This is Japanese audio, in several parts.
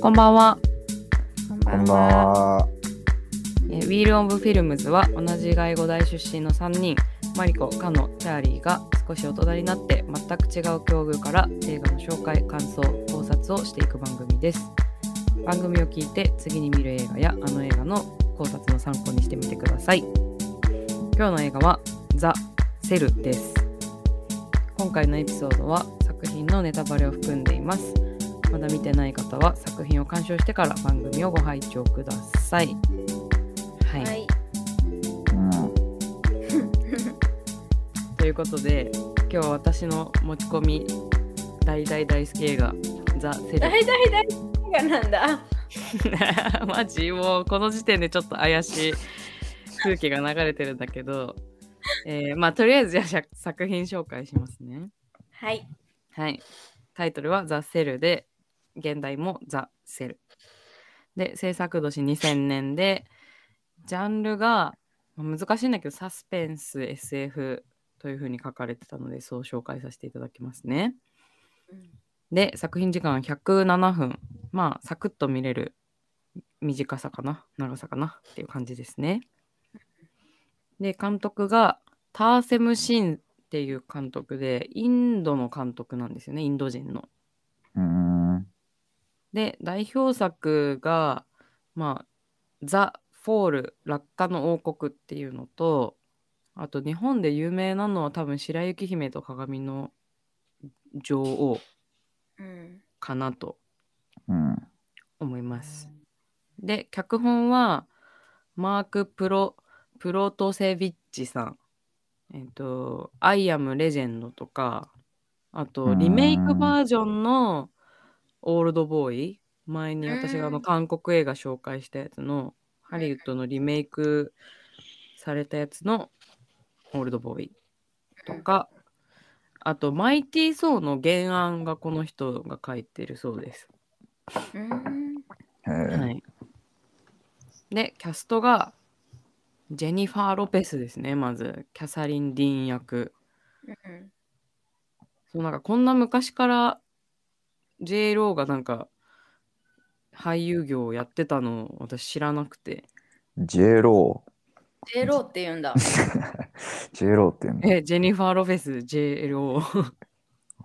こんばんは。こんばんは。えーウィール・オブ・フィルムズは同じ外語大出身の3人、マリコ、カノ、チャーリーが少し大人になって全く違う境遇から映画の紹介、感想、考察をしていく番組です。番組を聞いて次に見る映画やあの映画の考察の参考にしてみてください。今日の映画はザ・セルです。今回のエピソードは作品のネタバレを含んでいます。まだ見てない方は作品を鑑賞してから番組をご拝聴ください。はい、い。うんということで今日私の持ち込み大大大好き映画「ザ・セル大大大好きなんだ。」 マジもうこの時点でちょっと怪しい空気が流れてるんだけど、えーまあとりあえずじゃあしゃ作品紹介しますね。はい。はい。タイトルは「ザ・セル」で、現代も「ザ・セル」。で、制作年2000年で、ジャンルがまあ難しいんだけど、サスペンス、SF というふうに書かれてたので、そう紹介させていただきますね。で、作品時間は107分。まあ、サクッと見れる短さかな、長さかなっていう感じですね。で、監督がターセム・シンっていう監督で、インドの監督なんですよね、インド人の。うんで、代表作が、まあ、ザ・フォール、落下の王国っていうのと、あと日本で有名なのは多分白雪姫と鏡の女王うん。かなとうん思います。で、脚本はマーク・プロ、プロトセビッチさん。えっ、と、アイアム・レジェンドとか、あと、リメイクバージョンのオールドボーイ。前に私があうのん韓国映画紹介したやつの、ハリウッドのリメイクされたやつのオールドボーイとか、あと、マイティー・ソーの原案がこの人が書いてるそうです。うん。へはえい、でキャストがジェニファー・ロペスですねまずキャサリン・ディーン役うんそうなんかこんな昔から J ・ローがなんか俳優業をやってたのを私知らなくて J ロゼロって言うんだ。ー J ローっていうのえジェニファー・ロペス J ・ロー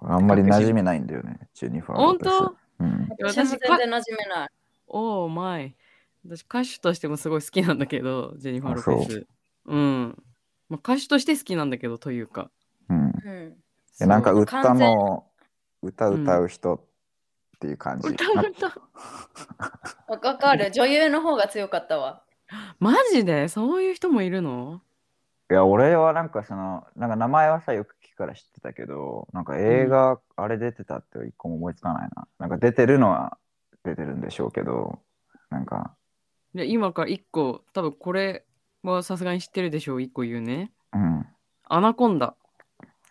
あんまり馴染みないんだよねジェニファー・本ロペス当うん私も私全か然馴染めない。おーまい私歌手としてもすごい好きなんだけどジェニファー・ロペそスうん、まあ、歌手として好きなんだけどというかうんうん。えなんかそう歌も歌歌う人っていう感じ、歌な歌わわかる。女優の方が強かったわ。マジでそういう人もいるのいや俺はなんかそのなんか名前はさよく聞くから知ってたけどなんか映画、あれ出てたって一個も思いつかないななんか出てるのは出てるんでしょうけどなんかで今から1個多分これはさすがに知ってるでしょう1個言うねうんアナコンダ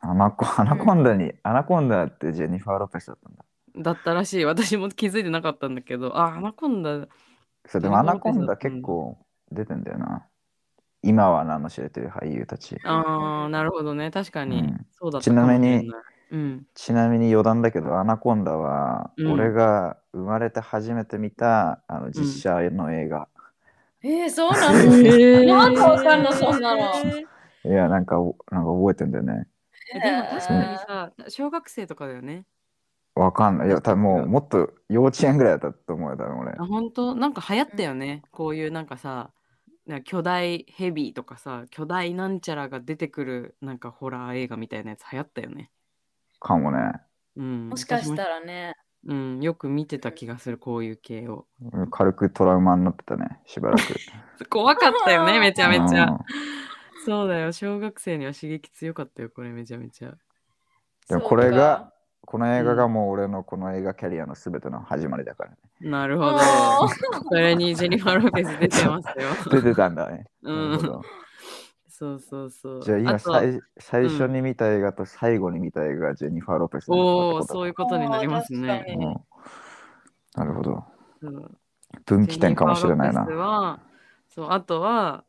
アナコアナコンダに、アナコンダってジェニファー・ロペスだったんだだったらしい私も気づいてなかったんだけどあアナコンダそうジェニでもファーロアナペコスンダ結構出てんだよな今は名の知れてる俳優たちあーなるほどね確かに、うんそうだったかもしれいちうんちなみに余談だけど、アナコンダは、うん俺が生まれて初めて見たあの実写の映画。えー、そうなえのーなんでわかんのそんなのえいや、なんか、おなんか覚えてんだよね。でも確かにさ小学生とかだよねわかんない。いや、多分もうもっと幼稚園ぐらいだったと思うよ、多分俺。あ本当なんか流行ったよね、こういうなんかさなんか巨大ヘビーとかさ巨大なんちゃらが出てくるなんかホラー映画みたいなやつ流行ったよねかもね。うん、もしかし私たらね。うん、よく見てた気がする、こういう系を。軽くトラウマになってたね、しばらく。 怖かった よね、めちゃめちうゃん。そうだよ、小学生には刺激強かったよ、これめちゃめちゃ。でもこれがこの映画がもう俺のこの映画キャリアのすべての始まりだからね。なるそほうど。か。おーそれにジェニファー・ロペス出てますよ。 出てたんだね。うなるほん、どそうそうそう。じゃあ今とさい最初に見た映画と最後に見た映画がジェニファー・ロペスだおったってこお、とそういうことになりますね。ううんなるほど。うん分岐点かもしれないジェニフなァー。ロペスはそうあとは、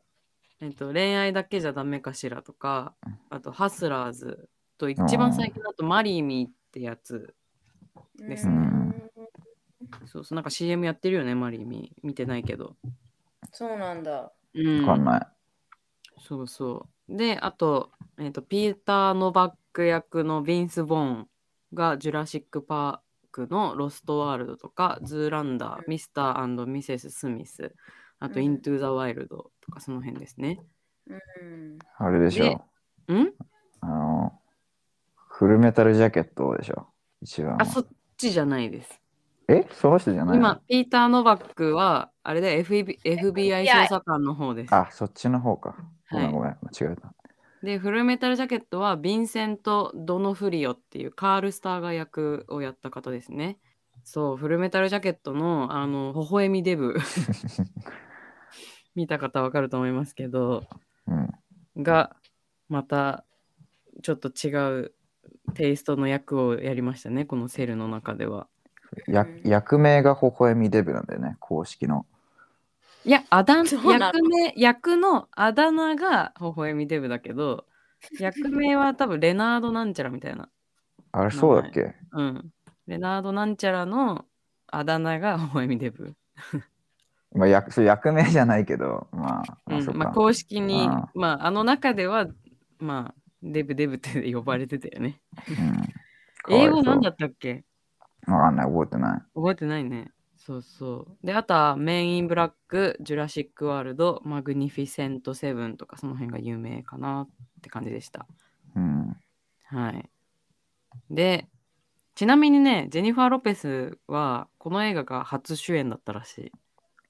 えっと、恋愛だけじゃダメかしらとか、あと、ハスラーズと、一うん番最近だと、マリーミーってやつ。ですねうんそうそう、なんか CM やってるよね、マリーミー。見てないけど。そうなんだ。うんわかんない。そうそう。で、あと、えっと、ピーター・ノバック役のビンス・ボーンが、ジュラシック・パークのロスト・ワールドとか、ズーランダーうん、ミスターミセス・スミス、あと、うんイントゥ・ザ・ワイルドとか、その辺ですね。うん。あれでしでょ。んあの、フルメタルジャケットでしょ。一番は。あ、そっちじゃないです。えその人じゃないの今、ピーター・ノバックは、あれで FB FBI 捜査官の方です。あ、そっちの方か。ごめはんいごめん。間違えた。で、フルメタルジャケットは、ヴィンセント・ドノフリオっていうカール・スターが役をやった方ですね。そう、フルメタルジャケットの、あの、微笑みデブ 見た方わかると思いますけど、うん。が、また、ちょっと違うテイストの役をやりましたね、このセルの中では。やうん役名が微笑みデブなんだよね。公式の。いや、あだんそうなの役名、役のあだ名が微笑みデブだけど、役名は多分レナードなんちゃらみたいな。あれ、そうだっけうん。レナードなんちゃらのあだ名が微 笑みデブ。まあ、役そう役名じゃないけど、まうあ、あそっん、まあか。公式に、あまああの中では、まあデブデブって呼ばれてたよね。うん英語なんだかったっけわいそうわかんない、覚えてない。覚えてないね。そうそう。で、あとはメイン・イン・ブラック、ジュラシック・ワールド、マグニフィセント・セブンとかその辺が有名かなって感じでした。うん。はい。で、ちなみにね、ジェニファー・ロペスは、この映画が初主演だったらし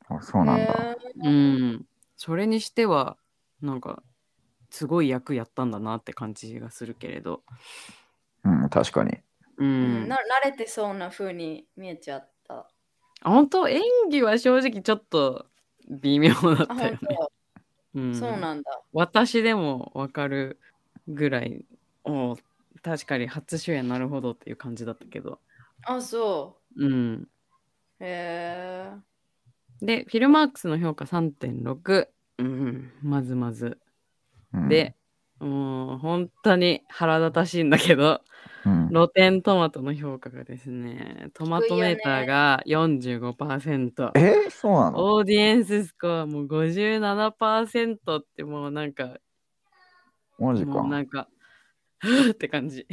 あそうなんだ。へい。うん。それにしては、なんか、すごい役やったんだなって感じがするけれど。うん、確かに。うーん。な慣れてそうな風に見えちゃった。あ本当演技は正直ちょっと微妙だっあ、たよ本ね。当、うん、そうなんだ。私でもわかるぐらい、おう確かに初主演なるほどっていう感じだったけど。あ、そうん。う。へえ。で、フィルマークスの評価3.6。うん、まずまず。うん、で、もう本当に腹立たしいんだけど、うん、露天トマトの評価がですね、トマトメーターが45%、 えそうなのオーディエンススコアも57%ってもうなんか、マジもうなか。んか、ふうって感じ。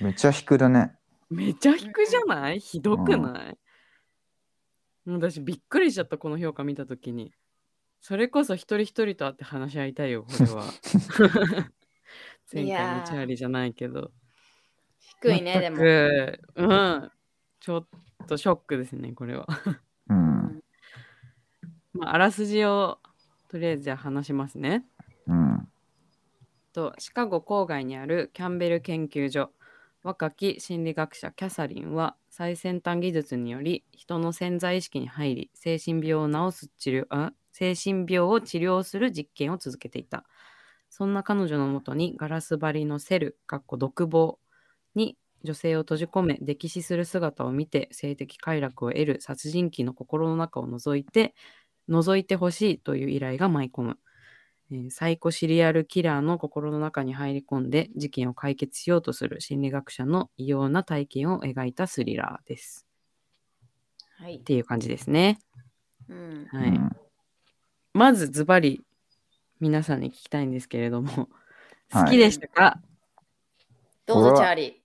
めっちゃ引くだね。めちゃ低じゃないひどくない、もう私びっくりしちゃったこの評価見た時にそれこそ一人一人と会って話し合いたいよこれは 前い回やのーチャーリーじゃないけど低いね、でも。全くうんちょっとショックですねこれは、う。うんんまあ、あらすじをとりあえずじゃあ話しますねうん。とシカゴ郊外にあるキャンベル研究所若き心理学者キャサリンは最先端技術により人の潜在意識に入り精神病を治す治療あ精神病を治療する実験を続けていたそんな彼女のもとにガラス張りのセルかっこ独房に女性を閉じ込め溺死する姿を見て性的快楽を得る殺人鬼の心の中を覗いて覗いてほしいという依頼が舞い込むえーサイコシリアルキラーの心の中に入り込んで事件を解決しようとする心理学者の異様な体験を描いたスリラーです。はいっ。ていう感じですね。うん。はいうんまずズバリ皆さんに聞きたいんですけれども、 はい好きでしたか、どう俺ぞ、はチャーリ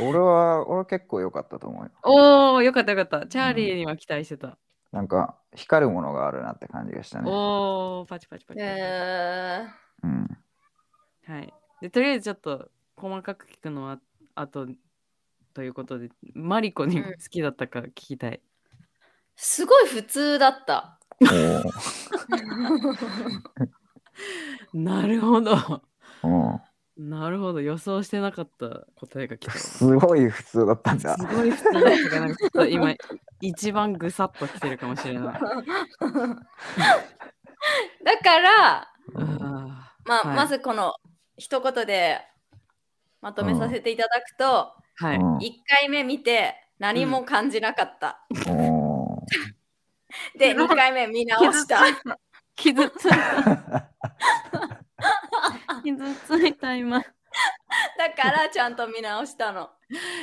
俺は、俺は結構良かったと思うよ。おー、よかったよかった。チャーリーには期待してた。なんか、光るものがあるなって感じがしたね。おー、パチパチパー。チパチへうん。はい。で、とりあえずちょっと細かく聞くのは後ということで、マリコにうん好きだったか聞きたい。ーすごい普通だった。おーなるほど。おーなるほど予想してなかった答えが 来たわ。すすごい普通だったんだ。ごい普通だったからなんかちょっと今一番ぐさっと来てるかもしれない。だから、あーまあ、はいまずこの一言でまとめさせていただくと、はい。うん一1回目見て何も感じなかった。おーで、うん2回目見直した。傷ついた。傷ついた今。 だからちゃんと見直したの。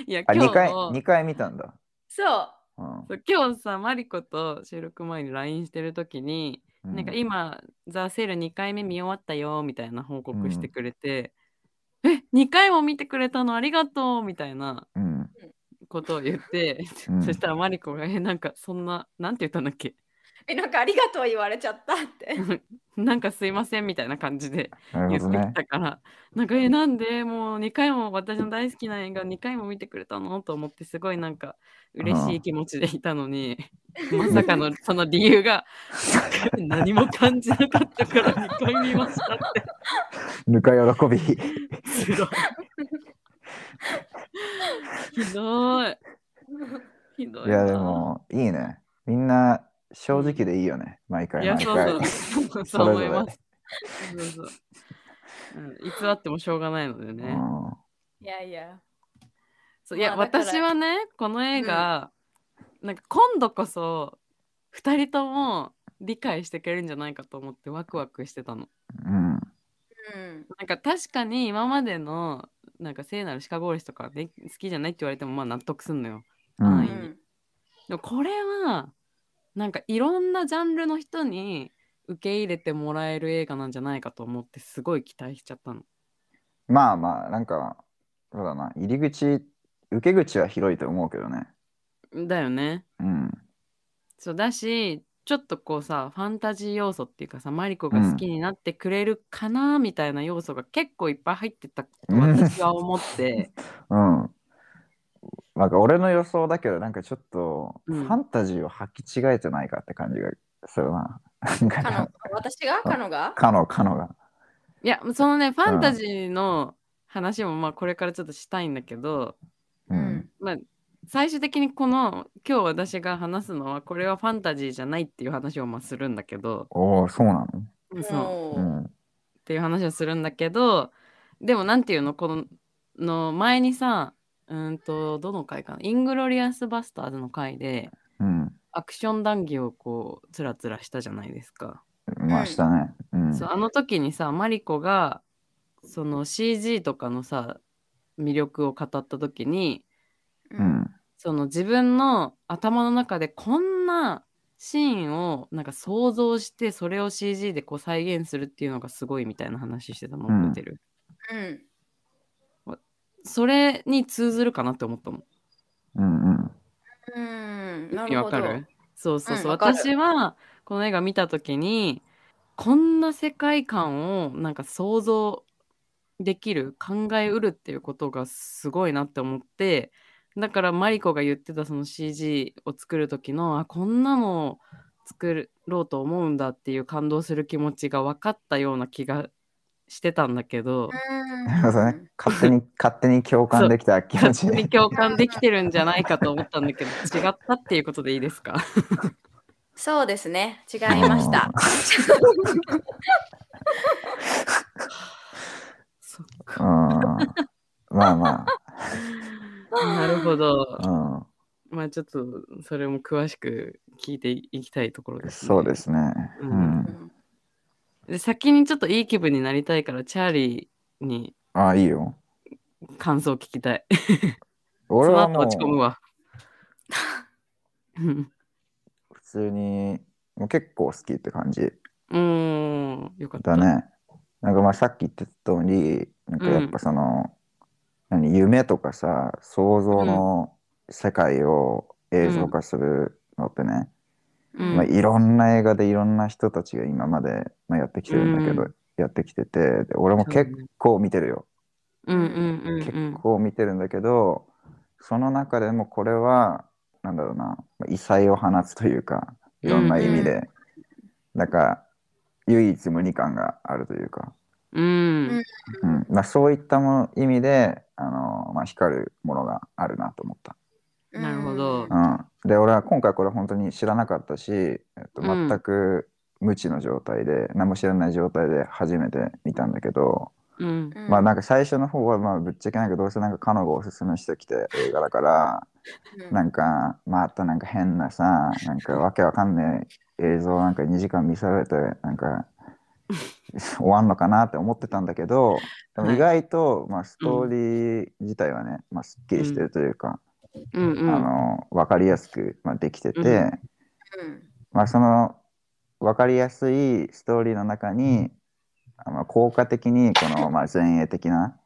いや、あ、今2回、日2回見たんだ。そう。うんそう今日さ、マリコと収録前に LINE してるときに、うんなんか今、ザ・セール2回目見終わったよみたいな報告してくれて、え、2回も見てくれたのありがとうみたいなうん。ことを言って、うんそしたらマリコが、え、なんかそんな、なんて言ったんだっけえ、なんかありがとう言われちゃったって。 なんかすいませんみたいな感じでな言っるてほどきね。たから、なんかえなんでもう2回も私の大好きな映画2回も見てくれたのと思ってすごいなんか嬉しい気持ちでいたのに、まさか のその理由が何も感じなかったから2回見ましたってぬか喜び。すごいひどいひどいないや、でも、いいね。みんな、正直でいいよね。毎い回や毎そ回う。そうそう そ思れいぞますそうそううん偽ってもしょうがないのでれ。ね、うんいやいや。そういや、まあだから私はねこの映画、なんか今度こそ2人とも理解してくれるんじゃないかと思ってワクワクしてたの。うん。うん。なんか確かに今までのなんか聖なるシカゴーレスとかで好きじゃないって言われてもまあ納得すんのよ。うはうんん。ん。でもこれはなんかいろんなジャンルの人に受け入れてもらえる映画なんじゃないかと思ってすごい期待しちゃったの。まあまあ、なんか、そうだな。入り口、受け口は広いと思うけどね。だよね。うん。そうだしちょっとこうさファンタジー要素っていうかさマリコが好きになってくれるかなみたいな要素が結構いっぱい入ってたと私は思って、うん。なんか俺の予想だけど、なんかちょっと、うんファンタジーを履き違えてないかって感じがするな。なんかカノな、私がカノがかの、かのが。いやそのねファンタジーの話もまあこれからちょっとしたいんだけど、う。うんん。まあ、最終的にこの今日私が話すのはこれはファンタジーじゃないっていう話をまあするんだけど、おお、そうなのそうもう。うんっていう話をするんだけどでもなんていうのこのの前にさうーんとどの回かなイングロリアス・バスターズの回でうん。アクション談義をこうつらつらしたじゃないですか、まあ、したね。うん。そうあの時にさマリコがその CG とかのさ魅力を語った時にう。ん。その自分の頭の中でこんなシーンをなんか想像してそれを CG でこう再現するっていうのがすごいみたいな話してたの覚えてる、うん。それに通ずるかなって思ったの。うん。うん。うん。な意味るわほかど。るそうそうそう、うんわかる私はこの映画見た時にこんな世界観をなんか想像できる考えうるっていうことがすごいなって思ってだからマリコが言ってたその CG を作る時のあこんなのを作ろうと思うんだっていう感動する気持ちが分かったような気がしてたんだけど。うんなる ほどね。勝 手に、勝手に共感できた気持ち勝手に共感できてるんじゃないかと思ったんだけど違ったっていうことでいいです か そうですね。違いました。そっうん。まあま なるほど。あ、まあちょっとそれも詳しく聞いていきたいところうん。です、ね。そうですね。う。うんんで先にちょっといい気分になりたいからチャーリーにああ、いいよ。感想を聞きたい。そ俺のはも後落ち込むう、わ。うん普通に、もう結構好きって感じ。うーん、よかった。だね。なんかまあさっき言ってた通り、なんかやっぱその、何夢とかさ、想像の世界を映像化するのってね、うんまあ、いろんな映画でいろんな人たちが今まで、まあ、やってきてるんだけど、うやってきてて、で俺も結構見てるよ。うんうんうんう結ん。構見てるんだけど、その中でもこれは、なんだろうな、まあ異彩を放つというか、いろんな意味で、なんか唯一無二感があるというか。うん。うんまあ、そういったもの意味であの、まあ、光るものがあるなと思った。なるほどうん、で俺は今回これ本当に知らなかったし、えっと、うん全く無知の状態で、何も知らない状態で初めて見たんだけど、ううん。うんまあなんか最初の方はまあぶっちゃけなんかどうせなんか彼女がおすすめしてきて映画だからうんなんかまたなんか変なさなんかわけわかんない映像なんか2時間見せられてなんか終わんのかなって思ってたんだけどでも意外とまあストーリー自体はねまあすっきりしてるというかうんうあん。のわかりやすくまあできてうてまあそのわかりやすいストーリーの中にあの効果的にこのまあ前衛的な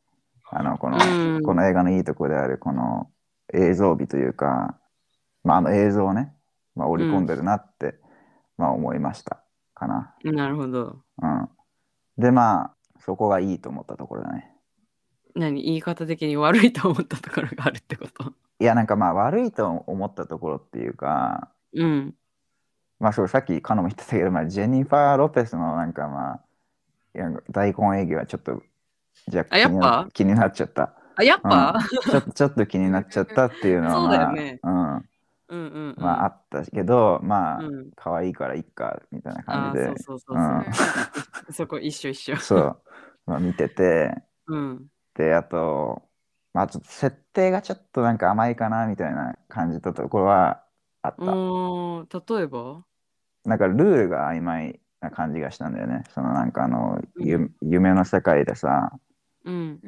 あのこのうんこの映画のいいとこであるこの映像美というか、まあ、あの映像をね、まあ、織り込んでるなって、まあ、思いましたかな。なるほど。うん、でまあそこがいいと思ったところだね。何言い方的に悪いと思ったところがあるってこといやなんかまあ悪いと思ったところっていうかうん。まあそうさっきカノも言ってたけど、まあ、ジェニファー・ロペスのなんかまあいや大根営業はちょっと若あやっ気にぱな気になっちゃった。あ、やっぱ、うんちょっと ちょっと気になっちゃったっていうのはそうだよまあ、ねうんうん、うんうんうんまああったけど、まあ、うん、可愛いからいっかみたいなあ感じーでそうそうそうそう、うんそこ一緒一緒。そう、まあ、見ててうん。であとまあちょっと設定がちょっとなんか甘いかなみたいな感じたところはあった、おー例えばなんかルールが曖昧な感じがしたんだよねそのなんかあの、うんゆ夢の世界でさうん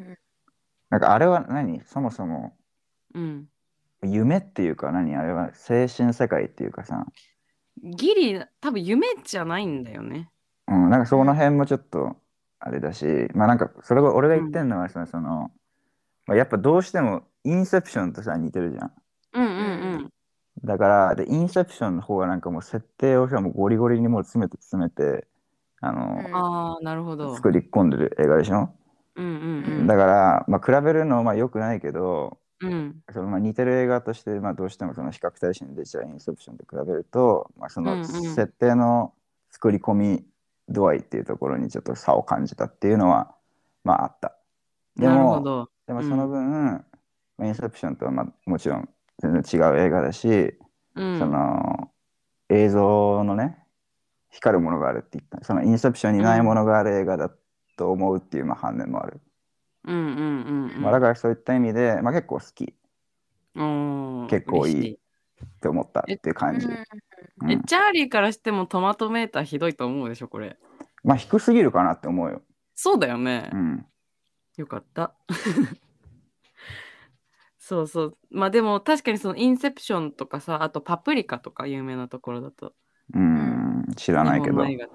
なんかあれは何そもそもうん。夢っていうか何あれは精神世界っていうかさ、ギリ、多分夢じゃないんだよね。うん、なんかその辺もちょっとあれだし、まあなんかそれが俺が言ってんのはさ、その、まあ、やっぱどうしてもインセプションとさ似てるじゃん。うんうんだから、で、インセプションの方はなんかもう設定をさ、もうゴリゴリにもう詰めて詰めて、あうのうんん。、ああ、なるほど。作り込んでる映画でしょ、うんうんうんうんだから、まあ比べるのはまあ良くないけど、うん。そのまあ似てる映画として、まあどうしてもその比較対象に出ちゃうインセプションと比べると、まあそうんうのん設定の作り込み度合いっていうところにちょっと差を感じたっていうのは、まああった。でなるほも、ど。でもうんその分、まあインセプションとはまあもちろん全然違う映画だし、うん。その映像のね光るものがあるって言ったそのインセプションにないものがある映画だと思うっていうまあ反面もある、うんうんうんうん。まあ、だからそういった意味で、まあ、結構好きっおー結構いい嬉しいて思ったっていう感じ、うんうんえ、チャーリーからしてもトマトメーターひどいと思うでしょ、これ。まあ低すぎるかなって思うよ、そうだよね。うん、よかった。 そうそう。まあでも確かにそのインセプションとかさ、あとパプリカとか有名なところだと。うん知らないけど日本の映画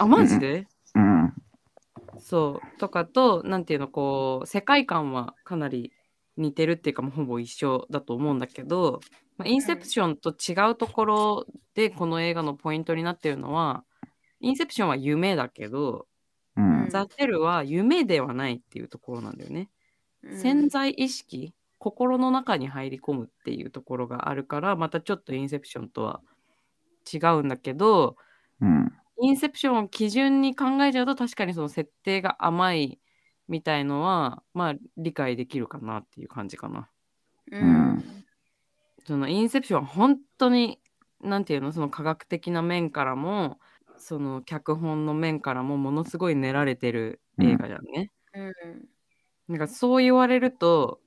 あ、マジで、うんそう。とかと、なんていうの、こう、世界観はかなり似てるっていうか、もうほぼ一緒だと思うんだけど、まあ、インセプションと違うところでこの映画のポイントになってるのは、インセプションは夢だけど、うんザ・セルは夢ではないっていうところなんだよね。潜在意識心の中に入り込むっていうところがあるからまたちょっとインセプションとは違うんだけどうんインセプションを基準に考えちゃうと確かにその設定が甘いみたいのはまあ理解できるかなっていう感じかな。うんそのインセプションは本当に何て言うのその科学的な面からもその脚本の面からもものすごい練られてる映画じゃんね。うんなんかそう言われると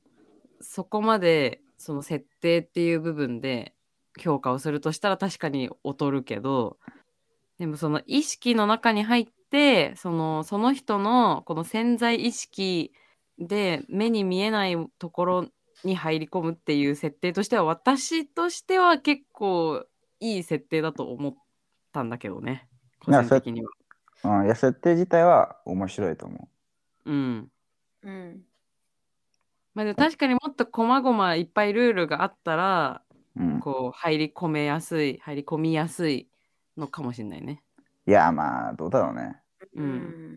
そこまでその設定っていう部分で評価をするとしたら確かに劣るけどでもその意識の中に入ってそのその人のこの潜在意識で目に見えないところに入り込むっていう設定としては私としては結構いい設定だと思ったんだけどね個人的には。うん、いや設定自体は面白いと思うんうんまあ、でも確かにもっと細々いっぱいルールがあったらう、うん、こう入り込めやすい入り込みやすいのかもしれないね。いやまあどうだろうねううんん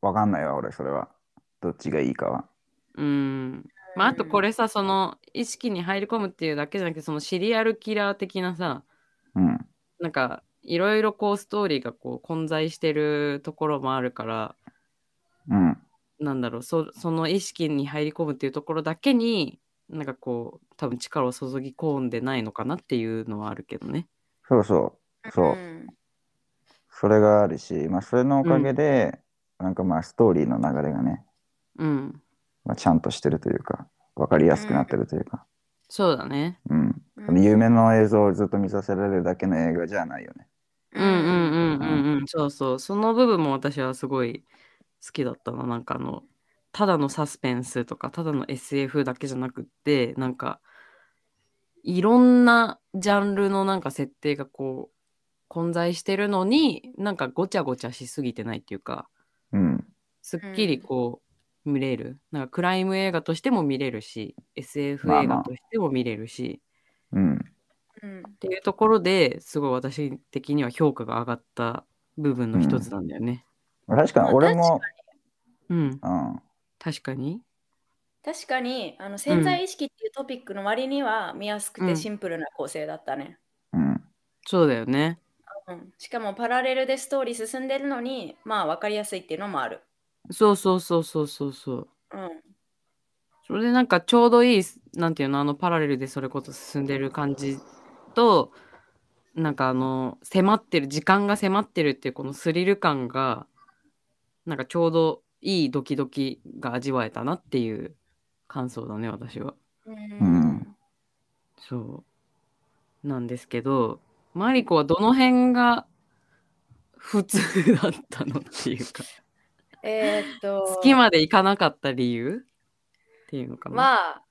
わかんないわ俺それはどっちがいいかはうん。まああとこれさその意識に入り込むっていうだけじゃなくてそのシリアルキラー的なさうんなんかいろいろこうストーリーがこう混在してるところもあるからうんなんだろうそその意識に入り込むっていうところだけになんかこう多分力を注ぎ込んでないのかなっていうのはあるけどね。そうそうそう、それがあるし、まあ、それのおかげで、なんかまあストーリーの流れがね、がちゃんとしてるというか、わかりやすくなってるというか、そうだね。うん。うん夢の映像をずっと見させられるだけの映画じゃないよね。うんうんうんうんうん。そうそう。その部分も私はすごい好きだったな。なんかあの、ただのサスペンスとか、ただの SF だけじゃなくって、なんか、いろんなジャンルのなんか設定がこう、混在してるのに、なんかごちゃごちゃしすぎてないっていうか、うん。すっきりこう、見れる。なんかクライム映画としても見れるし、SF まあ映まあ画としても見れるし、うん。うんっていうところですごい私的には評価が上がった部分の一つなんだよね。確かに俺も、うん、うん。確かに。確かにあの潜在意識っていうトピックの割には見やすくうてんシンプルな構成だったね、うん。そうだよね。うんしかもパラレルでストーリー進んでるのにまあ分かりやすいっていうのもある、そうそうそうそうそうそう。うん、それでなんかちょうどいい、なんていうの、あのパラレルでそれこそ進んでる感じと、なんかあの、迫ってる、時間が迫ってるっていうこのスリル感が、なんかちょうどいいドキドキが味わえたなっていう感想だね、私は。うんそう。なんですけど、マリコはどの辺が普通だったのっていうか、えーっと好きまでいかなかった理由っていうのかな。は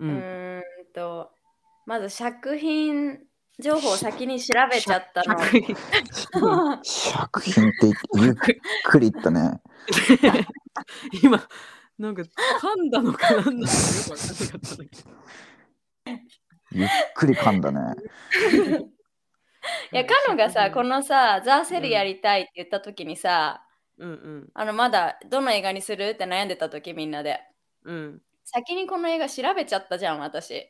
ううーん、んとまず作品情報を先に調べちゃったの。 100人作品ってゆっくり言ったね。 今、なんか噛んだのかなんだのかよくわかんなかったんだけど。ゆっくり噛んだね。 いやカノがさこのさ「ザ・セうル」んやりたいって言った時にさ、うんうんあのまだどの映画にするって悩んでた時みんなでうん。先にこの映画調べちゃったじゃん私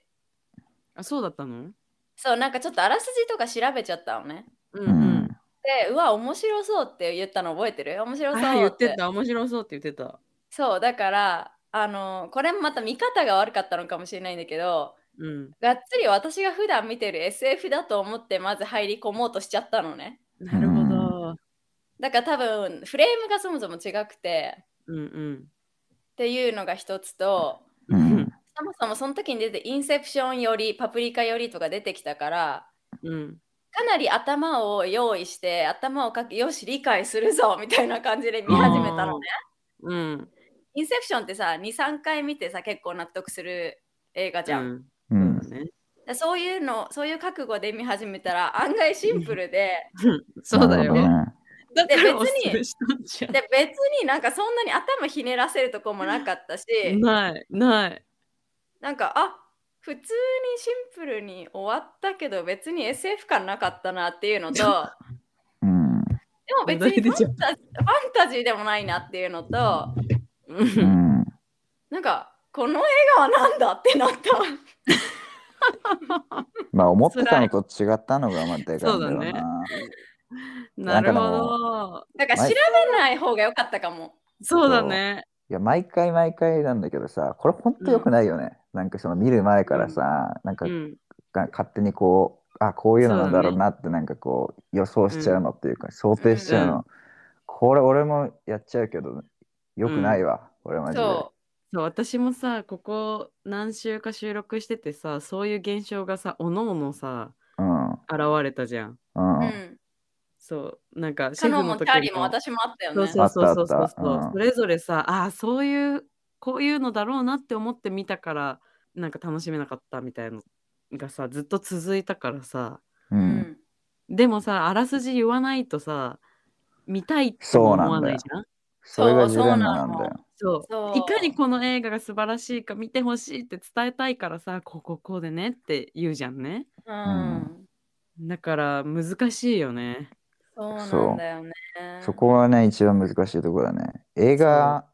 あ、そうだったのそうなんかちょっとあらすじとか調べちゃったのねうんうん。でうわ面白そうって言ったの覚えてる面白そうあ言っててた、面白そうって言ってた。そうだからあのこれもまた見方が悪かったのかもしれないんだけどうん。がっつり私が普段見てる SF だと思ってまず入り込もうとしちゃったのねなるほど。だから多分フレームがそもそも違くてうんうん。っていうのが一つとううんん。そもそもその時に出てインセプションよりパプリカよりとか出てきたからうん。かなり頭を用意して頭をかけよし理解するぞみたいな感じで見始めたのねうん。インセプションってさ23回見てさ結構納得する映画じゃん、うん。うそうんだ。ね。でそういうのそういう覚悟で見始めたら案外シンプルでそうだよ。なるほどねだからからおすすめ別 で別になんかそんなに頭ひねらせるとこもなかったしに。ない、ない。なんかあ普通にシンプルに終わったけど別に SF 感なかったなっていうのとで うん。も別にファンタファンタジーでもないなっていうのとううん ん。なんかこの映画はなんだってなった まあ思ってたのと違ったのがまあでかいんだそろううだねな。なるほなんど。なんか調べない方が良かったかもそうだね。いや毎回毎回なんだけどさ、これ本当良くないよね。なんかその見る前からさ、なんかうん。が勝手にこう、あ、こういうのなんだろうなってなんかこう予想しちゃうのっていうか、想定しちゃうの、うこれ俺もやっちゃうけど、良くないわ、俺マジで。そそう、私もさ、ここ何週か収録しててさ、そういう現象がさ、おのおのさ、うん。うん。現れたじゃん。う、う、うんそう、なんか、シカェノフンものチ時ャーリーもも私もあったよそうねそうそうそうそあっうたあったうん。それぞれさ、ああ、そういう、こういうのだろうなって思って見たから、なんか楽しめなかったみたいなのがさ、ずっと続いたからさ、うんんでもさ、あらすじ言わないとさ、見たいってもそう思なわんだなよいじゃん。それがジそレうンマそなうなんのだよ。そうそういかにこの映画が素晴らしいか見てほしいって伝えたいからさ、こうこうこうでねって言うじゃんね。うんだから難しいよね。そうなんだよねそこはね、一番難しいところだね。映画、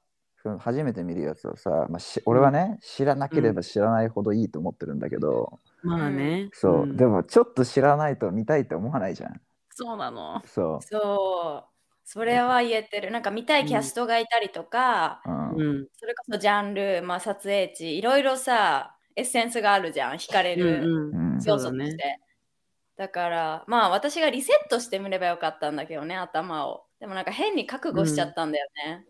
その初めて見るやつをさ、まあ、し俺はね、知らなければ知らないほどいいと思ってるんだけど、まあね。そう、んでもちょっと知らないと見たいって思わないじゃん。そうなの。そそうそれは言えてるなんか見たいキャストがいたりとか、う。うん。うん。それこそジャンル、まあ、撮影地いろいろさエッセンスがあるじゃん惹かれうんるうん。うん要そ素として、うだだねからまあ私がリセットしてみればよかったんだけどね頭をでもなんか変に覚悟しちゃったんだよね、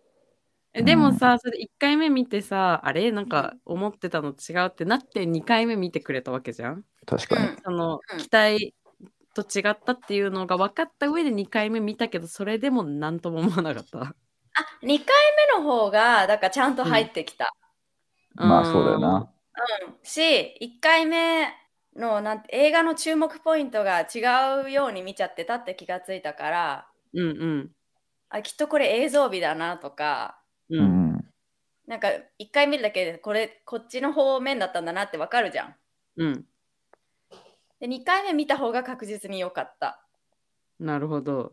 えでもさ、それ1回目見てさ、あれなんか思ってたの違うってなって2回目見てくれたわけじゃん。確かに。そのうん期待と違ったっていうのが分かった上で2回目見たけど、それでも何とも思わなかった。あ2回目の方がだからちゃんと入ってきた、まあそうだようんな。し1回目のなんて映画の注目ポイントが違うように見ちゃってたって気がついたからうんうん。あきっとこれ映像美だなとかううんん。なんか1回見るだけでこれこっちの方面だったんだなってわかるじゃんうん。で2回目見た方が確実に良かったなるほど。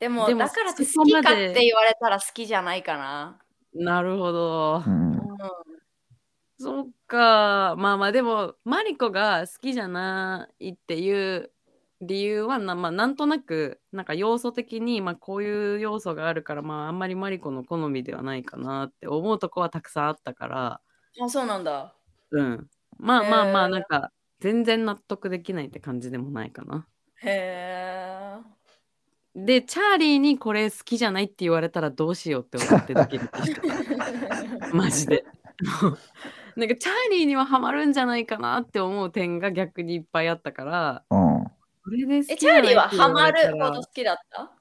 でもでもだからってそ好こきまでかって言われたら好きじゃないかな、なるほどう。ん。そっか。まあまあでも、マリコが好きじゃないっていう理由はな、まあ、なんとなく、なんか要素的に、まあこういう要素があるから、まああんまりマリコの好みではないかなって思うとこはたくさんあったから、あそうなんだうん。まあまあまへあ、ーなんか全然納得できないって感じでもないかな。へえ で、チャーリーにこれ好きじゃないって言われたらどうしようって思ってドキドキした。 マジで。もうなんかチャーリーにはハマるんじゃないかなって思う点が逆にいっぱいあったから、うん。これで好えきチじゃャないーっリてーは言わハマれたらるほど好きだった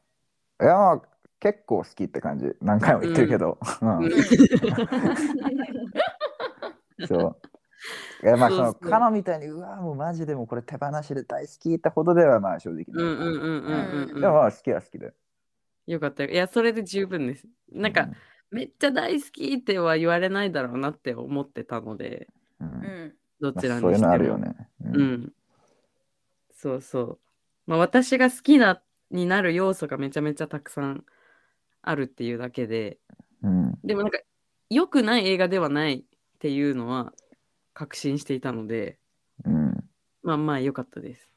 いや、まあ、結構好きって感じ。何回も言ってるけど。ううんん。そう。いや、まあ、そそうの、そうカノみたいに、うわ、もうマジでもうこれ手放しで大好きってほどでは、まあ、正直うんなうんうんうんい。でうんも、うん。まあ、好きは好きで。よかったよ。いや、それで十分です。なんか、めっちゃ大好きっては言われないだろうなって思ってたので、うん、う。うんんどまちらあにそういうのあしてるもよ。ね。うんうん。そうそう。まあ、私が好きなになる要素がめちゃめちゃたくさんあるっていうだけで、うん。でもなんか良くない映画ではないっていうのは確信していたので、うん。まあまあ良かったです。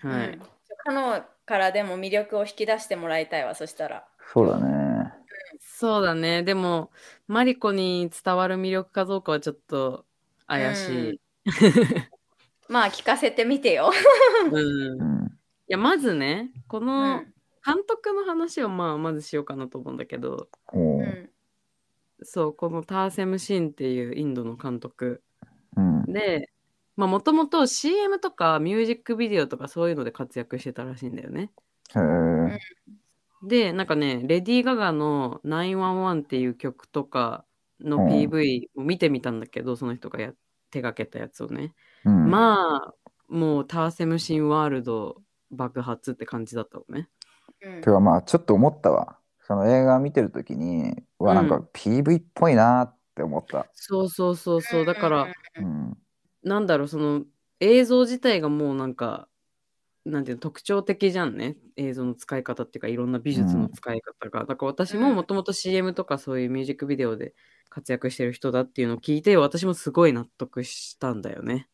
はういん。カノからでも魅力を引き出してもらいたいわそしたらそうだね。そうだね。でも、マリコに伝わる魅力かどうかはちょっと怪しい。まあ聞かせてみてよ、うん。ういん。や、まずね、こうのん監督の話をまあまずしようかなと思うんだけど、おううんそう、このターセム・シンっていうインドの監督うん。で、まあもともと CM とかミュージックビデオとかそういうので活躍してたらしいんだよね。へえ。で、なんかね、レディー・ガガの911っていう曲とかのうん PV を見てみたんだけど、その人がや手がけたやつをね。うん。まあ、もうターセムシンワールド爆発って感じだったのね。うんてかまあちょっと思ったわ。その映画見てるときに、うわ、うなんんか PV っぽいなって思った。そうそうそうそう。だから、うん。なんだろう、その映像自体がもうなんか、なんていうの特徴的じゃんね映像の使い方っていうかいろんな美術の使い方が、だから私もうんもともと CM とかそういうミュージックビデオで活躍してる人だっていうのを聞いて私もすごい納得したんだよね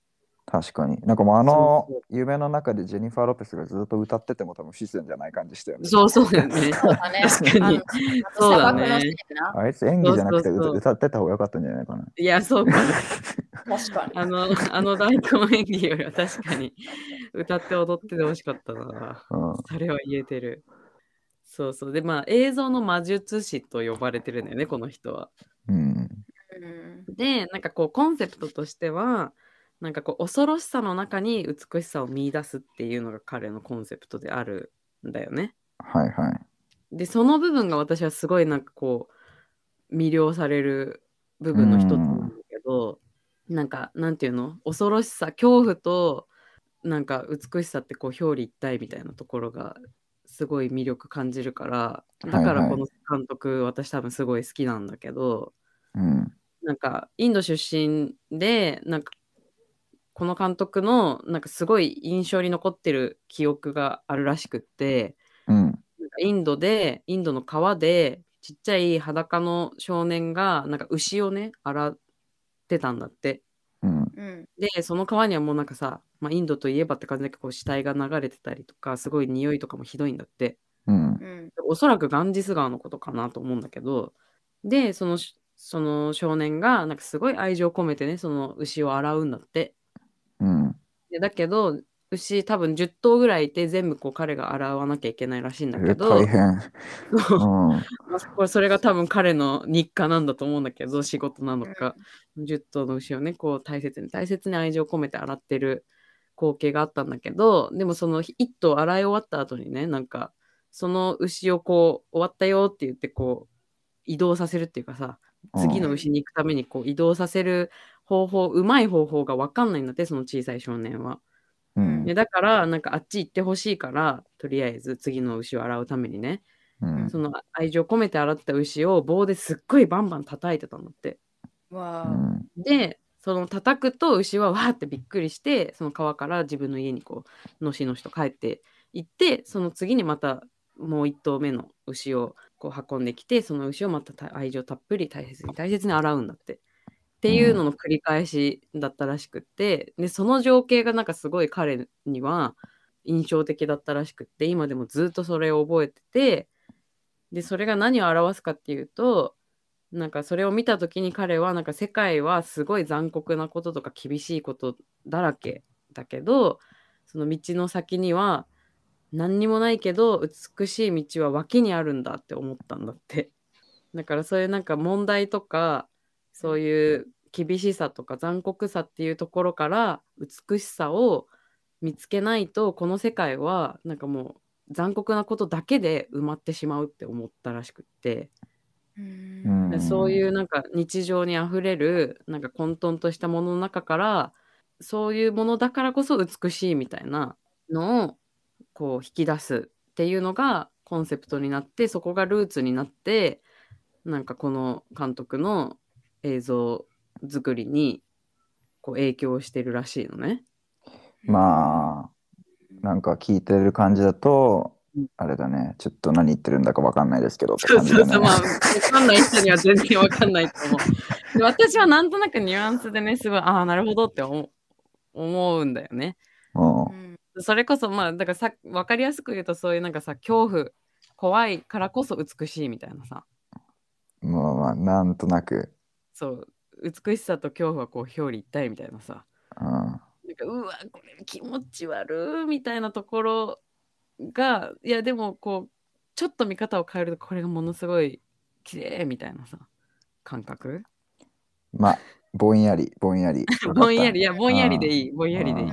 確かに。なんかもうあのそう夢の中でジェニファー・ロペスがずっと歌ってても多分不自然じゃない感じしたよね。そうそうだよねそうだね確かにあの そうだね砂漠のシーンなあいつ演技じゃなくてそうそうそう歌歌ってた方が良かったんじゃないかな。いやそうか確かにあのあの大根演技よりは確かに歌って踊っててほしかったなうん。それは言えてるそうそうでまあ映像の魔術師と呼ばれてるんだよねこの人はうん。うんでなんかこうコンセプトとしてはなんかこう恐ろしさの中に美しさを見出すっていうのが彼のコンセプトであるんだよね。はいはい。でその部分が私はすごいなんかこう魅了される部分の一つなんだけどなんかなんていうの恐ろしさ恐怖となんか美しさってこう表裏一体みたいなところがすごい魅力感じるからだかはいらはいこの監督、私多分すごい好きなんだけど。うん。なんかインド出身でなんかこの監督のなんかすごい印象に残ってる記憶があるらしくってうん。なんかインドでインドの川でちっちゃい裸の少年がなんか牛をね洗ってたんだってうん。うんでその川にはもうなんかさ、まあ、インドといえばって感じだけどこう死体が流れてたりとかすごい匂いとかもひどいんだってうん。うんおそらくガンジス川のことかなと思うんだけどでそのしその少年がなんかすごい愛情込めてねその牛を洗うんだってうん。でだけど牛多分10頭ぐらいいて全部こう彼が洗わなきゃいけないらしいんだけえど大、変。うん。まあこれそれが多分彼の日課なんだと思うんだけど仕事なのか、10頭の牛をねこう大切に大切に愛情を込めて洗ってる光景があったんだけどでもその1頭洗い終わった後にねなんかその牛をこう終わったよって言ってこう移動させるっていうかさ次の牛に行くためにこう移動させる方法うまい方法が分かんないんだってその小さい少年は。うんでだからなんかあっち行ってほしいからとりあえず次の牛を洗うためにねうんその愛情込めて洗った牛を棒ですっごいバンバン叩いてたんだって。わうあ、んで、その叩くと牛はわーってびっくりして、その川から自分の家にこう、のしのしと帰っていって、その次にまたもう一頭目の牛をこう運んできて、その牛をまたた愛情たっぷり大切に大切に洗うんだって。っていうのの繰り返しだったらしくって、で、その情景がなんかすごい彼には印象的だったらしくって、今でもずっとそれを覚えてて、で、それが何を表すかっていうと、なんかそれを見た時に彼はなんか世界はすごい残酷なこととか厳しいことだらけだけどその道の先には何にもないけど美しい道は脇にあるんだって思ったんだってだからそういうなんか問題とかそういう厳しさとか残酷さっていうところから美しさを見つけないとこの世界はなんかもう残酷なことだけで埋まってしまうって思ったらしくって。ううんんでそういうなんか日常にあふれるなんか混沌としたものの中からそういうものだからこそ美しいみたいなのをこう引き出すっていうのがコンセプトになってそこがルーツになってなんかこの監督の映像作りにこう影響してるらしいのね。まあ、なんか聞いてる感じだとうん、あれだね、ちょっと何言ってるんだかわかんないですけどってそう感じそうだそう、ねまあ、。わかんない人には全然わかんないと思う。で私はなんとなくニュアンスでね、すごい、ああ、なるほどって思う思うんだよね。うんうんそれこそ、まあ、だからさ、わかりやすく言うと、そういうなんかさ、恐怖、怖いからこそ美しいみたいなさ、まあまあ、なんとなく。そう、美しさと恐怖はこう表裏一体みたいなさ、うんなんかうわ、これ気持ち悪いみたいなところが、いや、でもこう、ちょっと見方を変えると、これがものすごい綺麗みたいなさ、感覚まあ、ぼんやり、ぼんやり。ぼんやり、いや、ぼんやりでいい、ぼんやりでいい。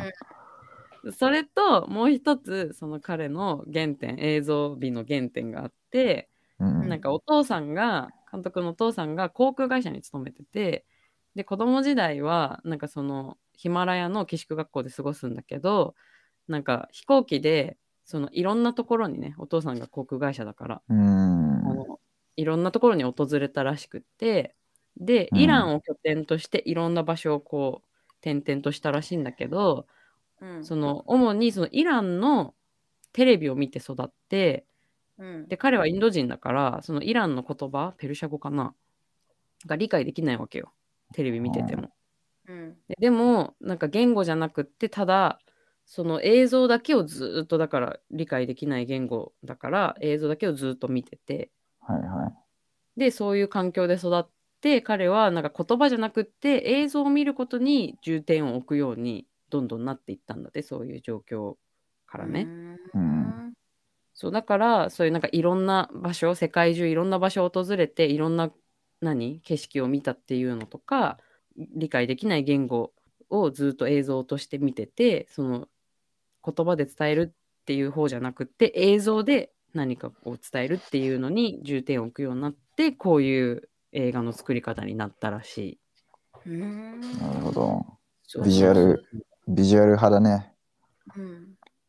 それと、もう一つ、その彼の原点、映像美の原点があって、うん。なんかお父さんが、監督のお父さんが航空会社に勤めてて、で、子供時代は、なんかその、ヒマラヤの寄宿学校で過ごすんだけど、なんか飛行機で、そのいろんなところにね、お父さんが航空会社だから、うん。あのいろんなところに訪れたらしくってでうんイランを拠点としていろんな場所をこう転々としたらしいんだけどうんその主にそのイランのテレビを見て育ってうんで彼はインド人だからそのイランの言葉ペルシャ語かなが理解できないわけよテレビ見てても。うんででもなんか言語じゃなくってただその映像だけをずーっとだから理解できない言語だから映像だけをずーっと見ててはいはい。でそういう環境で育って彼はなんか言葉じゃなくって映像を見ることに重点を置くようにどんどんなっていったんだってそういう状況からね。ううんんそうだからそういうなんかいろんな場所世界中いろんな場所を訪れていろんな何景色を見たっていうのとか理解できない言語をずっと映像として見ててその言葉で伝えるっていう方じゃなくて映像で何かを伝えるっていうのに重点を置くようになってこういう映画の作り方になったらしい。うんなるほど。そうビジュアルビジュアル派だね。うん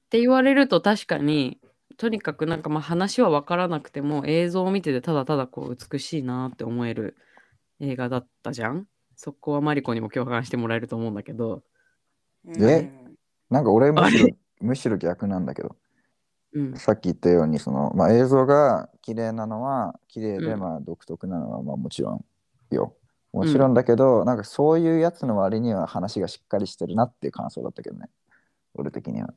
って言われると確かにとにかくなんかまあ話は分からなくても映像を見ててただただこう美しいなって思える映画だったじゃんそこはマリコにも共感してもらえると思うんだけど、えなんか俺むしろ、むしろ逆なんだけど、うん、さっき言ったように、その、まあ映像が綺麗なのは、綺麗で、うんまあ独特なのは、まあもちろんよ。もちろんだけど、なんかそういうやつの割には話がしっかりしてるなっていう感想だったけどね。俺的には。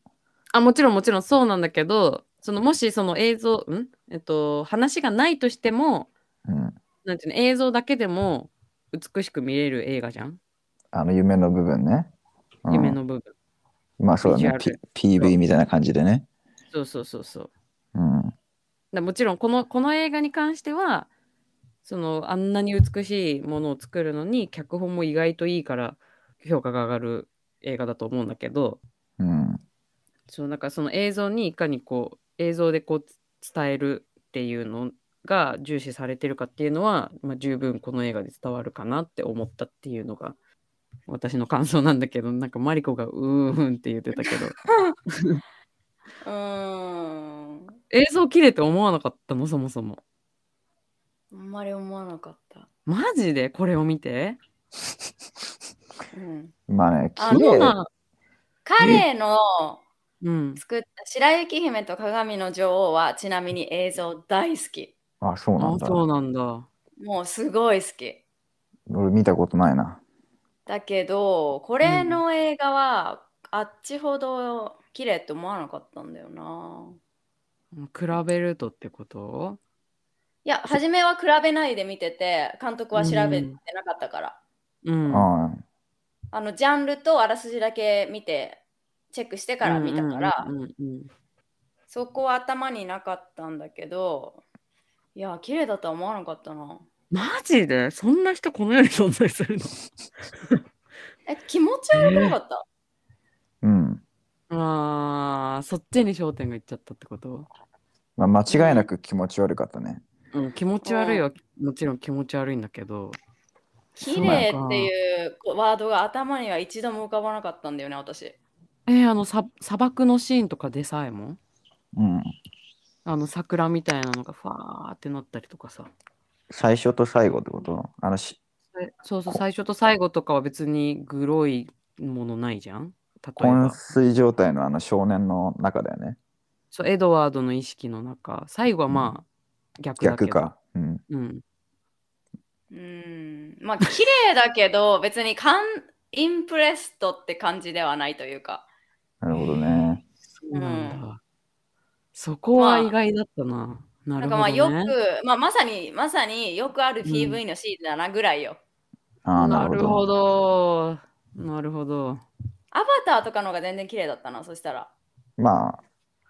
あもちろんもちろんそうなんだけどそのもしその映像、んえっと、話がないとしてもうん。なんていうの映像だけでも美しく見れる映画じゃんあの夢の部分ね。うん夢の部分、まあそうだねビジュアル。 P- PV みたいな感じでね。そうそうそうそう。だかうん。らもちろんこのこの映画に関してはそのあんなに美しいものを作るのに脚本も意外といいから評価が上がる映画だと思うんだけどうん。そうなんかその映像にいかにこう映像でこうつ伝えるっていうのが重視されてるかっていうのは、まあ、十分この映画で伝わるかなって思ったっていうのが私の感想なんだけどなんかマリコがうーんって言ってたけどうーん。映像綺麗って思わなかったのそもそもあんまり思わなかった。マジでこれを見てうん、まあね、あ綺麗まあ彼のうん作った白雪姫と鏡の女王はちなみに映像大好き。あ、そうなあんだ。そうなんだもうすごい好き。俺見たことないな。だけど、これの映画はあっちほど綺麗って思わなかったんだよな。比べるとってこといや、初めは比べないで見てて、監督は調べてなかったから。うんああのジャンルとあらすじだけ見て、チェックしてから見たから、うんうんうんうんそこは頭になかったんだけど、いや、綺麗だとは思わなかったな。マジでそんな人この世に存在するのえ、気持ち悪くなかった、あ。うん。あーそっちに焦点がいっちゃったってこと、まあ、間違いなく気持ち悪かったね。うん、気持ち悪いはもちろん気持ち悪いんだけど綺麗っていうワードが頭には一度も浮かばなかったんだよね、私。えーあのさ砂漠のシーンとかでさえもうん。あの桜みたいなのがファーってなったりとかさ最初と最後ってことあのし、そうそう最初と最後とかは別にグロいものないじゃん例え昏ば睡状態のあの少年の中だよね。そうエドワードの意識の中最後はまあ、逆だけ逆ど、か。うん。うん、うーんまあ綺麗だけど別にカンインプレストって感じではないというかなるほどね。そうなんだ、うそこはまあ意外だったな、ななるんほかまあど、よくね、まあまさにまさによくあるうん PV のシーンだなぐらいよ、ああ、ななるるほほど。どなるほどアバターとかの方が全然綺麗だったなそしたらまあ、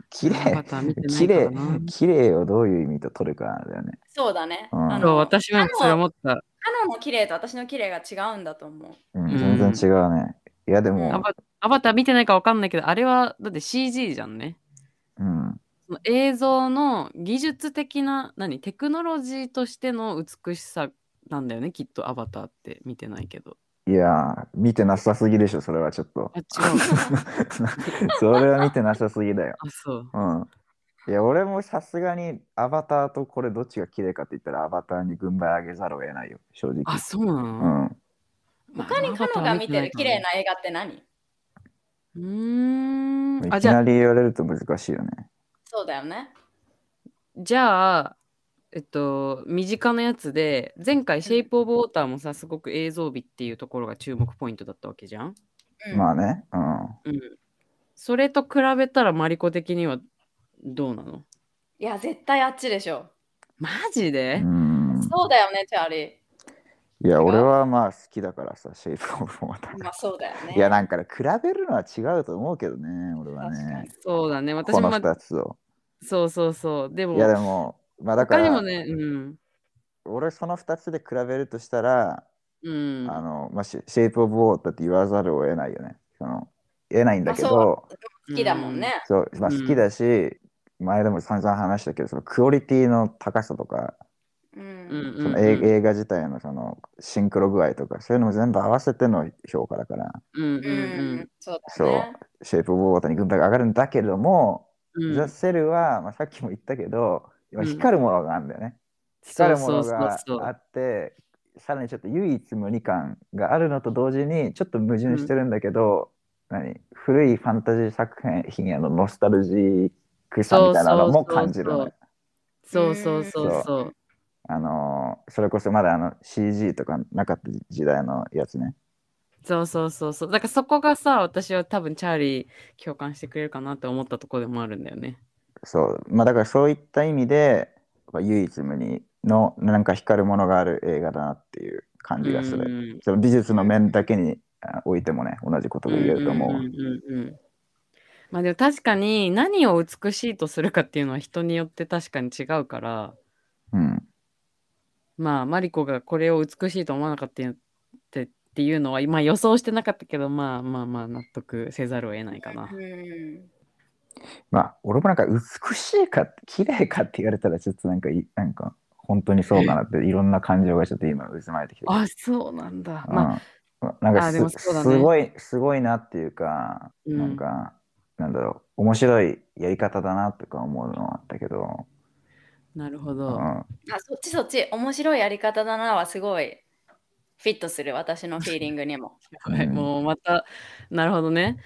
綺アバ麗。ター見てない綺から麗な。綺麗をどういう意味と取るかだよね。そうだね、うんあそうの私はそれ思った。カノンの綺麗と私の綺麗が違うんだと思ううんうん全然違うね。いやでアも、バアバター見てないかわかんないけど、あれはだって CG じゃんね。うん、その映像の技術的な、何、テクノロジーとしての美しさなんだよね、きっとアバターって見てないけど。いやー、見てなさすぎでしょ、それはちょっ とあ、。違う。 それは見てなさすぎだよ。あ、そう。うん。いや、俺もさすがにアバターとこれどっちが綺麗かって言ったらアバターに軍配あげざるを得ないよ、正直。あ、そうなの、うん。まあ他にカノンが見てる綺麗。な映画ってアバ何ター見てないからねうーん。あ、いじゃきあなり言われると難しいよね。そうだよねじゃあ、えっと、身近なやつで、前回、シェイプ・オブ・ウォーターもさ、すごく映像美っていうところが注目ポイントだったわけじゃん。うん、まあね。うん。うん。それと比べたら、マリコ的にはどうなのいや絶対あっちでしょマジで、うん、そうだよねチャーリいや、俺はまあ好きだからさ、シェイプオブウォーターー。まあそうだよねいや、なんかね、比べるのは違うと思うけどね、俺は確かねに。そうだね。私こも、のまあ2つを。そうそうそう。でも、いや、でも、まあだか他にらも、ね、うん。俺その2つで比べるとしたら、うん。あの、まあ、シェシェイプ・オブ・ウォーターって言わざるを得ないよね。その得ないんだけまあそど、好きだもんね、そうまあ、うん好きだし、前でも散々話したけど、そのクオリティの高さとか、うんうん。うんそうんの映映画自体のそのシンクロ具合とか、そういうのも全部合わせての評価だから、うんううんんそうだそようね。シェイプ・オブ・ウォーターに軍配が上がるんだけれども、うん。ザ・セルは、まあ、さっきも言ったけど、今うん光るものがあるんだよね。そ光うるもそのうそうがそうあってさらにちょっと唯一無二感があるのと同時にちょっと矛盾してるんだけど、何古いファンタジー作品へのノスタルジーくさみたいなのも感じるそうそうそうねそ。そうそうそうそう。あのーそれこそまだあの CG とかなかった時代のやつね。そうそうそうそう。だからそこがさ、私は多分チャーリー共感してくれるかなって思ったところでもあるんだよね。そうまあだからそういった意味でまあ唯一無二のなんか光るものがある映画だなっていう感じがする。る。その美術の面だけにあおいてもね同じことが言えると思う。んうんうんうんまあでも確かに何を美しいとするかっていうのは人によって確かに違うから、うん。まあマリコがこれを美しいと思わなかったってっていうのは今予想してなかったけど、まあまあまあ納得せざるを得ないかな。うんまあ、俺もなんか美しいか、綺麗かって言われたら、ちょっとなんかい、なんか、本当にそうかなって、いろんな感情がちょっと今渦巻いてきてる。あ、そうなんだ。うんまあ、なんあかですもそうだねすごい、すごいなっていうか、うんなんか、なんだろう、面白いやり方だなとか思うのはあったけど、なるほうど。ん、あそっちそっち面白いやり方だなはすごいフィットする私のフィーリングにも。はい、うんもうまた、なるほどね。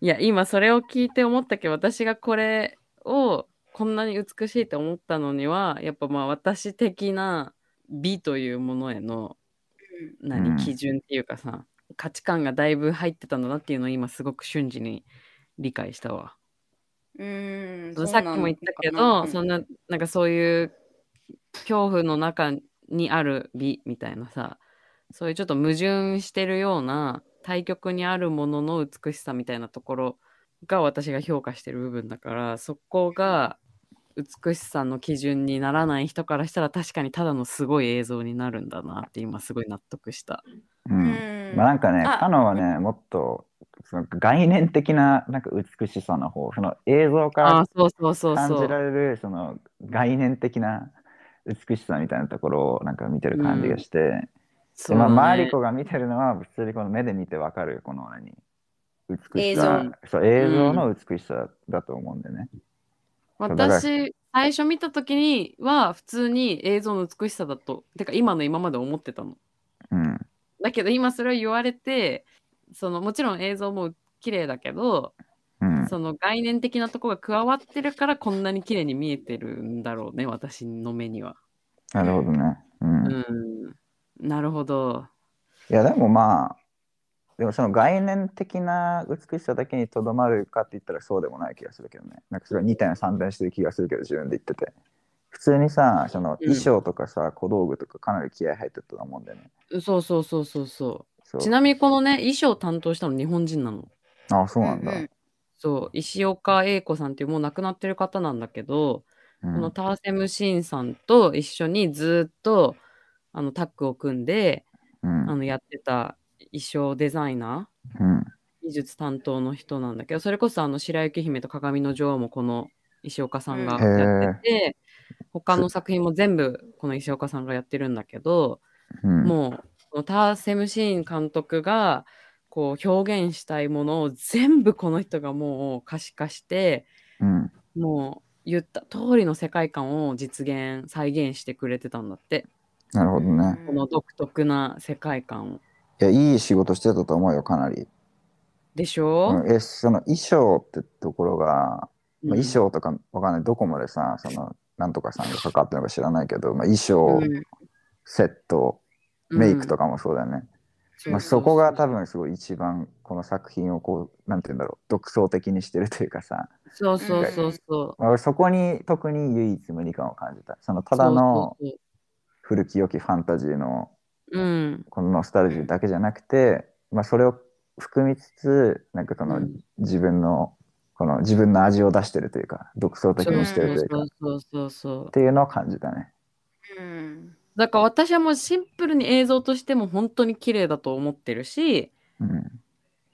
いや、今それを聞いて思ったけど、私がこれをこんなに美しいと思ったのには、やっぱまあ私的な美というものへの何、うん基準っていうかさ、価値観がだいぶ入ってたんだなっていうのを今すごく瞬時に理解したわ。うんうんさっきも言ったけど、そんな、なんかそういう恐怖の中にある美みたいなさ、そういうちょっと矛盾してるような対極にあるものの美しさみたいなところが私が評価してる部分だから、そこが美しさの基準にならない人からしたら確かにただのすごい映像になるんだなって今すごい納得した。う。うんんまあなんかね、あカノはね、もっと、その概念的な、なんか美しさの方、その映像からああ、そうそうそう感そじう。られるその概念的な美しさみたいなところをなんか見てる感じがして、そでうまあ、だねマリコが見てるのは普通にこの目で見てわかるこの何美しさ映そう映像の美しさだと思うんでね、そうだから私最初見た時には普通に映像の美しさだとてか今の今まで思ってたのうんだけど今それを言われてそのもちろん映像も綺麗だけど、うんその概念的なとこが加わってるからこんなに綺麗に見えてるんだろうね私の目にはなるほどね、うんういん、なるほどやでもまあでもその概念的な美しさだけにとどまるかって言ったらそうでもない気がするけどねなんかそれは2点3点してる気がするけど自分で言ってて普通にさその衣装とかさ、小道具とかかなり気合入ってたと思うんだよねそうそうそうそうそそううちなみにこのね衣装を担当したの日本人なのあそうなんだ、うんそう石岡英子さんっていうもう亡くなってる方なんだけど、うんこのターセムシンさんと一緒にずっとあのタッグを組んでうんあのやってた衣装デザイナうんー技術担当の人なんだけどそれこそあの白雪姫と鏡の女王もこの石岡さんがうんやってて、他の作品も全部この石岡さんがやってるんだけど、うんもうこのターセムシーン監督がこう表現したいものを全部この人がもう可視化してうんもう言った通りの世界観を実現再現してくれてたんだってなるほどね。この独特な世界観をいや、いい仕事してたと思うよ、かなり。でしょ、うんえ、その衣装ってところが、うまあ、衣ん装とかわかんない、どこまでさ、その、なんとかさんがかかってるのか知らないけど、まあ、衣装、うんセット、メイクとか、かもそうだよね。うまあ、そこが多分すごい一番この作品をこう、なんて言うんだろう、独創的にしてるというかさ、そうそうそうそまあ、俺そこに特に唯一無二感を感じた。そのうただのそうそう古き良きファンタジーのそううんこのノスタルジーだけじゃなくて、まあ、それを含みつつなんかこうのん自分の、この自分の味を出してるというか独創的そうにしてそるうというかそっうそうそうそうていうのを感じたね。うんだから私はもうシンプルに映像としても本当に綺麗だと思ってるしうん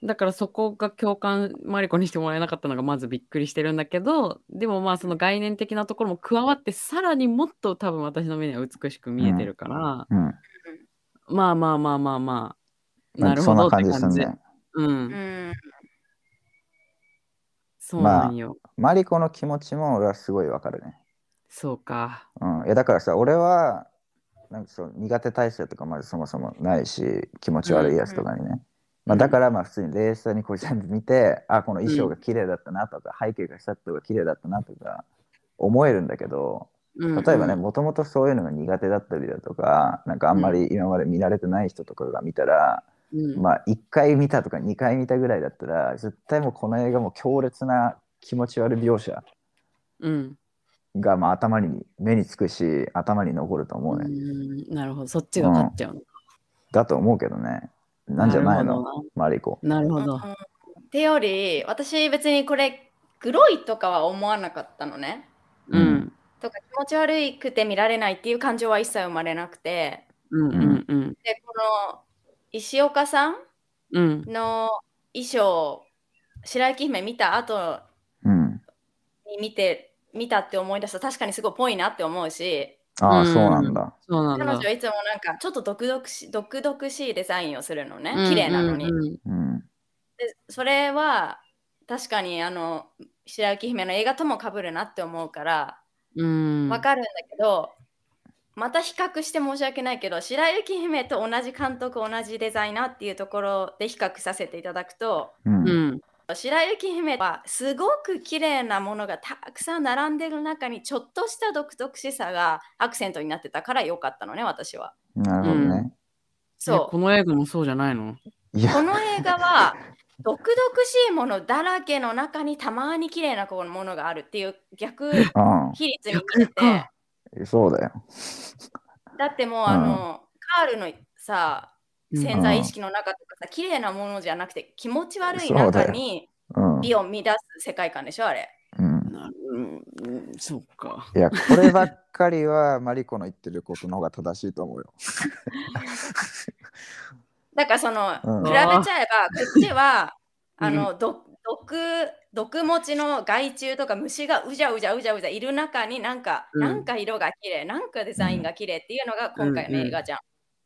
だからそこが共感マリコにしてもらえなかったのがまずびっくりしてるんだけどでもまあその概念的なところも加わってさらにもっと多分私の目には美しく見えてるから、うん、まあまあまあまあまあななんかるそほんどなって感じす感んじね。ううんんそうなんよ、マリコの気持ちも俺はすごいわかるね。そうかうん、いやだからさ俺はなんかそう苦手体質とかまずそもそもないし気持ち悪いやつとかにね、まあ、だからまあ普通に冷静にこう全部見て、あこの衣装が綺麗だったなとか、背景がシャットが綺麗だったなとか思えるんだけど例例えばねもともとそういうのが苦手だったりだとかなんかあんまり今まで見られてない人とかが見たら、うんまあ1回見たとか2回見たぐらいだったら絶対もうこの映画も強烈な気持ち悪い描写うんがまあ頭に目につくし頭に残ると思うね。うんなるほどそっちが勝っちゃうの、だと思うけどね。なんじゃないのるほどマリコ。ななるほどうんてより私別にこれグロいとかは思わなかったのね。う。んとか気持ち悪くて見られないっていう感情は一切生まれなくてうんうんうんでこの石岡さんうんの衣装白雪姫見た後うん。に見て見たって思い出した確かにすごいぽいなって思うしあうんあ、そうなんだ。そうなん彼だ女はいつもなんかちょっと毒々し毒々しいデザインをするのねうん綺麗なのに、うんうん。でそれは確かにあの白雪姫の映画ともかぶるなって思うからうんわかるんだけど、また比較して申し訳ないけど白雪姫と同じ監督同じデザイナーっていうところで比較させていただくとう。うんん白雪姫はすごく綺麗なものがたくさん並んでる中にちょっとした独特しさがアクセントになってたから良かったのね私は。なるほどね。えそうこの映画もそうじゃないのいやこ、の映画は独々しいものだらけの中にたまに綺麗なこうものがあるっていう 逆比率に見えて逆かうん。そうだよ。だってもうあの、カールのさうん潜在意識の中とかさ綺麗なものじゃなくて気持ち悪いそうだ中よにうん。美を乱す世界観でしょあれ。うん。なうんうんそうかいや、こればっかりは、マリコの言ってることの方が正しいと思うよ。だからその、うん比べちゃえばこっちはあの、ど毒毒持ちの害虫とか虫がうじゃうじゃうじゃうじゃいる中になんか、うんなんか色が綺麗なんかデザインが綺麗っていうのが今回の映画じゃん。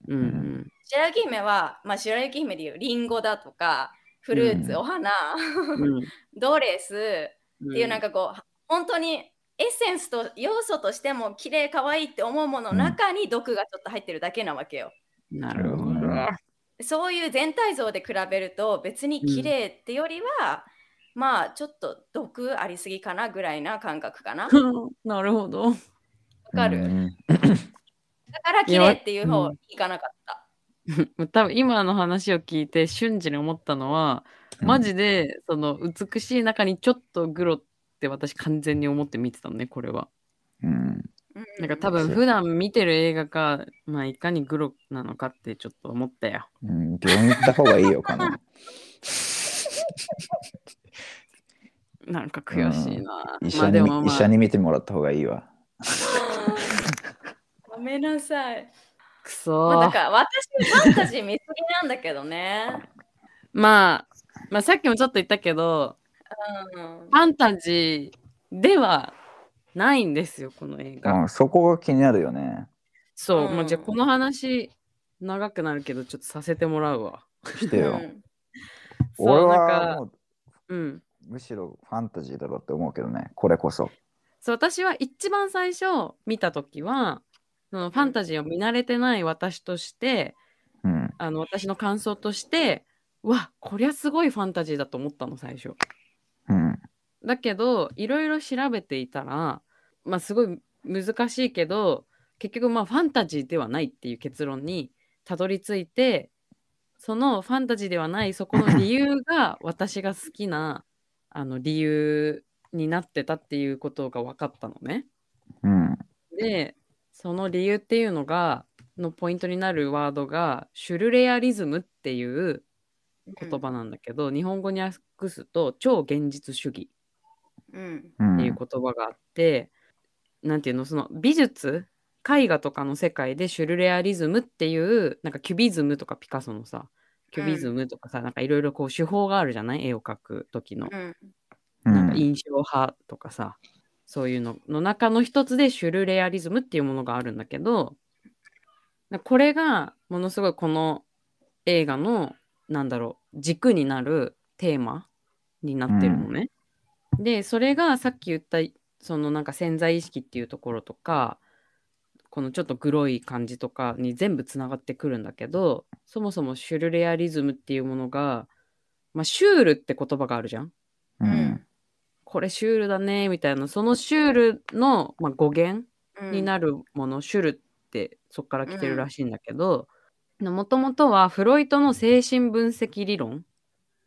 うん白雪姫は、まあ、白雪姫でいうリンゴだとかフルーツ、うんお花 うんっドレスってていうなんかこう、本当にエッセンスと要素としても綺麗可愛いって思うものの中に毒がちょっと入ってるだけなわけよ。なるほどそういう全体像で比べると別に綺麗ってよりは、まあちょっと毒ありすぎかなぐらいな感覚かな。わなるほどかうる。んだから綺麗っていう方にいかなかった。 多分今の話を聞いて瞬時に思ったのはマジでその美しい中にちょっとグロって私完全に思って見てたのねこれはうん。うんなんか多分普段見てる映画かまあいかにグロなのかってちょっと思ったよ うん。病院行った方がいいよ、かな。なんか悔しいな一ま緒あに、でもま一緒あに見てもらった方がいいわ。ごめんなさい。くそまあ、ーだから私ファンタジー見すぎなんだけどね。まあ、まあさっきもちょっと言ったけど、うんファンタジーではないんですよ、この映画。うん、そこが気になるよね。そう、うんまあじゃあこの話、長くなるけど、ちょっとさせてもらうわ。してよ。そう俺なんはかもううん。むしろファンタジーだろうって思うけどね、これこそ。そう、私は一番最初見たときは、そのファンタジーを見慣れてない私として、うん。あの私の感想として、わ、こりゃすごいファンタジーだと思ったの、最初。うん。だけどいろいろ調べていたらまあすごい難しいけど結局まあファンタジーではないっていう結論にたどり着いてそのファンタジーではないそこの理由が私が好きな あの理由になってたっていうことが分かったのね。うん。でその理由っていうのがのポイントになるワードがシュルレアリズムっていう言。葉なんだけど、日本語に訳すと超現実主義うんうっん。ていう言葉があって、なんていうのその美術絵画とかの世界でシュルレアリズムっていうなんかキュビズムとかピカソのさキュビズムとかさ、なんかいろいろこう手法があるじゃない絵を描く時のう、んうんなんか印象派とかさそういうのの中の一つでシュルレアリズムっていうものがあるんだけどなんかこれがものすごいこの映画のなんだろう軸になるテーマになってるのね。でそれがさっき言ったそのなんか潜在意識っていうところとかこのちょっとグロい感じとかに全部つながってくるんだけどそもそもシュルレアリズムっていうものが、まあ、シュールって言葉があるじゃん。ううんん。これシュールだねみたいなそのシュールの、まあ、語源うんになるもの、シュルってそっから来てるらしいんだけどもともとはフロイトの精神分析理論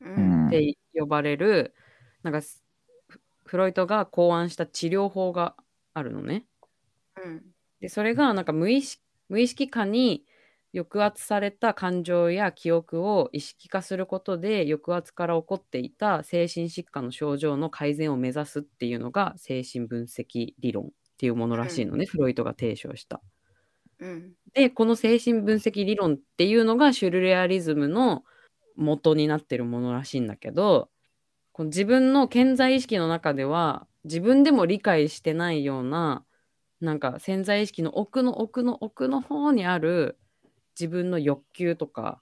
ううんん。って呼ばれる、なんかフフロイトが考案した治療法があるのね。うんでそれがなんか無意識無意識下に抑圧された感情や記憶を意識化することで抑圧から起こっていた精神疾患の症状の改善を目指すっていうのが精神分析理論っていうものらしいのね、フロイトが提唱した。うんでこの精神分析理論っていうのがシュルレアリズムの元になってるものらしいんだけどこの自分の潜在意識の中では自分でも理解してないようななんか潜在意識の奥の奥の奥の方にある自分の欲求とか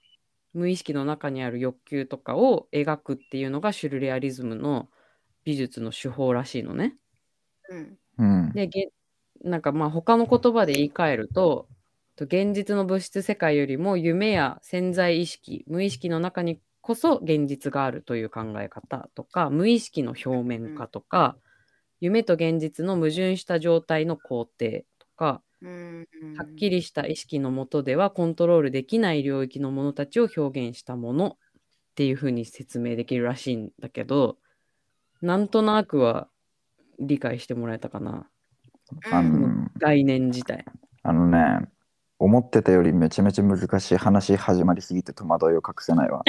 無意識の中にある欲求とかを描くっていうのがシュルレアリズムの美術の手法らしいのね。うんうん。でげなんかまあ他の言葉で言い換えるとと現実の物質世界よりも夢や潜在意識無意識の中にこそ現実があるという考え方とか無意識の表面化とか、夢と現実の矛盾した状態の肯定とかうんうんはっきりした意識のもとではコントロールできない領域のものたちを表現したものっていうふうに説明できるらしいんだけどなんとなくは理解してもらえたかなあうんの概念自体。あのね、思ってたよりめちゃめちゃ難しい話始まりすぎて戸惑いを隠せないわ。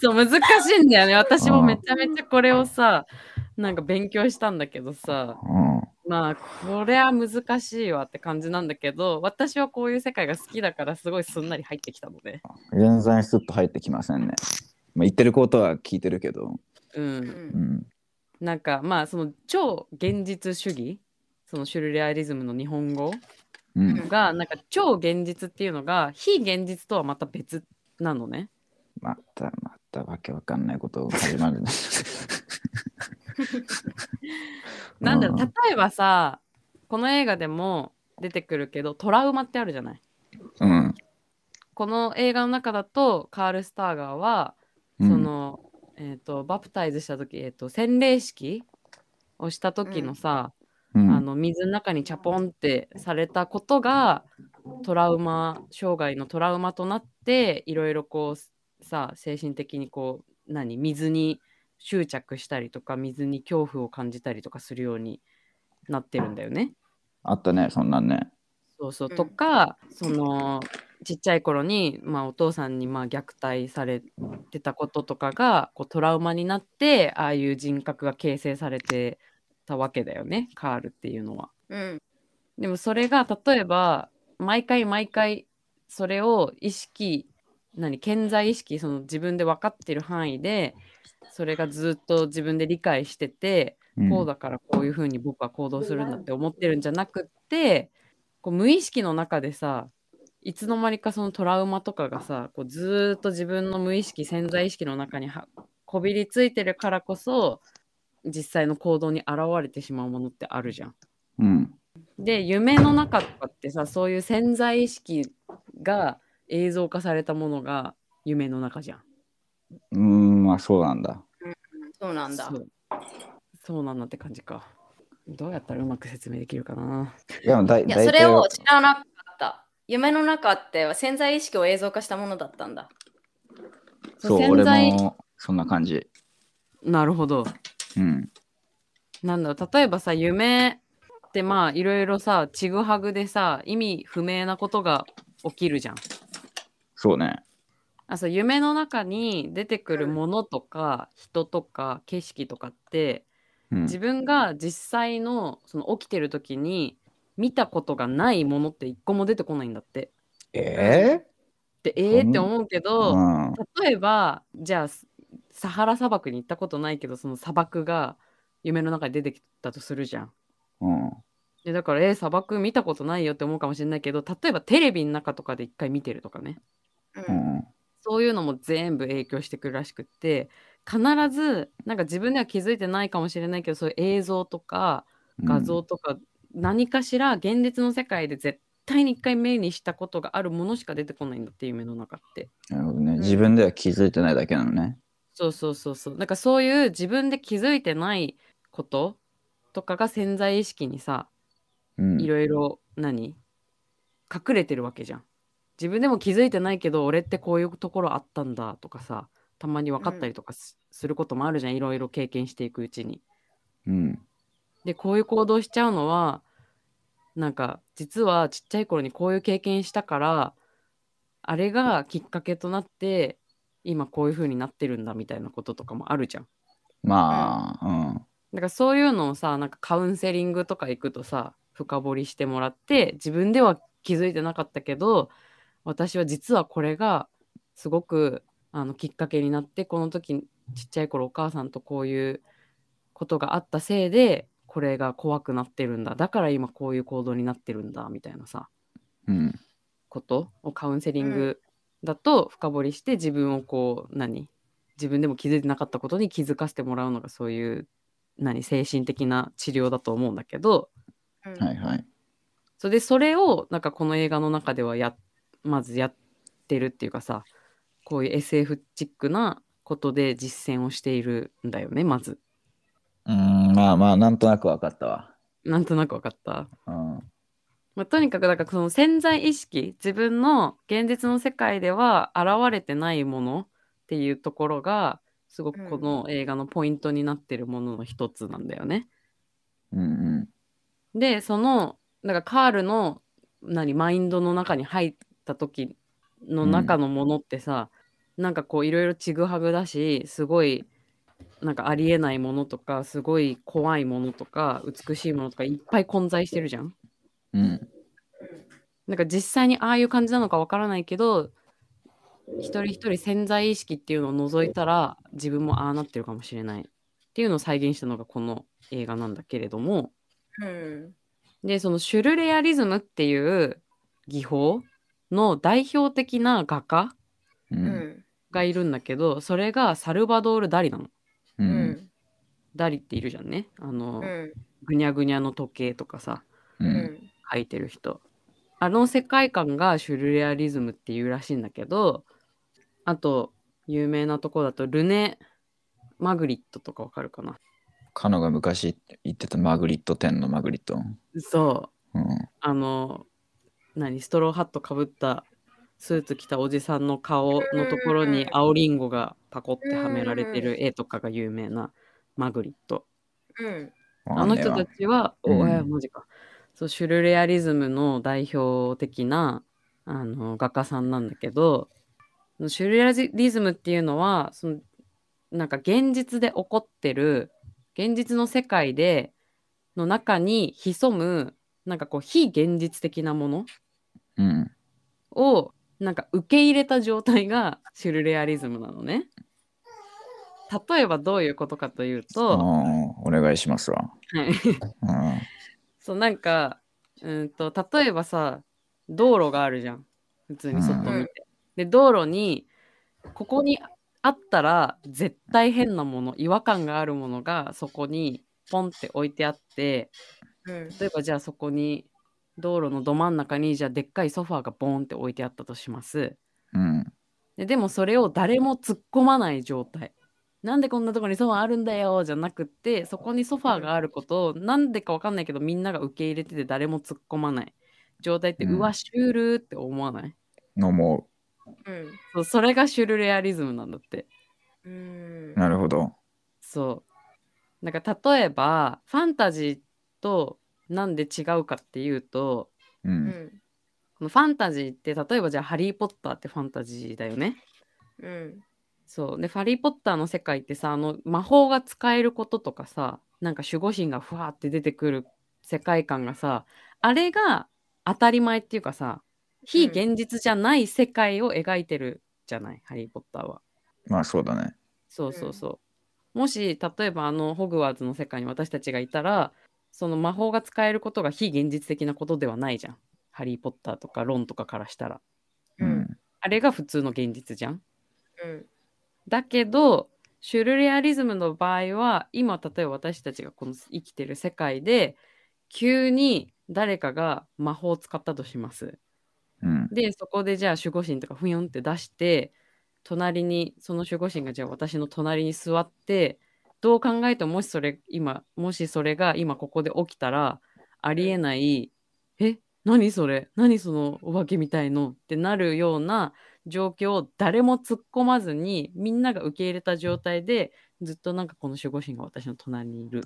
そう難しいんだよね私もうんめちゃめちゃこれをさなんか勉強したんだけどさうん。まあこれは難しいわって感じなんだけど私はこういう世界が好きだからすごいすんなり入ってきたので、全然スッと入ってきませんね。まあ、言ってることは聞いてるけど、う、うんうんん。なんかまあその超現実主義そのシュルレアリズムの日本語うん。がなんか超現実っていうのが非現実とはまた別なのね。またまたわけわかんないことが始まるね。なんだろううん例えばさこの映画でも出てくるけどトラウマってあるじゃないうん。この映画の中だとカール・スターガーは、うんその、えー、とバプタイズした時、えー、と洗礼式をした時のさ、うんあの水の中にチャポンってされたことがトラウマ障害のトラウマとなっていろいろこうさ精神的にこう何水に執着したりとか水に恐怖を感じたりとかするようになってるんだよね。あったね、そんなんね。そうそう、うんとかそのちっちゃい頃に、まあ、お父さんにまあ虐待されてたこととかがこうトラウマになってああいう人格が形成されてたわけだよねカールっていうのは。うんでもそれが例えば毎回毎回それを意識何潜在意識その自分で分かってる範囲でそれがずっと自分で理解しててうんこうだからこういうふうに僕は行動するんだって思ってるんじゃなくってこう無意識の中でさいつの間にかそのトラウマとかがさこうずーっと自分の無意識潜在意識の中にはこびりついてるからこそ実際の行動に現れてしまうものってあるじゃん。うん。で夢の中とかってさそういう潜在意識が映像化されたものが夢の中じゃん。うーん、まあそうなんだ。そうなんだそうそうなんだって感じか。どうやったらうまく説明できるかな。いや、だいいや大それ体はを知らなかった夢の中って潜在意識を映像化したものだったんだそう、潜俺在もそんな感じ。なるほど。うん。なんだろう例えばさ夢ってまあいろいろさちぐはぐでさ意味不明なことが起きるじゃん。そうね。あそう夢の中に出てくるものとか人とか景色とかってうん。自分が実際のその起きてる時に見たことがないものって一個も出てこないんだって。えでえーって思うけーどう例えばじゃあサハラ砂漠に行ったことないけどその砂漠が夢の中に出てきたとするじゃん。ん。うん。でだから、えー砂漠見たことないよって思うかもしれないけど、例えばテレビの中とかで一回見てるとかね、ううんん。そういうのも全部影響してくるらしくって、必ず、なんか自分では気づいてないかもしれないけど、そういう映像とか画像とか、何かしら現実の世界で絶対に一回目にしたことがあるものしか出てこないんだって、夢の中って。なるほどね。自分では気づいてないだけなのね。そうそうそうそう。なんかそういう自分で気づいてないこととかが潜在意識にさ、うん。いろいろ何隠れてるわけじゃん。自分でも気づいてないけど俺ってこういうところあったんだとかさたまに分かったりとかす,、ることもあるじゃんいろいろ経験していくうちに。うん。でこういう行動しちゃうのはなんか実はちっちゃい頃にこういう経験したからあれがきっかけとなって今こういう風になってるんだみたいなこととかもあるじゃん。まあ、うん。だからそういうのをさなんかカウンセリングとか行くとさ深掘りしてもらって自分では気づいてなかったけど私は実はこれがすごくあのきっかけになってこの時ちっちゃい頃お母さんとこういうことがあったせいでこれが怖くなってるんだだから今こういう行動になってるんだみたいなさうん。ことをカウンセリングだと深掘りして自分をこう何自分でも気づいてなかったことに気づかせてもらうのがそういう何精神的な治療だと思うんだけどうんはいはい。それでそれをなんかこの映画の中ではやまずやってるっていうかさこういう SF チックなことで実践をしているんだよねまずうん、まあまあ、なんとなく分かったわ。なんとなく分かったうん。まあ、とにかくだからその潜在意識自分の現実の世界では現れてないものっていうところがすごくこの映画のポイントになってるものの一つなんだよね。うんうん。でそのなんかカールの何マインドの中に入った時の中のものってさ、なんかこういろいろちぐはぐだしすごいなんかありえないものとかすごい怖いものとか美しいものとかいっぱい混在してるじゃん。うん。なんか実際にああいう感じなのかわからないけど一人一人潜在意識っていうのを除いたら自分もああなってるかもしれないっていうのを再現したのがこの映画なんだけれどもうんでそのシュルレアリズムっていう技法の代表的な画家う。うんんがいるんだけどそれがサルバドール・ダリなの。う。うんんダリっているじゃんねあの、うんぐにゃぐにゃの時計とかさう。うんん書いてる人あの世界観がシュルレアリズムっていうらしいんだけどあと有名なとこだとルネ・マグリットとかわかるかなカノが昔言ってたマグリット10のマグリット。そううん。あの何ストローハットかぶったスーツ着たおじさんの顔のところに青リンゴがパコってはめられてる絵とかが有名なマグリットうんあの人たちは、うんおえマジかそうシュルレアリズムの代表的なあの画家さんなんだけどそのシュルレアリズムっていうのはそのなんか現実で起こってる現実の世界での中に潜むなんかこう非現実的なものうん。をなんか受け入れた状態がシュルレアリズムなのね。例えばどういうことかといううんと、お願いしますわ。はい、うん。そうなんかうんと例えばさ道路があるじゃん普通に外見て、うんで道路にここにあったら絶対変なもの違和感があるものがそこにポンって置いてあってうん例えばじゃあそこに道路のど真ん中にじゃあでっかいソファーがボーンって置いてあったとしますうん。ででもそれを誰も突っ込まない状態なんでこんなとこにソファーあるんだよじゃなくってそこにソファーがあることをなんでかわかんないけどみんなが受け入れてて誰も突っ込まない状態って、ううんわシュールって思わないのもうんそうそれがシュルレアリズムなんだってうんう。なるほど。そうなんか例えばファンタジーとなんで違うかっていうとう。うんんこのファンタジーって例えばじゃあ「ハリー・ポッター」ってファンタジーだよねうんそうで「ハリー・ポッター」の世界ってさあの魔法が使えることとかさなんか守護神がふわーって出てくる世界観がさあれが当たり前っていうかさ非現実じゃない世界を描いてるじゃない、ハリー・ポッターは。まあそうだね。そうそうそう。もし例えばあのホグワーツの世界に私たちがいたらその魔法が使えることが非現実的なことではないじゃん。ハリー・ポッターとかロンとかからしたら。ううんん。あれが普通の現実じゃん。うんだけどシュルレアリズムの場合は今例えば私たちがこの生きてる世界で急に誰かが魔法を使ったとします。うん。でそこでじゃあ守護神とかふよんって出して隣にその守護神がじゃあ私の隣に座ってどう考えてももしそれ今もしそれが今ここで起きたらありえない「え何それ何そのお化けみたいの?」ってなるような状況を誰も突っ込まずにみんなが受け入れた状態でずっとなんかこの守護神が私の隣にいる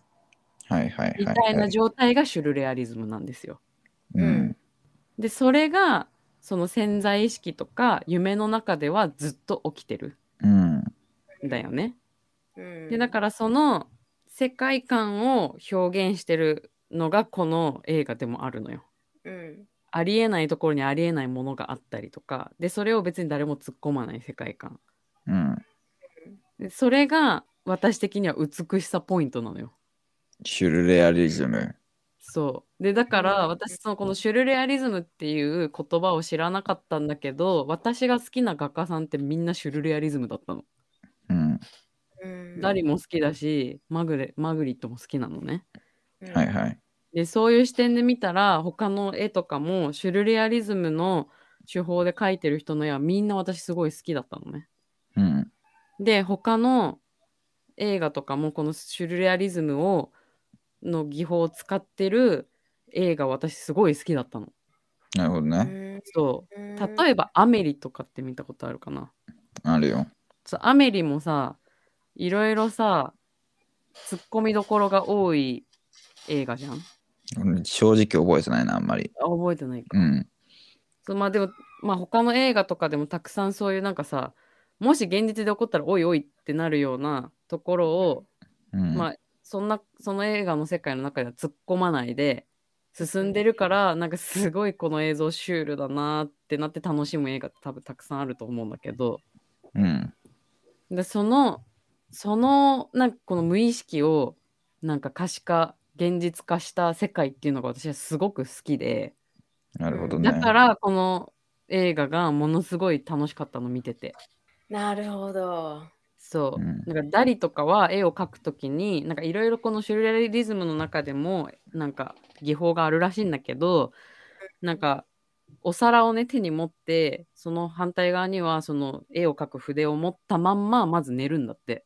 はいはいはい。みたいな状態がシュルレアリズムなんですよ。うんうんでそれがその潜在意識とか夢の中ではずっと起きてるうんんだよね。うんでだからその世界観を表現してるのがこの映画でもあるのよ。うんありえないところにありえないものがあったりとかでそれを別に誰も突っ込まない世界観うんでそれが私的には美しさポイントなのよシュルレアリズムそうでだかうらん私そのこのシュルレアリズムっていう言葉を知らなかったんだけど私が好きな画家さんってみんなシュルレアリズムだったのうんうんダリも好きだしマグレマグリットも好きなのねうんはいはいでそういう視点で見たら他の絵とかもシュルレアリズムの手法で描いてる人の絵はみんな私すごい好きだったのねうんで他の映画とかもこのシュルレアリズムをの技法を使ってる映画私すごい好きだったの。なるほどねそうえ例えば「アメリ」とかって見たことあるかな。あるよそうアメリもさいろいろさツッコミどころが多い映画じゃん俺正直覚えてないなあんまりあ覚えてないか。うんそうまあでも、まあ、他の映画とかでもたくさんそういうなんかさもし現実で起こったらおいおいってなるようなところをうんまあそんなその映画の世界の中では突っ込まないで進んでるからなんかすごいこの映像シュールだなってなって楽しむ映画って多分たくさんあると思うんだけどうんでそのそのなんかこの無意識をなんか可視化現実化した世界っていうのが私はすごく好きでなるほどねだからこの映画がものすごい楽しかったの見ててなるほどそうう、んなんかダリとかは絵を描くときになんかいろいろこのシュルレアリズムの中でもなんか技法があるらしいんだけどなんかお皿をね手に持ってその反対側にはその絵を描く筆を持ったまんままず寝るんだって。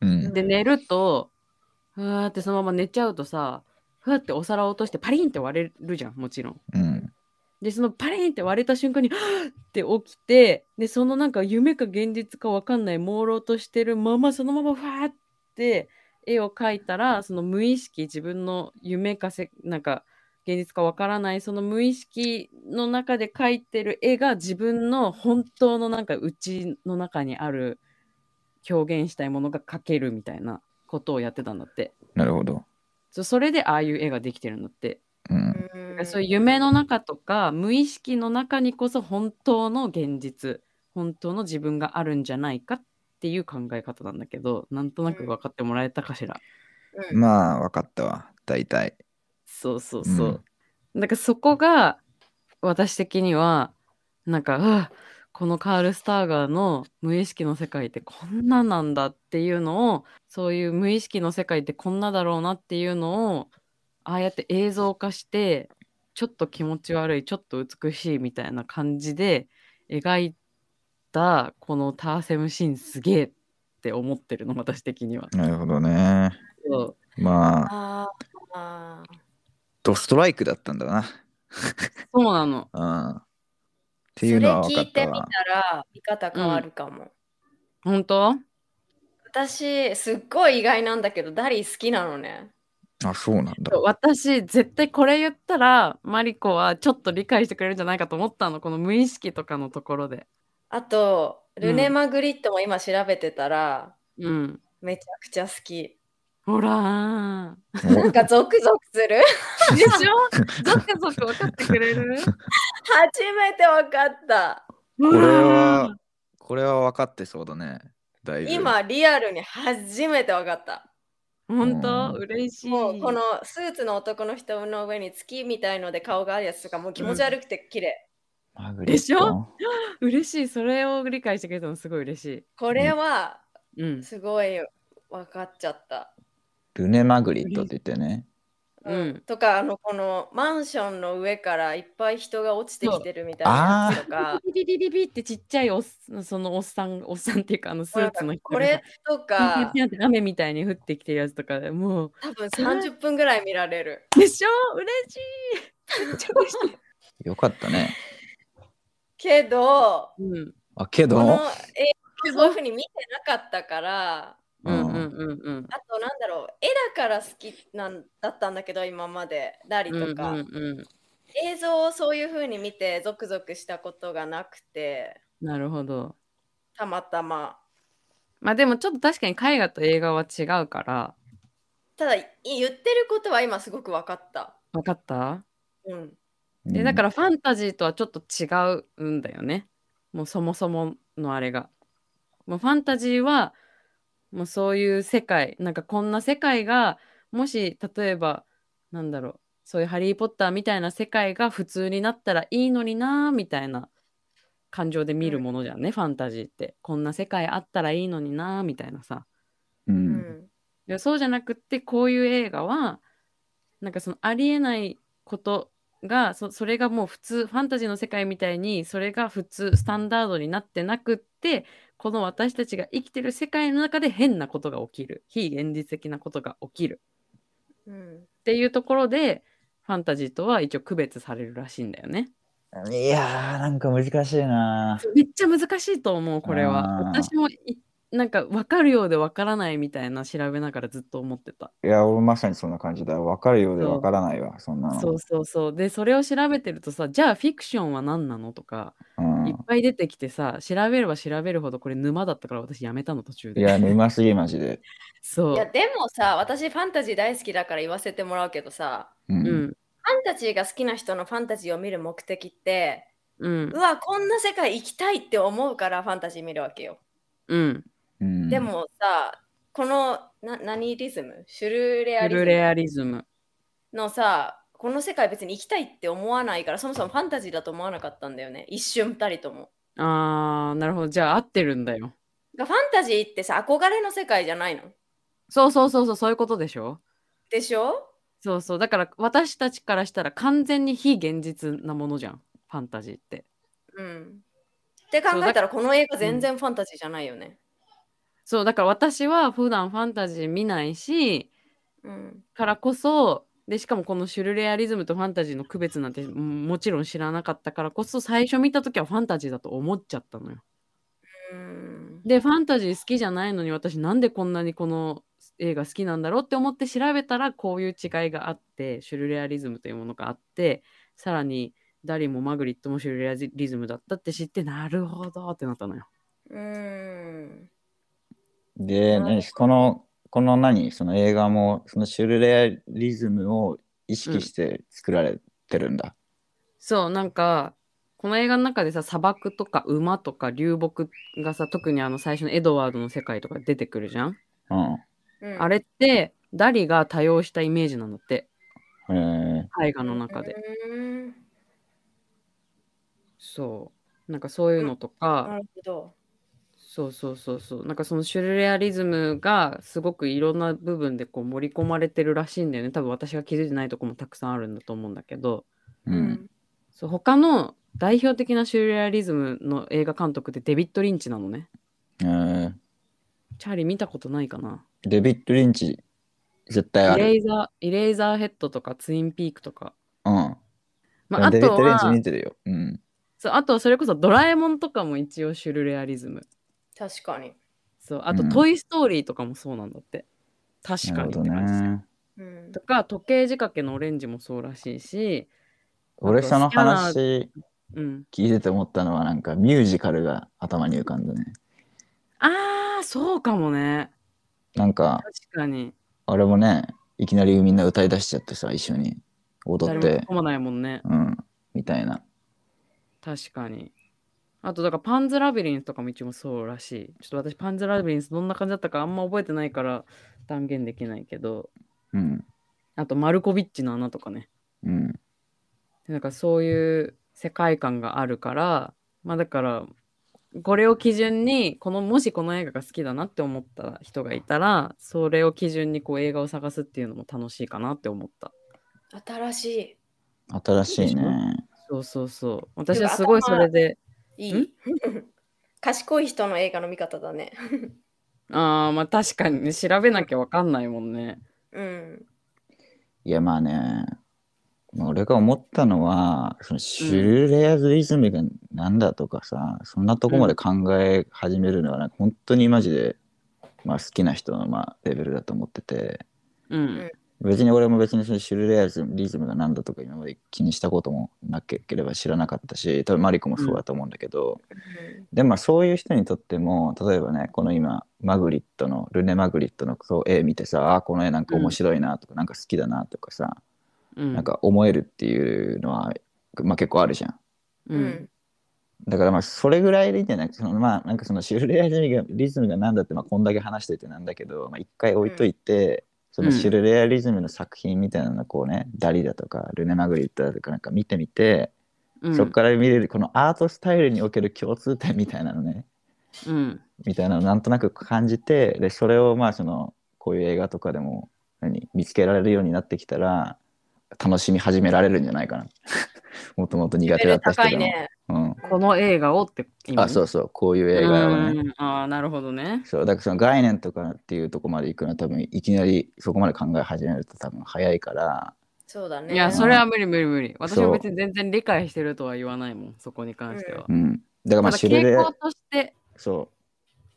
うんで寝るとふわーってそのまま寝ちゃうとさふわってお皿を落としてパリンって割れるじゃんもちろん。うんでそのパリンって割れた瞬間にはぁって起きてでそのなんか夢か現実か分かんない朦朧としてるままそのままファーって絵を描いたらその無意識自分の夢かせなんか現実か分からないその無意識の中で描いてる絵が自分の本当のなんか内の中にある表現したいものが描けるみたいなことをやってたんだってなるほどそそれでああいう絵ができてるんだってうんそういう夢の中とか無意識の中にこそ本当の現実本当の自分があるんじゃないかっていう考え方なんだけどなんとなく分かってもらえたかしら、うんまあわかったわ大体そうそうそう、だからそこが私的にはなんかうわこのカール・スターガーの無意識の世界ってこんななんだっていうのをそういう無意識の世界ってこんなだろうなっていうのをああやって映像化してちょっと気持ち悪いちょっと美しいみたいな感じで描いたこのターセムシーンすげえって思ってるの私的には。なるほどねそうまあああドストライクだったんだなそうなのうんってそいれうのは分聞かっいてたみたわら見方変わるかも、本当私すっごい意外なんだけどダリ好きなのねあそうなんだ私絶対これ言ったらマリコはちょっと理解してくれるんじゃないかと思ったのこの無意識とかのところであとルネ・うんマグリットも今調べてたら、うんめちゃくちゃ好きほらーなんかゾクゾクするでしょゾクゾク分かってくれる初めて分かったここれはこれは分かってそうだねだいぶ今リアルに初めて分かった本当うん嬉しいもうこのスーツの男の人の上に月みたいので顔があるやつとかもう気持ち悪くて綺麗、マグリットでしょ嬉しいそれを理解してくれたのすごい嬉しこれはいうんすごい分かっちゃった、ルネ・マグリットって言ってねうんとかあのこのマンションの上からいっぱい人が落ちてきてるみたいなやつとかビビビビビってちっちゃいおっそのおっさんおっさんっていうかあのスーツの人これとかピャンピャンピャンって雨みたいに降ってきてるやつとかもう多分30分ぐらい見られるでしょ嬉しいちょっとしてよかったねけどうんあけこど、の映画そういうふうに見てなかったからうんうんうんうんあとなんだろう絵だから好きなんだったんだけど今までダリとか、うんうんうん映像をそういう風に見てゾクゾクしたことがなくてなるほど。たまたままあでもちょっと確かに絵画と映画は違うから、ただい言ってることは今すごく分かった、分かったうん、でだかららファンタジーとはちょっと違うんだよね。もうそもそものあれが。もうファンタジーはもうそういう世界なんかこんな世界がもし例えばなんだろうそういう「ハリー・ポッター」みたいな世界が普通になったらいいのになーみたいな感情で見るものじゃんね、ファンタジーってこんな世界あったらいいのになーみたいなさう、うんんでそうじゃなくってこういう映画はなんかそのありえないことがそそれがもう普通ファンタジーの世界みたいにそれが普通スタンダードになってなくってこの私たちが生きてる世界の中で変なことが起きる非現実的なことが起きるうんっていうところでファンタジーとは一応区別されるらしいんだよね。いやーなんか難しいなめっちゃ難しいと思うこれは。あー私もいなんか分かるようで分からないみたいな調べながらずっと思ってた。いや俺まさにそんな感じだ分かるようでそう分からないわそんなのそうそうそうでそれを調べてるとさじゃあフィクションは何なのとか、うんいっぱい出てきてさ調べれば調べるほどこれ沼だったから私やめたの途中いでや沼すぎマジでそいうやでもさ私ファンタジー大好きだから言わせてもらうけどさうんうんファンタジーが好きな人のファンタジーを見る目的ってうんうわこんな世界行きたいって思うからファンタジー見るわけようんうんでもさこのな何リズムシュルレアフリルレズアリズムムのさこの世界別に行きたいって思わないからそもそもファンタジーだと思わなかったんだよね一瞬たりともあーなるほどじゃあ合ってるんだよだからファンタジーってさ憧れの世界じゃないのそうそうそうそうそういうことでしょでしょそうそうだから私たちからしたら完全に非現実なものじゃんファンタジーってうんって考えたらこの映画全然ファンタジーじゃないよねそうだから私は普段ファンタジー見ないしうんからこそでしかもこのシュルレアリズムとファンタジーの区別なんてうんもちろん知らなかったからこそ最初見た時はファンタジーだと思っちゃったのよ。うんでファンタジー好きじゃないのに私なんでこんなにこの映画好きなんだろうって思って調べたらこういう違いがあってシュルレアリズムというものがあってさらにダリもマグリットもシュルレアリズムだったって知ってなるほどってなったのよ。うんで、何この、この何その映画も、そのシュルレアリズムを意識して作られてるんだ。そうなんかこの映画の中でさ砂漠とか馬とか流木がさ特にあの最初のエドワードの世界とか出てくるじゃん。うん。うんあれってダリが多用したイメージなんだってえ絵画の中で。うんそうなんかそういうのとなか、るほどそうそうそうそうなんかそのシュルレアリズムがすごくいろんな部分でこう盛り込まれてるらしいんだよね多分私が気づいてないとこもたくさんあるんだと思うんだけどー、うん。そう他の代表的なシュルレアリズムの映画監督ってデビッド・リンチなのねえーチャーリー見たことないかなデビッド・リンチ、絶対あイレる。イザーイレイザーヘッドとかツインピークとか、うん。まあ、あデビッとド・リンチは見てるよ。うん。そうあとはそれこそドラえもんとかも一応シュルレアリズム確かにそうあと、うんトイ・ストーリーとかもそうなんだって。確なかるにほってど感じですよ。ね。うんとか、時計仕掛けのオレンジもそうらしいし、俺そのスキャナー話うん。聞いてて思ったのは、なんかミュージカルが頭に浮かんだね。あー、そうかもね。なんか、確かに。俺もね、いきなりみんな歌い出しちゃってさ、一緒に踊誰もっ突てっ、込まないもんね。うん、みたいな。確かに。あと、だから、パンズ・ラビリンスとかも一応そうらしい。ちょっと私、パンズ・ラビリンスどんな感じだったかあんま覚えてないから断言できないけど、うん。あと、マルコビッチの穴とかね。うん。でなんかそういう世界観があるからまあだからこれを基準にこのもしこの映画が好きだなって思った人がいたらそれを基準にこう映画を探すっていうのも楽しいかなって思った新し新しいね。そうそうそう私はすごいそれでいいんい 賢い人の映画の見方だねああまあ確かにね調べなきゃわかんないもんねうんいやまあね、まあ俺が思ったのは、そのシュルレアリズムがなんだとかさ、そんなとこまで考え始めるのは、なんか本当にマジで、まあ、好きな人のまあレベルだと思ってて、うん別に俺も別にそのシュルレアリズムが何だとか今まで気にしたこともなければ知らなかったし多分マリコもそうだと思うんだけど、でもまあそういう人にとっても例えばねこの今マグリットのルネ・マグリットのそう絵見てさあーこの絵なんか面白いなとか、なんか好きだなとかさ、うんなんか思えるっていうのは、まあ、結構あるじゃん。ううんん。だからまあそれぐらいでいいんじゃないそのまあなんかそのシュルレアリズムがリズムがなんだってまあこんだけ話しててなんだけど、まあ、一回置いといて、そのシュルレアリズムの作品みたいなのをこうね、ダリだとかルネ・マグリットだとかなんか見てみて、うんそこから見れるこのアートスタイルにおける共通点みたいなのねうんみたいなのをなんとなく感じてでそれをまあそのこういう映画とかでも何見つけられるようになってきたら楽しみ始められるんじゃないか なもともと苦手だった人高でいも、ね。うん、この映画をってあそううそうこういう映画をねんああなるほどねそうだからその概念とかっていうとこまで行くのは多分いきなりそこまで考え始めると多分早いからそうだね。いやそれは無理無理無理私そもう別に全然理解してるとは言わないもんそこに関しては、うんだからまたあだシュルレ傾ア向としてそう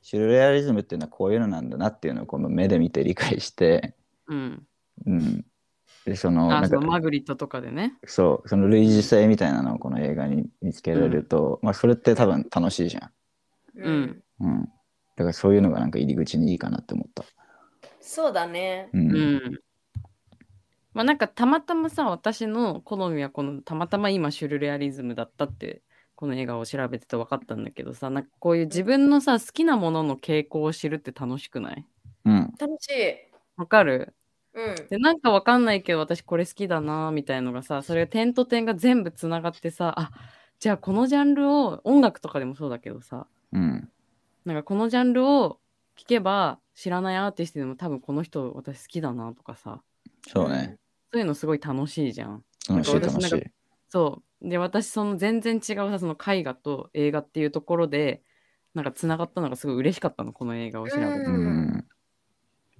シュルレアリズムっていうのはこういうのなんだなっていうのをこの目で見て理解してうんうんでそのあなんそのかマグリットとかでねそうその類似性みたいなのをこの映画に見つけられると、まあそれって多分楽しいじゃううんん。んうんだからそういうのがなんか入り口にいいかなって思ったそうだね。ううんん、まあなんかたまたまさ私の好みはこのたまたま今シュルレアリズムだったってこの映画を調べてて分かったんだけどさなんかこういう自分のさ好きなものの傾向を知るって楽しくないうん楽しい。わかるうん。でなんかわかんないけど私これ好きだなみたいのがさそれが点と点が全部つながってさあじゃあこのジャンルを音楽とかでもそうだけどさうんなんかこのジャンルを聞けば知らないアーティストでも多分この人私好きだなとかさそうねそういうのすごい楽しいじゃん。楽しい楽しいそうで私その全然違うさその絵画と映画っていうところでなんかつながったのがすごい嬉しかったのこの映画を調べて、うんうん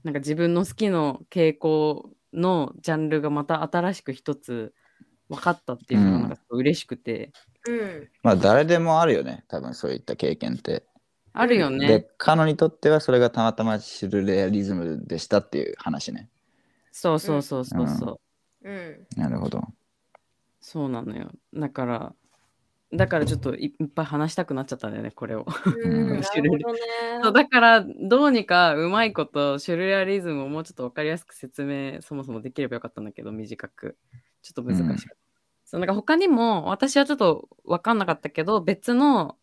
なんか自分の好きの傾向のジャンルがまた新しく一つ分かったっていうのがうんなんかすごい嬉しくて、うん。まあ誰でもあるよね多分そういった経験って。あるよねで彼女にとってはそれがたまたまシュルレアリズムでしたっていう話ね。そうそうそうそうそう、うん。なるほど。そうなのよだからだからちょっといいっぱい話したくなっちゃったんだよねこれをうん。なるほどね。そうだからどうにかうまいことシュルレアリズムをもうちょっと分かりやすく説明そもそもできればよかったんだけど短くちょっと難しかった、そうなんか他にも私はちょっと分かんなかったけど別の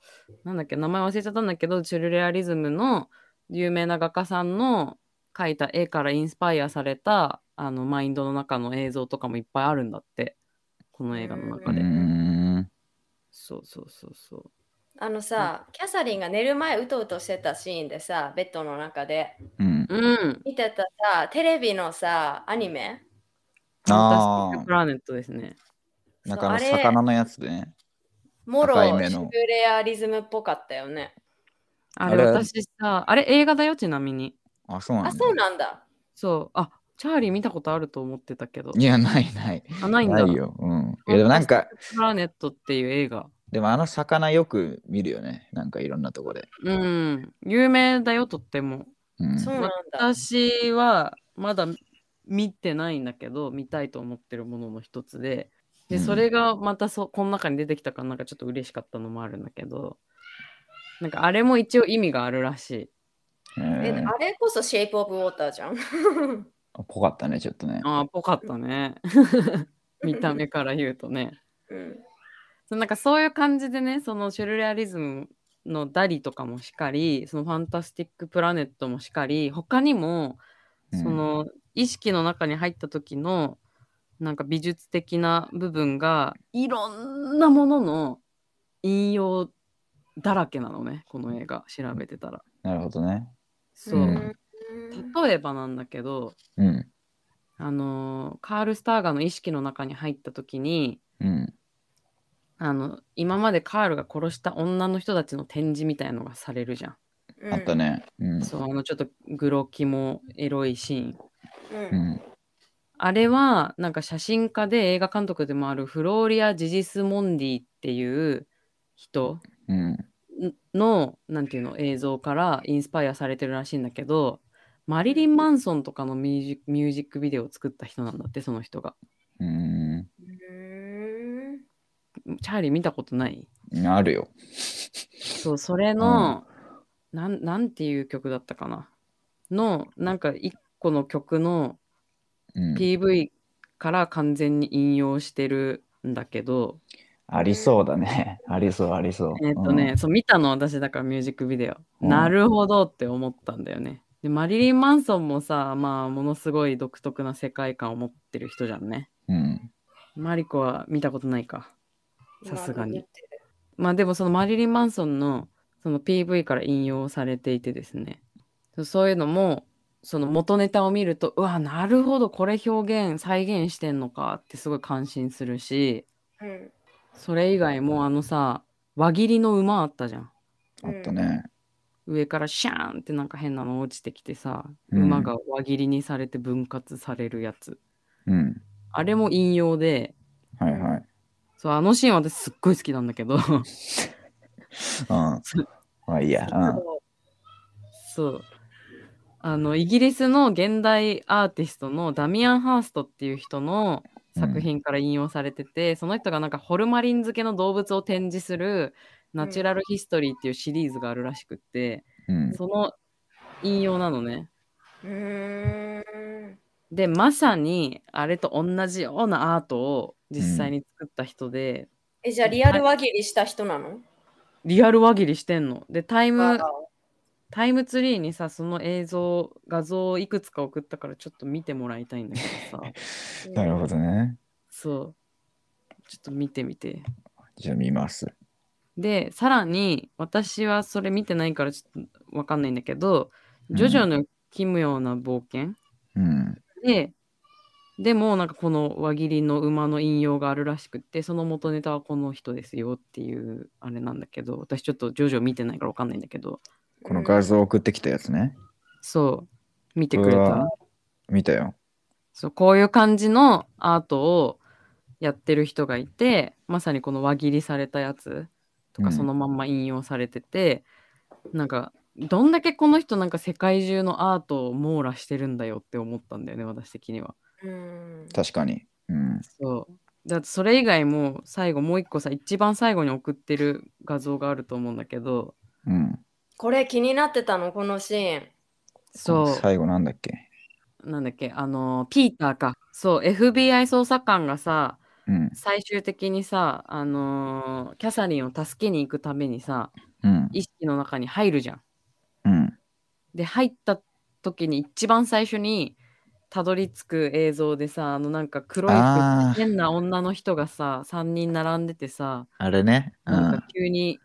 なんだっけ名前忘れちゃったんだけどシュルレアリズムの有名な画家さんの描いた絵からインスパイアされたあのマインドの中の映像とかもいっぱいあるんだってこの映画のう中ーで、ん。そうそうそうそうあのさ、キャサリンが寝る前うとうとしてたシーンでさ、ベッドの中でうん。うん見てたさ、テレビのさ、アニメファンタあスティッあクプ。ラネットですねなんかあのそうあれ魚のやつでね。もろ赤いシ目のュレアリズムっぽかったよね。ああれれ私さ、あれ映画だよ、ちなみに。あ、そうなあ、んだそ。うなんだ。そう、あ、チャーリー見たことあると思ってたけど。いや、ないない。あ、ないんなだ。いよ。うん。いや、でもなんか、プラネットっていう映画。でもあの魚よく見るよね。なんかいろんなとこで。うん、有名だよ、とっても。うん。そうなんだ。私はまだ見てないんだけど、見たいと思ってるものの一つで、で、うんそれがまたそこの中に出てきたから、なんかちょっと嬉しかったのもあるんだけど、なんかあれも一応意味があるらしい。ええーあれこそシェイプオブウォーターじゃん。ぽかったね、ちょっとね。ああ、ぽかったね。 見た目から言うとね。うん。そうなんかそういう感じでねそのシュルレアリズムのダリとかもしかりそのファンタスティック・プラネットもしかり他にもうんその意識の中に入った時のなんか美術的な部分がいろんなものの引用だらけなのねこの映画調べてたら。なるほどね。そう、うん例えばなんだけどうん。あのーカール・スターガーの意識の中に入った時にうん。あの今までカールが殺した女の人たちの展示みたいのがされるじゃん。うんあった。ね。うん。そうあのちょっとグロキもエロいシーン。う。うんん。あれはなんか写真家で映画監督でもあるフローリア・ジジス・モンディっていう人うん。のなんていうの映像からインスパイアされてるらしいんだけどマリリン・マンソンとかのミュージミュージックビデオを作った人なんだって、その人が。うーチャーリー見たことないん。あるよ。そう、それの、なん、なんていう曲だったかなの、なんか一個の曲のうん、 PV から完全に引用してるんだけど、ありそうだね。ありそう、ありそう。えっ、とね、そう見たの私だからミュージックビデオ、うんなるほどって思ったんだよね。でマリリン・マンソンもさ、まあ、ものすごい独特な世界観を持ってる人じゃんね。うん。うん。マリコは見たことないか。今さすがに見てるまあでもそのマリリン・マンソンのその PV から引用されていてですねそうそういうのもその元ネタを見るとうわなるほどこれ表現再現してんのかってすごい感心するしうんそれ以外もあのさ輪切りの馬あったじゃんあったね。上からシャーンってなんか変なの落ちてきてさうん馬が輪切りにされて分割されるやつ、うん。あれも引用ではいはい。そうあのシーン私すっごい好きなんだけどうん。まあいいや。そう。あの、イギリスの現代アーティストのダミアン・ハーストっていう人の作品から引用されてて、その人がなんかホルマリン漬けの動物を展示するナチュラルヒストリーっていうシリーズがあるらしくって、うん。うん。その引用なのね。うーんで、まさにあれと同じようなアートを実際に作った人で、えじゃあリアル輪切りした人なのリアル輪切りしてんの。で、タイわム、あタイムツリーにさ、その映像、画像をいくつか送ったからちょっと見てもらいたいんだけどさ。なるほどね。そう。ちょっと見てみて。じゃあ見ます。で、さらに、私はそれ見てないからちょっとわかんないんだけど、ジョジョの奇妙な冒険うん。で、でもなんかこの輪切りの馬の引用があるらしくって、その元ネタはこの人ですよっていうあれなんだけど、私ちょっとジョジョ見てないからわかんないんだけど、この画像送ってきたやつね。そう、見てくれうたわ見たよ。そうこういう感じのアートをやってる人がいてまさにこの輪切りされたやつとうかんそのまんま引用されてて、なんかどんだけこの人なんか世界中のアートを網羅してるんだよって思ったんだよね私的には。うん確かに。うん。そうだってそれ以外も最後もう一個さ一番最後に送ってる画像があると思うんだけどうん。これ気になってたのこのシーンそう最後なんだっけなんだっけあのピーターかそう FBI 捜査官がさうん。最終的にさ、あのーキャサリンを助けに行くためにさうん。意識の中に入るじゃん。うん。で入った時に一番最初にたどり着く映像でさあのなんか黒いあー服着て変な女の人がさ3人並んでてさあれね。なんか急に、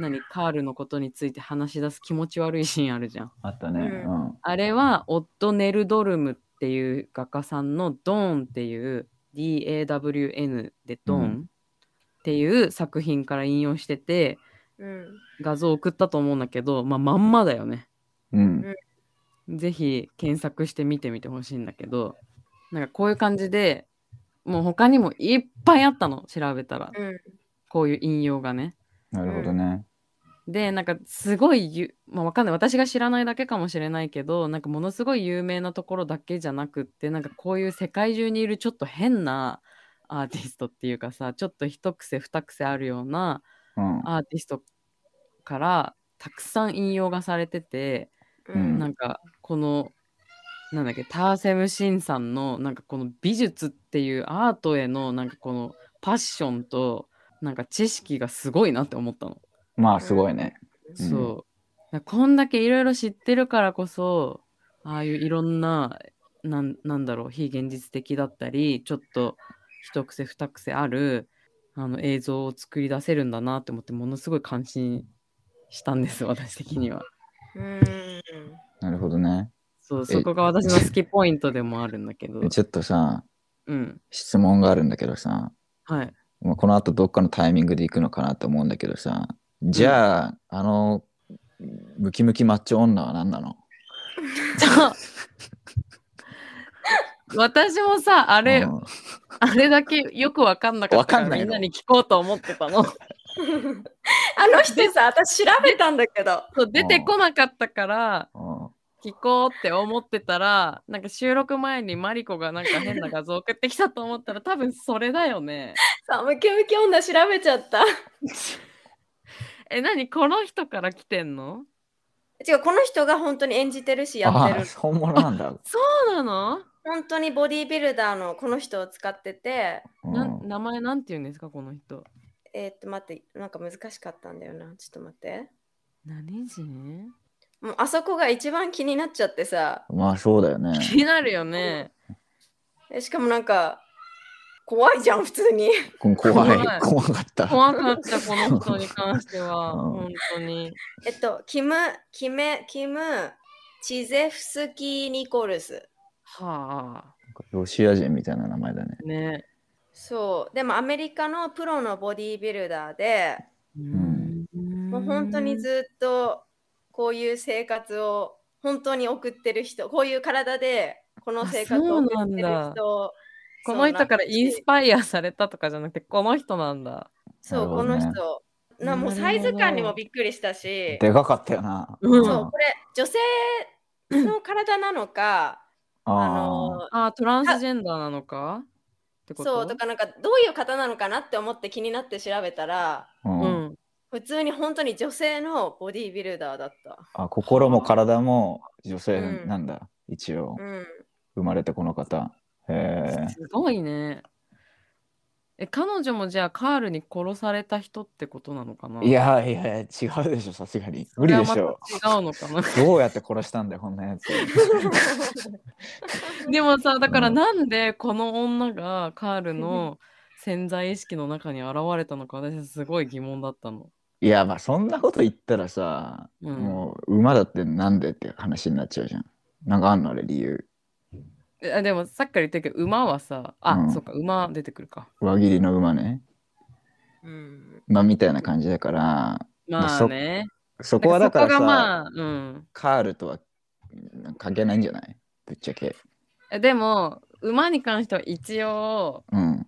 何カールのことについて話し出す気持ち悪いシーンあるじゃん。あったね。ううん。あれはオッド・ネルドルムっていう画家さんのドーンっていう DAWN でドーうんンっていう作品から引用しててうん画像送ったと思うんだけど、まあ、まんまだよね。うん。ぜひ検索して見てみてほしいんだけどなんかこういう感じでもう他にもいっぱいあったの調べたらうんこういう引用がね。なるほどね。ででなんかすごいゆ、まあ、わかんない私が知らないだけかもしれないけどなんかものすごい有名なところだけじゃなくってなんかこういう世界中にいるちょっと変なアーティストっていうかさちょっと一癖二癖あるようなうん。アーティストからたくさん引用がされてて、ううんんなんかこのなんだっけターセム・シンさんのなんかこの美術っていうアートへのなんかこのパッションとなんか知識がすごいなって思ったの。まあ、すごいね。うんそう。だからこんだけいろいろ知ってるからこそ、ああいういろんな、なんなんだろう、非現実的だったり、ちょっと一癖二癖あるあの映像を作り出せるんだなって思って、ものすごい感心したんです、私的には。うんなるほどね。そう、えそこが私の好きポイントでもあるんだけど。ちょっとさ、うん。質問があるんだけどさ、はい。 まあ、この後どっかのタイミングで行くのかなと思うんだけどさ、じゃあ、あの、ムキムキマッチョ女は何なのそう。私もさ、ああれ、あれだけよくわかんなかったかわからんないみのんなに聞こうと思ってたの。あの人さ、私調べたんだけど。そう出てこなかったから、聞こうって思ってたらなんか収録前にマリコがなんか変な画像送ってきたと思ったら多分それだよ ね。さあムキムキ女調べちゃったえ何この人から来てんの違うこの人が本当に演じてるしやってある本物なんだ。そうなの、本当にボディービルダーのこの人を使っててうんな名前なんて言うんですかこの人。えーっと待ってなんか難しかったんだよなちょっと待って何人もうあそこが一番気になっちゃってさまあそうだよね。気になるよね。えしかもなんか怖いじゃん普通に こ怖い怖い。怖かった。怖かったこの人に関してはうん本当に。えっとキムキメキムチゼフスキー・ニコルスはあ。ロシア人みたいな名前だね。ね。そうでもアメリカのプロのボディービルダーでんもう本当にずっとこういう生活を本当に送ってる人こういう体でこの生活を送ってるあそうなんだ人この人からインススパイアされたとかじゃなくてこの人なんだ。そう、なるほこどのね人。なもうなるほどサイズ感にもびっくりしたし、でかかったよな。うんそう、これ、女性の体なのか、ああの、あートランスジェンダーなのかってことそう、とかなんか、どういう方なのかなって思って気になって調べたら、あ、うんうん。普通に本当に女性のボディービルダーだった。あ心も体も女性なんだ。一応うん。生まれてこの方。へすごいね。え彼女もじゃあカールに殺された人ってことなのかなえ。いやいや違うでしょさすがに。無理でしょ。それはまた違うのかどうやって殺したんだよこんなやつ。な でもさだからうんなんでこの女がカールの潜在意識の中に現れたのか私すごい疑問だったの。 いやまあそんなこと言ったらさ、うんもう馬だってなんでって話になっちゃうじゃん。なんかあんのあれ理由。えあでもさっきから言ってるけど馬はさあ、うんそうか馬出てくるか。輪切りの馬ね。うん、まあみたいな感じだから、まあね。そこはだからそさ、こがまあうん。カールとはうん関係ないんじゃないぶっちゃけ。えでも馬に関しては一応うん。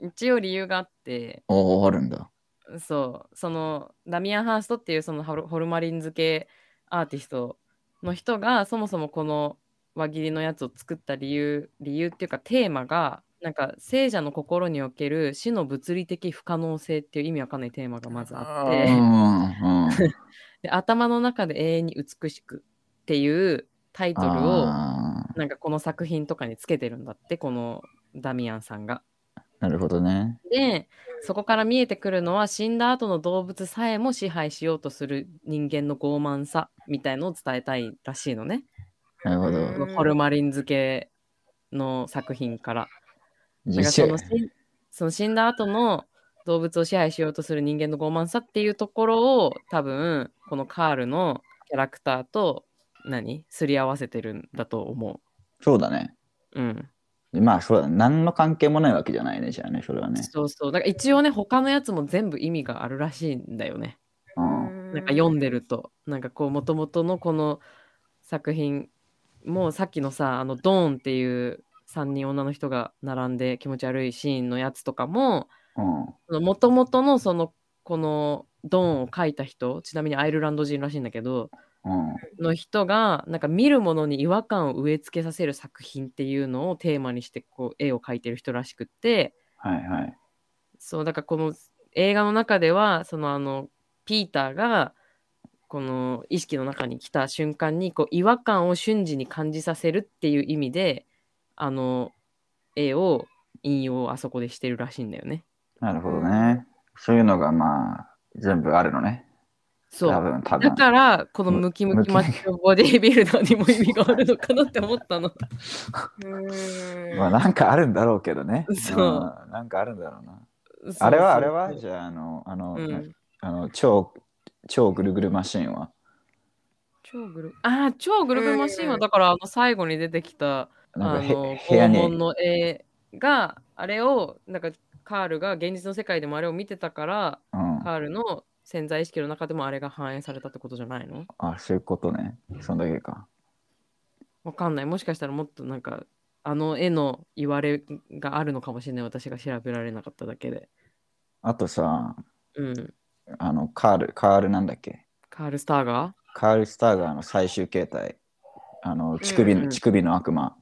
一応理由があっておお、あるんだ。そうそのダミアン・ハーストっていうそのホルホルマリン漬けアーティストの人がそもそもこの輪切りのやつを作った理由理由っていうかテーマがなんか聖者の心における死の物理的不可能性っていう意味わかんないテーマがまずあっうてんうん。で頭の中で永遠に美しくっていうタイトルをあなんかこの作品とかにつけてるんだってこのダミアンさんが。ーなるほどね。でそこから見えてくるのは死んだ後の動物さえも支配しようとする人間の傲慢さみたいのを伝えたいらしいのね、なるほうど。んホルマリン漬けの作品からだ実からそ写の死んその死んだ後の動物を支配しようとする人間の傲慢さっていうところを多分このカールのキャラクターと何すり合わせてるんだと思そうだね。う。うん、まあそうだね。何の関係もないわけじゃないね、じゃあね、それはね。そうそう。だから一応ね、他のやつも全部意味があるらしいんだよね。うん。なんか読んでると、なんかこうもともとのこの作品もさっきのさあのドーンっていう3人女の人が並んで気持ち悪いシーンのやつとかもうん、もともとのそのこのドーンを書いた人ちなみにアイルランド人らしいんだけどうん。の人がなんか見るものに違和感を植え付けさせる作品っていうのをテーマにしてこう絵を描いてる人らしくって、はいはい。そうだからこの映画の中ではそのあのピーターがこの意識の中に来た瞬間にこう違和感を瞬時に感じさせるっていう意味であの絵を引用をあそこでしてるらしいんだよね。なるほどね。そういうのがまあ、全部あるのね。そ多う分、多だ分。からこのむムキムキマッチョボディービルダーにも意味があるのかなって思ったの。うんまあなんかあるんだろうけどね。そううん。なんかあるんだろうな。 あれはあれはじゃあ、あの、あの、うんあの超、超ぐるぐるマシーンは。超グルああ超グルグルマシーンはだからあの最後に出てきたなあんかへの部屋拷問に。の絵があれをなんかカールが現実の世界でもあれを見てたからうん、カールの潜在意識の中でもあれが反映されたってことじゃないのあ、そういうことね。そんだけか。わかんないもしかしたらもっとなんかあの絵の言われがあるのかもしれない私が調べられなかっただけであとさ、うんあの、カール、カールなんだっけ カール・スターがカール・スターガーの最終形態。あの乳首うんうのん乳首の悪魔。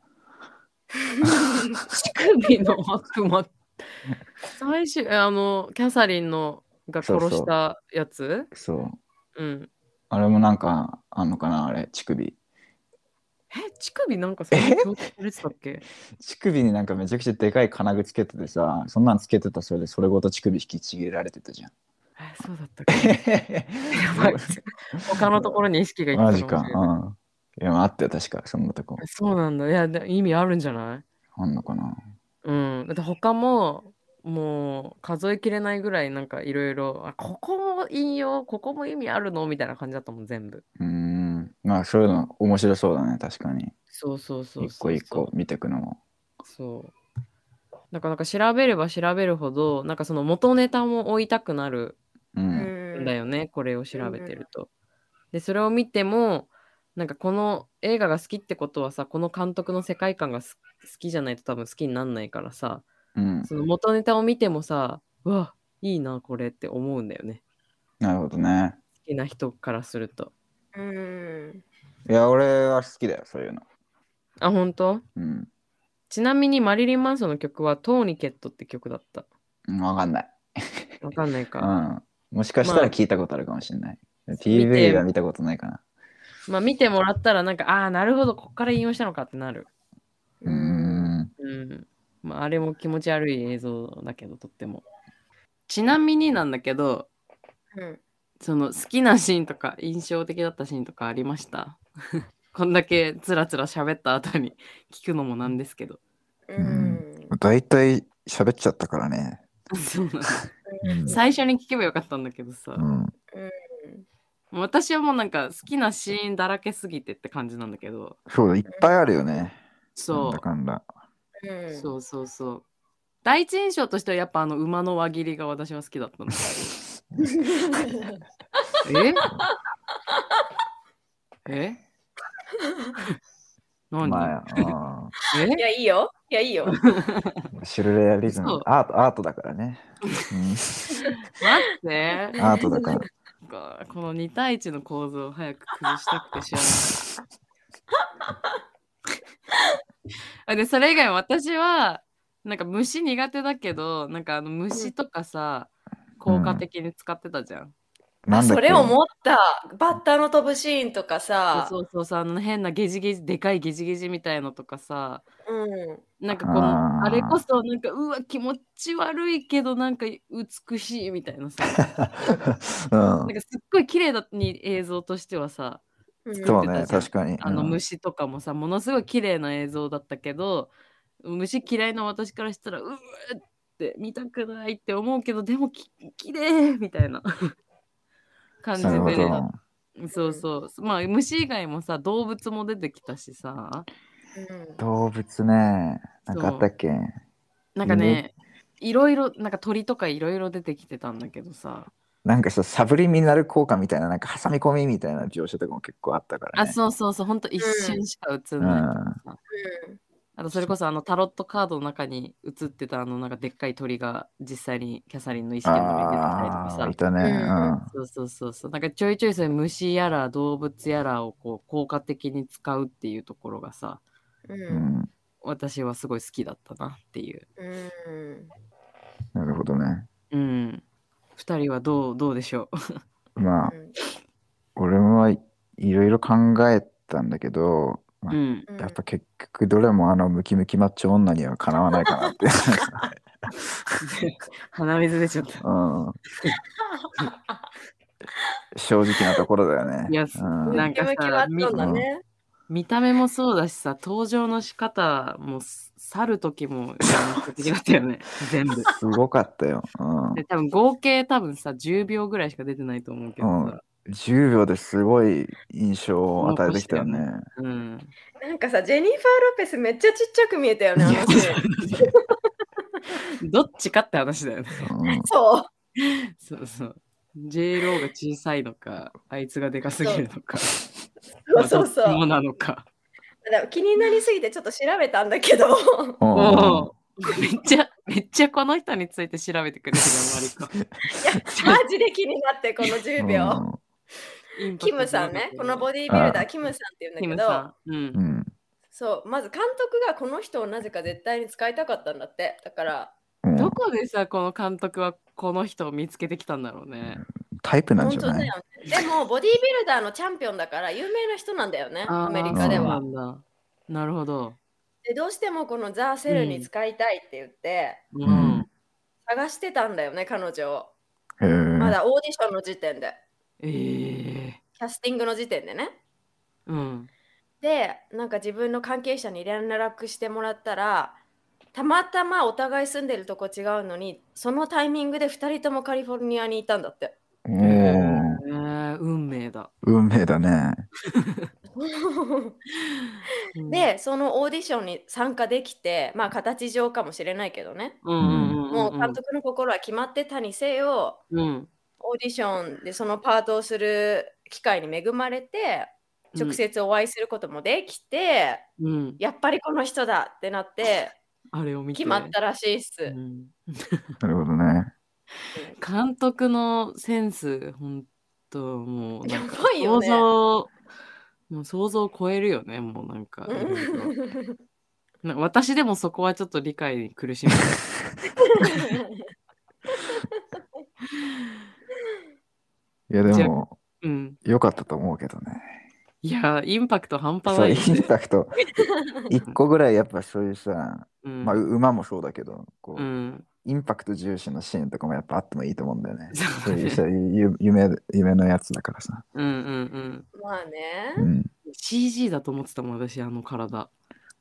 乳首の悪魔最終えあのキャサリンのが殺したやつそう。うんあれもなんかあんのかなあれ乳首。え乳首なんかさえ共感されてたっけ乳首になんかめちゃくちゃでかい金具つけててさそんなんつけてたそれでそれごと乳首引きちぎられてたじゃん。えそうだったっけやばい他のところに意識がいってたもマジしれなかい。うん。いやあったよ確かそんなとこ。そうなんだいやで意味あるんじゃないあんのかな。うん、だって他ももう数えきれないぐらいなんかいろいろあここも引用ここも意味あるのみたいな感じだったもん全部うーん。まあそういうの面白そうだね確かに。そうそうそう一そ個う一個見てくのも。そうなんかなんか調べれば調べるほどなんかその元ネタも追いたくなるう。うんんんだだよ。よね、これを調べてると。でそれを見てもなんかこの映画が好きってことはさこの監督の世界観がす好きじゃないと多分好きになんないからさ、うん。その元ネタを見てもさ、うわ、いいな、これって思うんだよね。なるほどね。好きな人からすると。うん。いや俺は好きだよそういうの。あ、本当うん。ちなみにマリリン・マンソンの曲はトーニケットって曲だった。うんわかんない。わかんない か。うん。もしかしたまらあ聞いたことあるかもしれない。見て PV は見たことないかな。まあ見てもらったらなんか、ああ、なるほど、こっから引用したのかってなる。うーん。うん。まああれも気持ち悪い映像だけど、とっても。ちなみになんだけど、うんその好きなシーンとか印象的だったシーンとかありました こんだけつらつら喋った後に聞くのもなんですけど。うん。大体喋っちゃったからね。そうなんだうん最初に聞けばよかったんだけどさ、もん。う私はもうなんか好きなシーンだらけすぎてって感じなんだけどそうだ、いっぱいあるよね。そかんだ。う、うん。そうそうそう第一印象としてはやっぱあの馬の輪切りが私は好きだったのええ 何、まあ、えいや、いいよ。いや、いいよ。あーシュルレアリズそムう。アート、アートだからね。待ってうん、アート だから。なんかこの2対1の構造を早く崩したくて知らない あ。でそれ以外私はなんか虫苦手だけどなんかあの虫とかさ、効果的に使ってたじゃん。なんだっそけれ思った。バッタの飛ぶシーンとかさ。そうそうそうあの変なゲジゲジでかいゲジゲジみたいのとかさうん。なんかこのああーれこそなんかうわ気持ち悪いけどなんか美しいみたい なさうんなん。かすっごい綺麗だに映像としてはさそう言っね、てたじゃん確かに。あのうん虫とかもさ、ものすごい綺麗な映像だったけど虫嫌いな私からしたらうーって見たくないって思うけどでもき綺麗みたいな 感じでなるほねど。そうそうまあ虫以外もさ動物も出てきたしさうん動物ね。なんかあったっけなんかね、いろいろなんか鳥とかいろいろ出てきてたんだけどさなんかさ、サブリミナル効果みたいな、なんか挟み込みみたいな描写とかも結構あったからあね。そうそうそうほんと一瞬しか映んないとかさ、あとそれこそあのタロットカードの中に映ってたあのなんかでっかい鳥が実際にキャサリンの意識の上に出てきたりとかああ、さいたね。うんうん。そうそうそうそうなんかちょいちょいそういう虫やら動物やらをこう効果的に使うっていうところがさう。うんん、私はすごい好きだったなっていううん。なるほどね。うん2人はどうどうでしょうまあ、俺はいいろいろ考えたんだけど、まあうん うんやっぱ結局どれもあのムキムキマッチョ女にはかなわないかなって。鼻水出ちゃった うん、正直なところだよね。いやうん、なんかさムキムキはあったんだね。見た目もそうだしさ登場の仕方もす去る時も印象的だったよね全部すごかったよ。うんで多分合計多分さ10秒ぐらいしか出てないと思うけどさ、 10秒ですごい印象を与えてきたよね。うんなんかさ、ジェニファー・ロペスめっちゃちっちゃく見えたよね、あのシーンどっちかって話だよね うんそう。そうそう。j ローが小さいのか、あいつがでかすぎるのか、そうそうそうまあどっちもなのか。だから気になりすぎてちょっと調べたんだけどうん おおめっちゃ、めっちゃこの人について 調べてくれてるよ、マリコ。マジで気になってこの10秒、うんインパクキトムさんね、このボデディービルダー、キムさんっていうんだキけムど、さん。うんう。ん。そう、まず監督がこの人をなぜか絶対に使いたかったんだって。だから、うんどこでさ、この監督はこの人を見つけてきたんだろうね。タイプなん本じゃ当なだいよね。でも、ボディービルダーのチャンピオンだから有名な人なんだよね、あーアメリカでそうなは。んだなるほど。で、どうしてもこのザ・セルに使いたいって言って、うんん。探してたんだよね、彼女を。へーまだオーディションの時点で、ええキャスティングの時点でね。うん。で、なんか自分の関係者に連絡してもらったら、たまたまお互い住んでるとこ違うのに、そのタイミングで2人ともカリフォルニアにいたんだって。おえーー運命だ。運命だね。うん、で、そのオーディションに参加できて、まあ形上かもしれないけどね、うんうんうんうん、もう監督の心は決まってたにせよ、うん、オーディションでそのパートをする機会に恵まれて、直接お会いすることもできて、うん、うんやっぱりこの人だって なって、あれを見て決まったらしいっす。うんなるほどね。監督のセンス、本当もうなんかやばいよね想像、もう想像を超えるよね、もうなんか。うんいろいろなんか私でもそこはちょっと理解に苦しむ。いやじでゃも、うん、良かったと思うけどね。いや、インパクト半端そなう、いイよね、ンパク ト。一個ぐらいやっぱそういうさ、うんまあ、う馬もそうだけど、こうう、ん、インパクト重視のシーンとかもやっぱあってもいいと思うんだよね。 そそううだいねうさゆ夢夢のやつだからさ。うん、うん、うん。まあねう。ん。 CG だと思ってたもん、私、あの体。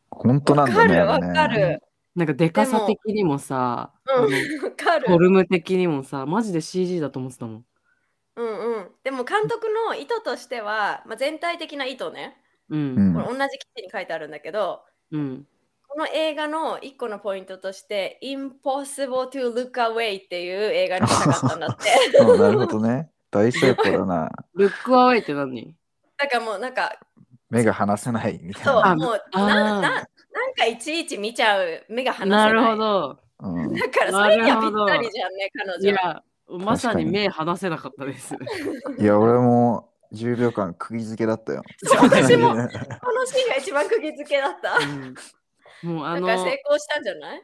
本当なわんだかね。るあわれねかる。。なんかでかさ的にもさ、あのうん、わかフォる。ルム的にもさ、マジで CG だと思ってたもん。うんうん。でも監督の意図としては、まあ、全体的な意図ね、う。うんんこれ。同じ記事に書いてあるんだけど、うん。この映画の一個のポイントとして、Impossible to Look Away っていう映画にしたかったん だって。うんなるほどね。大成功だな。ルックアウェイって何だからもうなんか、目が離せないみたいそうあ、もうあーなななんかいちいち見ちゃう、目が離なせな。いるほど。な。うん。だからそれになはぴるほどったりじゃんね、彼い女。や、まさに目離せなかった です。いや、俺も10秒間釘付けだったよ。そうだよね私もこのシーンが一番釘付けだった。うんもうあだのから成功したんじゃない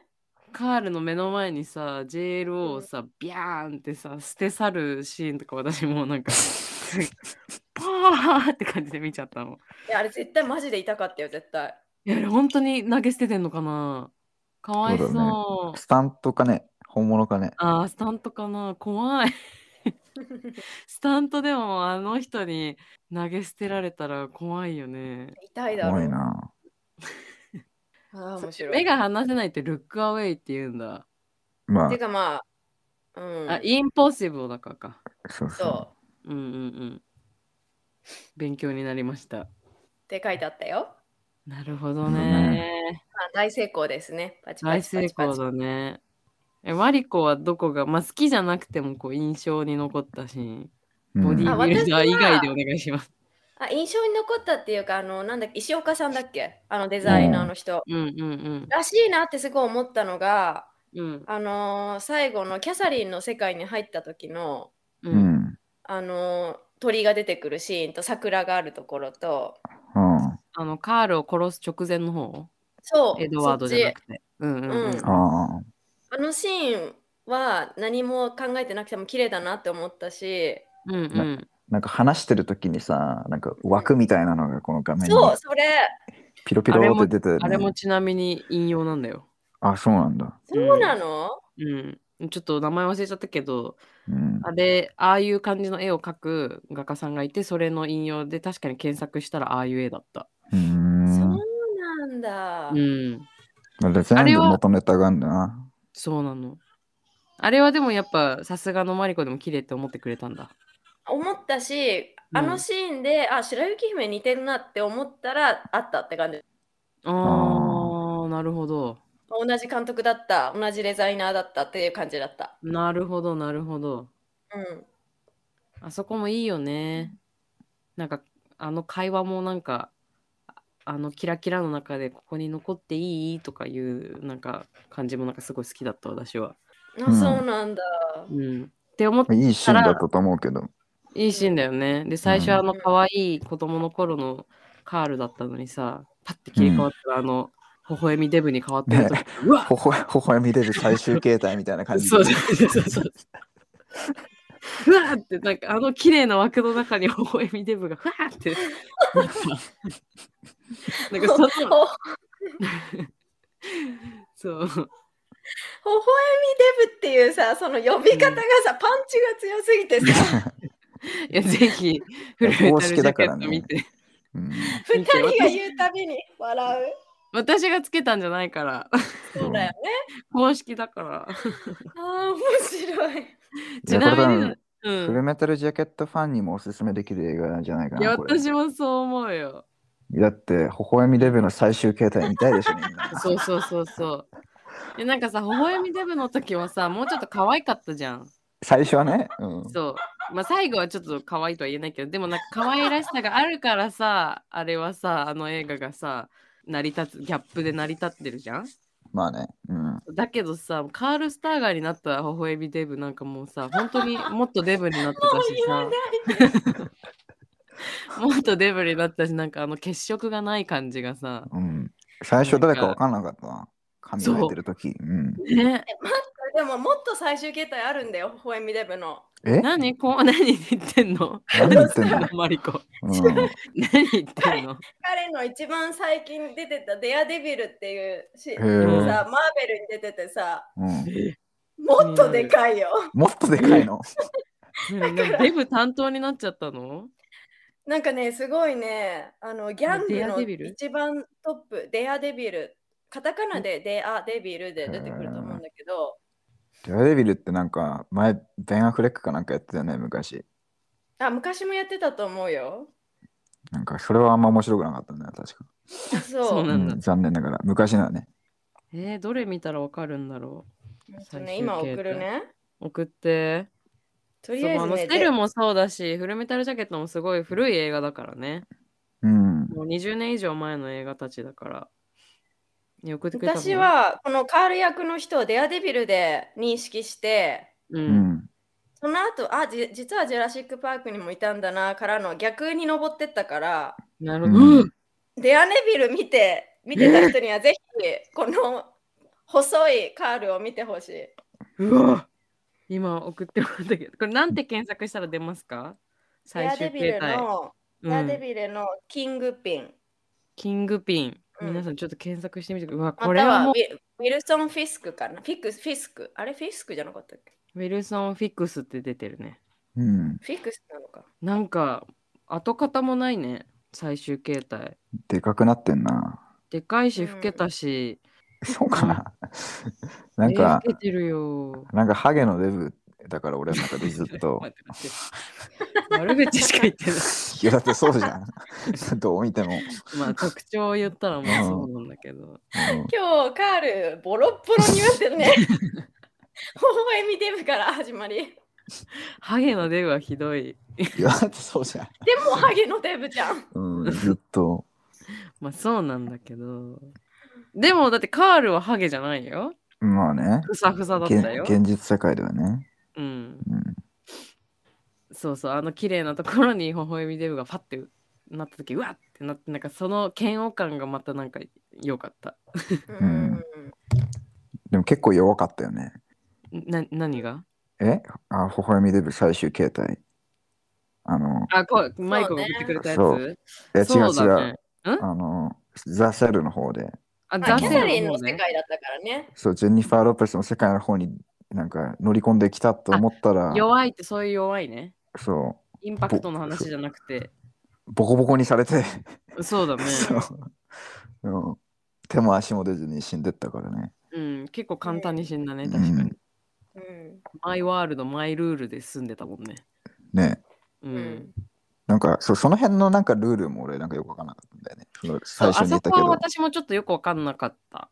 カールの目の前にさ JLO をさビャーンってさ捨て去るシーンとか私もうなんかパーって感じで見ちゃったのいや、あれ絶対マジで痛かったよ、絶対。いやあれ本当に投げ捨ててんのかなかわいそうそうだ スタントかね本物かねあースタントかな怖い スタントでもあの人に投げ捨てられたら怖いよね痛いだろ怖う。いな。ああ、面白い。目が離せないってルックアウェイって言うんだ、まてかまあ、うん。あインポッシブルだからかあ、そうそう。そう。うんうんうん勉強になりましたって書いてあったよ。なるほどうんね。まあ、大成功ですね。パチパ大チパ成チパ功チ。だね。え、マリコはどこが、まあ、好きじゃなくてもこう印象に残ったシーン、うんボディあービルダー以外で私お願いします。あ印象に残ったっていうか、あの、なんだっけ、石岡さんだっけあのデザイナーの人。うんうんらしいなってすごい思ったのが、うん。うんあのー最後のキャサリンの世界に入った時の、う。うんん。あのー鳥が出てくるシーンと桜があるところと、うん。ああの、カールを殺す直前の方そう、エドワードじゃそなっちくて。うんうんうん。うんあ。あのシーンは何も考えてなくても綺麗だなって思ったし、うんうん。なんか話してる時にさ、なんか枠みたいなのがこの画面にそう、それ、ピロピロって出てる、ねあれもちなみに引用なんだよ。あ、そうなんだ。そうなの、うん。ちょっと名前忘れちゃったけど、うん。あれ、ああいう感じの絵を描く画家さんがいて、それの引用で確かに検索したらああいう絵だった。うー。そうんなんだ。うん。まあであ全れ部は元ネタがあるんだな。そうなの。あれはでもやっぱさすがのマリコでも綺麗って思ってくれたんだ。思ったし、うんあのシーンで、あ、白雪姫似てるなって思ったらあったって感じ。あーあなるほど。同じ監督だった、同じデザイナーだったっていう感じだった。なるほど、なるほど。うん。あそこもいいよね。なんかあの会話もなんかああのキラキラの中でここに残っていいとかいうなんか感じもなんかすごい好きだった私は。あうんそうなんだ。うん。って思っいいシーンだったと思うけど。いいシーンだよね。で、最初あのうん可愛い子供の頃のカールだったのにさ、パッて切り替わったら、あの、微笑みデブに変わってると、うわほほほほ笑み出る最終形態みたいな感じで。そうそうそうそう。ふわーって、なんかあの綺麗な枠の中に微笑みデブがふわー って。なんかその、ほほそう。ほほえみデブっていうさ、その呼び方がさ、パンチが強すぎて さ、いや、ぜひ、フルメタル公ジ式ャだケかッらトね見て。うん二人が言うたびに笑私がつけたんじゃないから、う。そうだよね。公式だから。ああ、面白い。ちなみいにうやこ、れ多分フん。ルメタルジャケットファンにもおすすめできる映画じゃないかいや、な。これ私もそう思うよ。だって、微笑みレベルの最終形態見たいでしょ、みんな。そうそうそうそう。でなんかさ、微笑みデブの時はさ、もうちょっと可愛かったじゃん。最初はね。うんそう。まあ、最後はちょっと可愛いとは言えないけど、でもなんか可愛らしさがあるからさ、あれはさ、あの映画がさ、成り立つ、ギャップで成り立ってるじゃん。まあね。うん。だけどさ、カール・スターガーになった微笑みデブなんかもうさ、本当にもっとデブになってたしさ。 もっとデブになったし、なんかあの血色がない感じがさ。うん、最初誰か分かんなかったな。髪そう生えてる時。うん、ね、でももっと最終形態あるんだよ、微笑みデブの。え何こう、何言ってんの何言って んの、マリコ。うん、何言ってんの彼の一番最近出てたデアデビルっていうし、へーさ、マーベルに出ててさ、うんもっとでかいよ。もっとでかいの。ねデブ担当になっちゃったのなんかね、すごいね、あのギャングデアのデビル一番トップ、デアデビル、カタカナでデアデビルで出てくると思うんだけど、デアデビルってなんか前、ベン・アフレックかなんかやってたよね、昔。あ、昔もやってたと思うよ。なんかそれはあんま面白くなかったんだよ、確か。あそう。そうなんだうん残念ながら、昔のはね。えー、どれ見たらわかるんだろほんとね、今送るね。う送って。とりそうあえずあのね、ステルもそうだし、フルメタルジャケットもすごい古い映画だからね。うん。もう20年以上前の映画たちだから。ね送ってくれたの私、はこのカール役の人をデアデビルで認識して、う、うんん。その後あじ実はジュラシック・パークにもいたんだなからの逆に登ってったからなるうほんど。デアネビル見て見てた人にはぜひこの細いカールを見てほしい。うわ今送ってもらったけど、これなんて検索したら出ますかデ最アデ終ビ形ル態。の、うデアデん、ビルのキングピン。キングピン。うん皆さんちょっと検索してみてください。うわ、こまれたははもウうィウィルソン・フィスクかな。フィクス、フィスク。あれフィスクじゃなかったっけウィルソン・フィックスって出てるね。うん。フィクスなのか。なんか跡形もないね、最終形態。でかくなってんな。でかいし、うん老けたし、そうかな。なんかえー、老けてるよ。なんかハゲのデブだから俺の中でずっと。待って待って 悪口しか言ってない。いやだってそうじゃん。 どう見ても。まあ特徴を言ったらまあそうなんだけ ど。うん今日カールボロッボロになってるね。微笑みデブから始まり。ハゲのデブはひどい。いやだってそうじゃん。でもハゲのデブじゃん。うん、ずっと。まあそうなんだけど。でもだってカールはハゲじゃないよ。ま あね。ふさふさだっ現たよ。現実世界ではね。うん。うんそうそう、あの綺麗なところに微笑みデブがパッてなった時、うわっってなって、なんかその嫌悪感がまたなんか良かった。うんでも結構弱かったよね。な何がえあ、微笑みデブ最終形態。あの、あ、こう、マイクが送ってくれたやつそういや違うそうだ違ねう。。あの、ザ・セルの方で。あ、まあ、ザキャセサリンルのの方世ね。界だったからね。そう、ジェニファー・ロペスの世界の方になんか乗り込んできたと思ったら、弱いってそういう弱いね。そインパクトの話じゃなくて。う、ボコボコにされて、 そうだね。そううん手も足も出ずに死んでったからね。うん、結構簡単に死んだね、うん確かに。うん。マイワールド、マイルールで住んでたもんね。ねううんん。なんかそう、その辺のなんかルールも俺なんかよくわかんなかったんだよね。そのそう最初あに言そったこけはど。あ私もちょっとよくわかんなかった。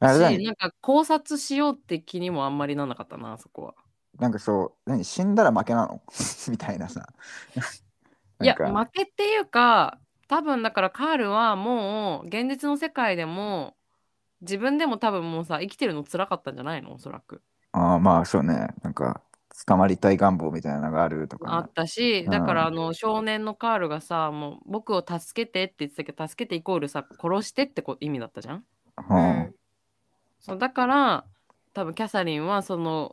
れだし、ねなんか考察しようって気にもあんまりなんなかったな、あそこは。なんかそう、何死んだら負けなの みたいなさ。いなや、んか負けっていうか、多分だからカールはもう現実の世界でも自分でも多分もうさ、生きてるの辛かったんじゃないのおそらく。あーまあそうね。なんか捕まりたい願望みたいなのがあるとあかっ、たし、うんだからあの少年のカールがさ、もう僕を助けてって言ってたけど、助けてイコールさ、殺してってこ意味だったじゃん。ううんんそうだから、多分キャサリンはその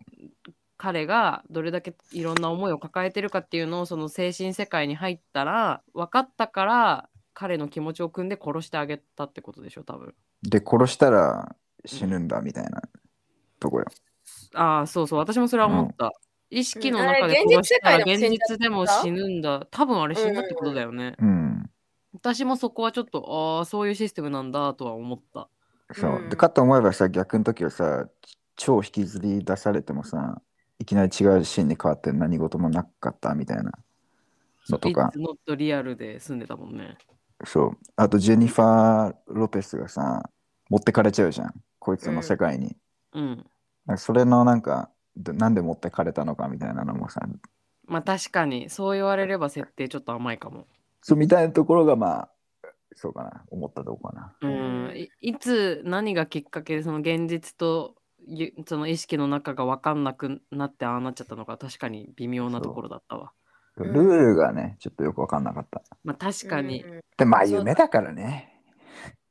彼がどれだけいろんな思いを抱えてるかっていうのをその精神世界に入ったら分かったから彼の気持ちを汲んで殺してあげたってことでしょ多分で殺したら死ぬんだみたいなとこよ、ああそうそう私もそれは思った、意識の中でうんあれ殺したら現実世界現でも実でも死ぬんだ多分あれ死んだってことだよね、うん私もそこはちょっとああそういうシステムなんだとは思ったそううんでかと思えばさ逆の時はさ超引きずり出されてもさいきなり違うシーンに変わって何事もなかったみたいなそうとか It's not real で住んでたもんねそうあとジェニファー・ロペスがさ持ってかれちゃうじゃんこいつの世界に、うんなんかそれのなんかどなんで持ってかれたのかみたいなのもさまあ確かにそう言われれば設定ちょっと甘いかもそうみたいなところがまあそうかな思ったとこかなうんうんいいつ何がきっかけでその現実とゆその意識の中が分かんなくなってああなっちゃったのか確かに微妙なところだったわ。ルんールがねちょっとよく分かんなかったまあ確かに、うんでまあそうだ夢だからね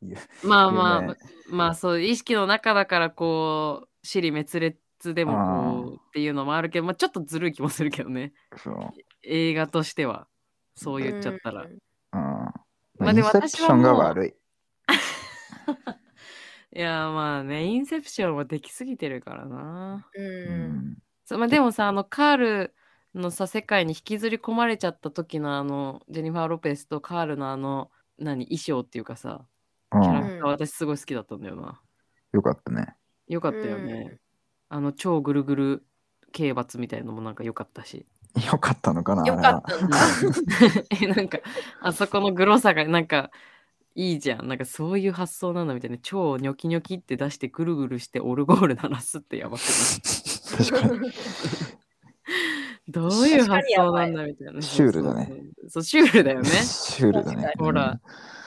ゆまあまあ、夢まあそう意識の中だからこう尻滅裂でもこうっていうのもあるけど、まあ、ちょっとずるい気もするけどねそう、映画としてはそう言っちゃったら。うんうんまあでインもセプションが私はもう悪いいやまあねインセプションはできすぎてるからな。ううんんそうまあ、でもさあのカールのさ世界に引きずり込まれちゃった時のあのジェニファー・ロペスとカールのあの何衣装っていうかさうんキャラクター私すごい好きだったんだよな、よかったねよかったよね、あの超ぐるぐる刑罰みたいのもなんか良かったしよかったのかなあれよかはったんだ。えなん かあそこのグロさがなんかいいじゃんなんかそういう発想なんだみたいな超ニョキニョキって出してぐるぐるしてオルゴール鳴らすってやばくない 確 かにどういう発想なんだみたいなシュールだねそうシュールだよねシュールだね確かほらうん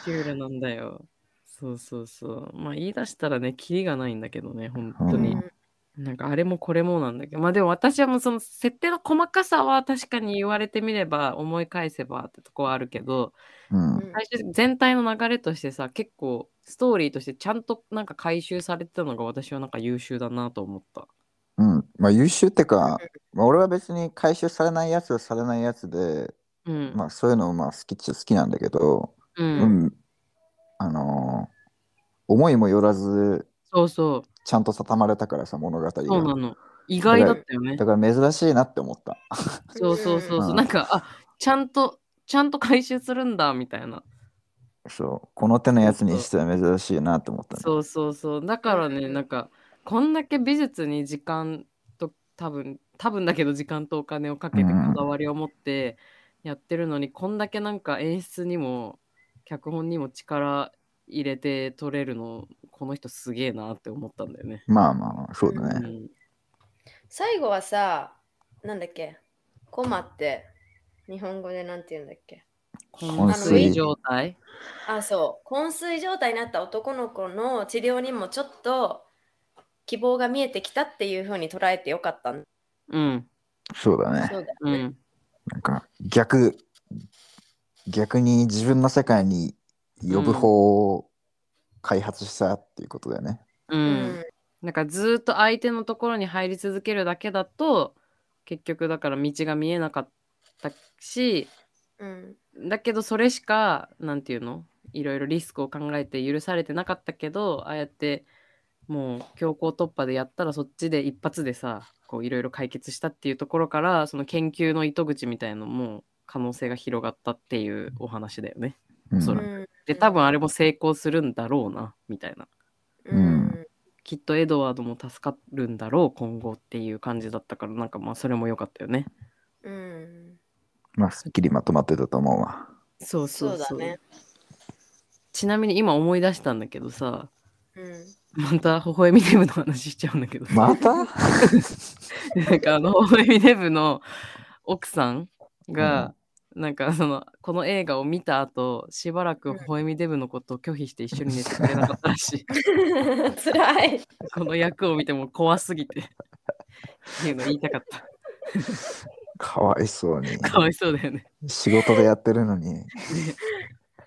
シュールなんだよ。そうそうそう。まあ言い出したらね、キリがないんだけどね、本当に。なんかあれもこれもなんだけど。まあでも私はもうその設定の細かさは確かに言われてみれば思い返せばってとこはあるけど、うんうん最終全体の流れとしてさ、結構ストーリーとしてちゃんとなんか回収されてたのが私はなんか優秀だなと思った。うん、まあ優秀ってか、まあ、俺は別に回収されないやつはされないやつで、うん。まあそういうのまあ好きっちゃ好きなんだけど、う。うんん、あのー思いもよらずそうそちゃんと畳まれたからさ物語がう。そうなの。意外だったよね。だから珍しいなって思ったそうそうそうそう。うんなんか、あちゃんと、ちゃんと回収するんだみたいな。そうこの手のやつにしては珍しいなって思ったねそうそうそうだからね、うんなんかこんだけ美術に時間と多分多分だけど時間とお金をかけてこだわりを持ってやってるのに、こんだけなんか演出にも脚本にも力入れて撮れるのこの人すげえなって思ったんだよね。まあまあまあそううだね、ん、最後はさ、なんだっけコマって日本語でなんて言うんだっけ昏睡状態あ、そう。昏睡状態になった男の子の治療にもちょっと希望が見えてきたっていうふうに捉えてよかったんうんそうだねそうだうね。んなんか逆逆に自分の世界に呼ぶ方を開発したっていうことだよね、ううんなんかずーっと相手のところに入り続けるだけだと結局だから道が見えなかったしうんだけどそれしかなんていうのいろいろリスクを考えて許されてなかったけどああやってもう強行突破でやったらそっちで一発でさこういろいろ解決したっていうところからその研究の糸口みたいのも可能性が広がったっていうお話だよね。うんそうらんで多分あれも成功するんだろうなみたいなうんきっとエドワードも助かるんだろう今後っていう感じだったからなんかまあそれも良かったよね。うんまあすっきりまとまってたと思うわそうそうそうそうだねちなみに今思い出したんだけどさ、うんまた微笑みデブの話しちゃうんだけど、ま たなんかあの微笑みデブの奥さんが、なんかそのこの映画を見た後しばらくうん微笑みデブのことを拒否して一緒に寝てくれなかったらしい 辛い。この役を見ても怖すぎてっていうの言いたかったかわいそうに。かわいそうだよね。仕事でやってるのに、